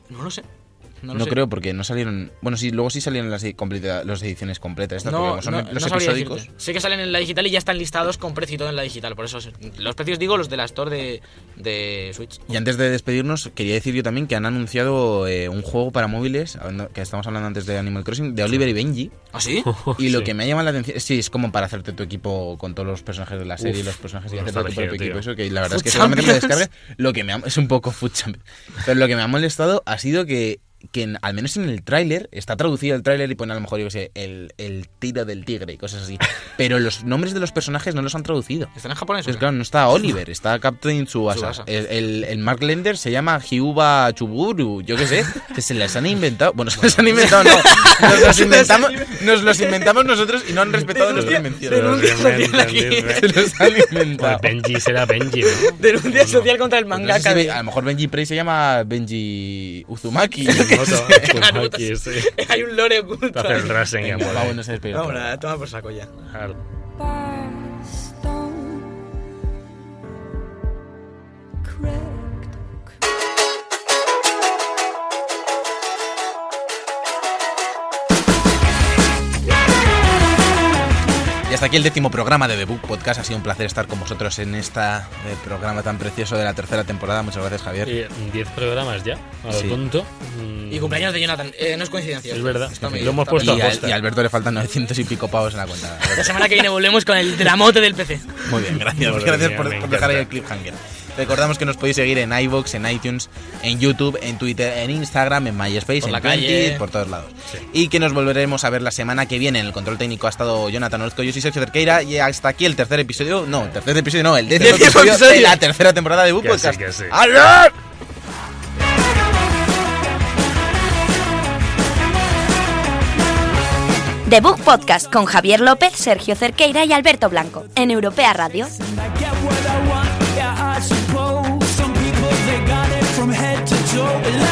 Speaker 4: No lo sé. No,
Speaker 3: No,
Speaker 4: lo sé.
Speaker 3: creo porque no salieron. Bueno, sí, luego sí salieron las, edi- completa- las ediciones completas. Estas, porque
Speaker 4: No,
Speaker 3: como son
Speaker 4: no,
Speaker 3: los
Speaker 4: no sabría
Speaker 3: episódicos.
Speaker 4: decirte. Sé que salen en la digital y ya están listados con precio y todo en la digital. Por eso es- los precios digo los de la store de, de Switch.
Speaker 3: Y antes de despedirnos, quería decir yo también que han anunciado eh, un juego para móviles, hablando- que estamos hablando antes de Animal Crossing, de Oliver y Benji.
Speaker 4: ¿Ah, sí?
Speaker 3: Y lo
Speaker 2: Sí.
Speaker 3: que me ha llamado la atención, sí, es como para hacerte tu equipo con todos los personajes de la serie,
Speaker 2: Uf,
Speaker 3: los personajes y
Speaker 2: una
Speaker 3: hacerte tu
Speaker 2: nostalgia,
Speaker 3: propio
Speaker 2: tío.
Speaker 3: equipo. Eso que la verdad es que
Speaker 4: Food
Speaker 3: seguramente me lo
Speaker 4: Champions.
Speaker 3: descargue. Lo que me ha, es un poco food champion. Pero lo que me ha molestado ha sido que, que en- al menos en el tráiler, está traducido el tráiler y pone a lo mejor, yo qué sé, el, el tiro del tigre y cosas así. Pero los nombres de los personajes no los han traducido.
Speaker 6: ¿Están en japonés? o qué?
Speaker 3: Entonces, Pues claro, no está Oliver, está Captain Tsubasa.
Speaker 6: Tsubasa.
Speaker 3: El, el- el Mark Lender se llama Hyuba Chuburu, yo qué sé, que se las han inventado. Bueno, se las han inventado, no. Nos los inventamos, nos los inventamos nosotros y no han respetado nuestra
Speaker 2: Pero
Speaker 3: invención.
Speaker 2: realmente,
Speaker 3: Se los han inventado.
Speaker 2: Joder, Benji será Benji, ¿no?
Speaker 6: Denuncia
Speaker 2: No.
Speaker 6: social contra el
Speaker 3: No sé si
Speaker 6: mangaka.
Speaker 3: Be-
Speaker 6: de-
Speaker 3: a lo mejor Benji Prey se llama Benji Uzumaki.
Speaker 2: Moto,
Speaker 6: Claro,
Speaker 2: Uzumaki, pues sí.
Speaker 6: Hay un lore oculto.
Speaker 2: Te hace el Rasengan, por ahí.
Speaker 3: Vamos, no se despide.
Speaker 6: Vamos, nada, toma por saco ya.
Speaker 2: Claro.
Speaker 8: Stone cracked
Speaker 3: Y hasta aquí el décimo programa de The Book Podcast. Ha sido un placer estar con vosotros en este programa tan precioso de la tercera temporada. Muchas gracias, Javier.
Speaker 2: Eh, 10 programas ya, a lo
Speaker 3: Sí.
Speaker 2: tonto. Mm,
Speaker 6: Y cumpleaños de Jonathan. Eh, no es coincidencia.
Speaker 2: Es verdad.
Speaker 6: Está muy
Speaker 2: Lo
Speaker 6: bien,
Speaker 2: hemos
Speaker 6: está
Speaker 2: puesto
Speaker 6: muy
Speaker 3: Y,
Speaker 2: a
Speaker 6: bien.
Speaker 3: al-
Speaker 2: posta.
Speaker 3: y a Alberto le faltan 900 y pico pavos en la cuenta.
Speaker 6: La semana que viene volvemos con el dramote del PC.
Speaker 3: Muy bien, gracias.
Speaker 2: Madre
Speaker 3: gracias
Speaker 2: mía,
Speaker 3: por,
Speaker 2: me
Speaker 3: por dejar ahí el
Speaker 2: encanta.
Speaker 3: cliffhanger. Recordamos que nos podéis seguir en iVoox, en iTunes, en YouTube, en Twitter, en Instagram, en MySpace,
Speaker 6: Por
Speaker 3: en
Speaker 6: la calle.
Speaker 3: Twenty, por todos lados.
Speaker 2: Sí.
Speaker 3: Y que nos volveremos a ver la semana que viene. En el control técnico ha estado Jonathan Orozco, yo soy Sergio Cerqueira. Y hasta aquí el tercer episodio. No, el tercer episodio no, el décimo
Speaker 6: Décimo
Speaker 3: episodio de
Speaker 6: episodio.
Speaker 3: la tercera temporada de Book
Speaker 2: Que sí,
Speaker 3: Podcast. Ah,
Speaker 2: que sí.
Speaker 3: ¡Alert!
Speaker 1: The Book Podcast con Javier López, Sergio Cerqueira y Alberto Blanco en Europea Radio.
Speaker 7: And I get what I want, yeah, I suppose. Some people, they got it from head to toe.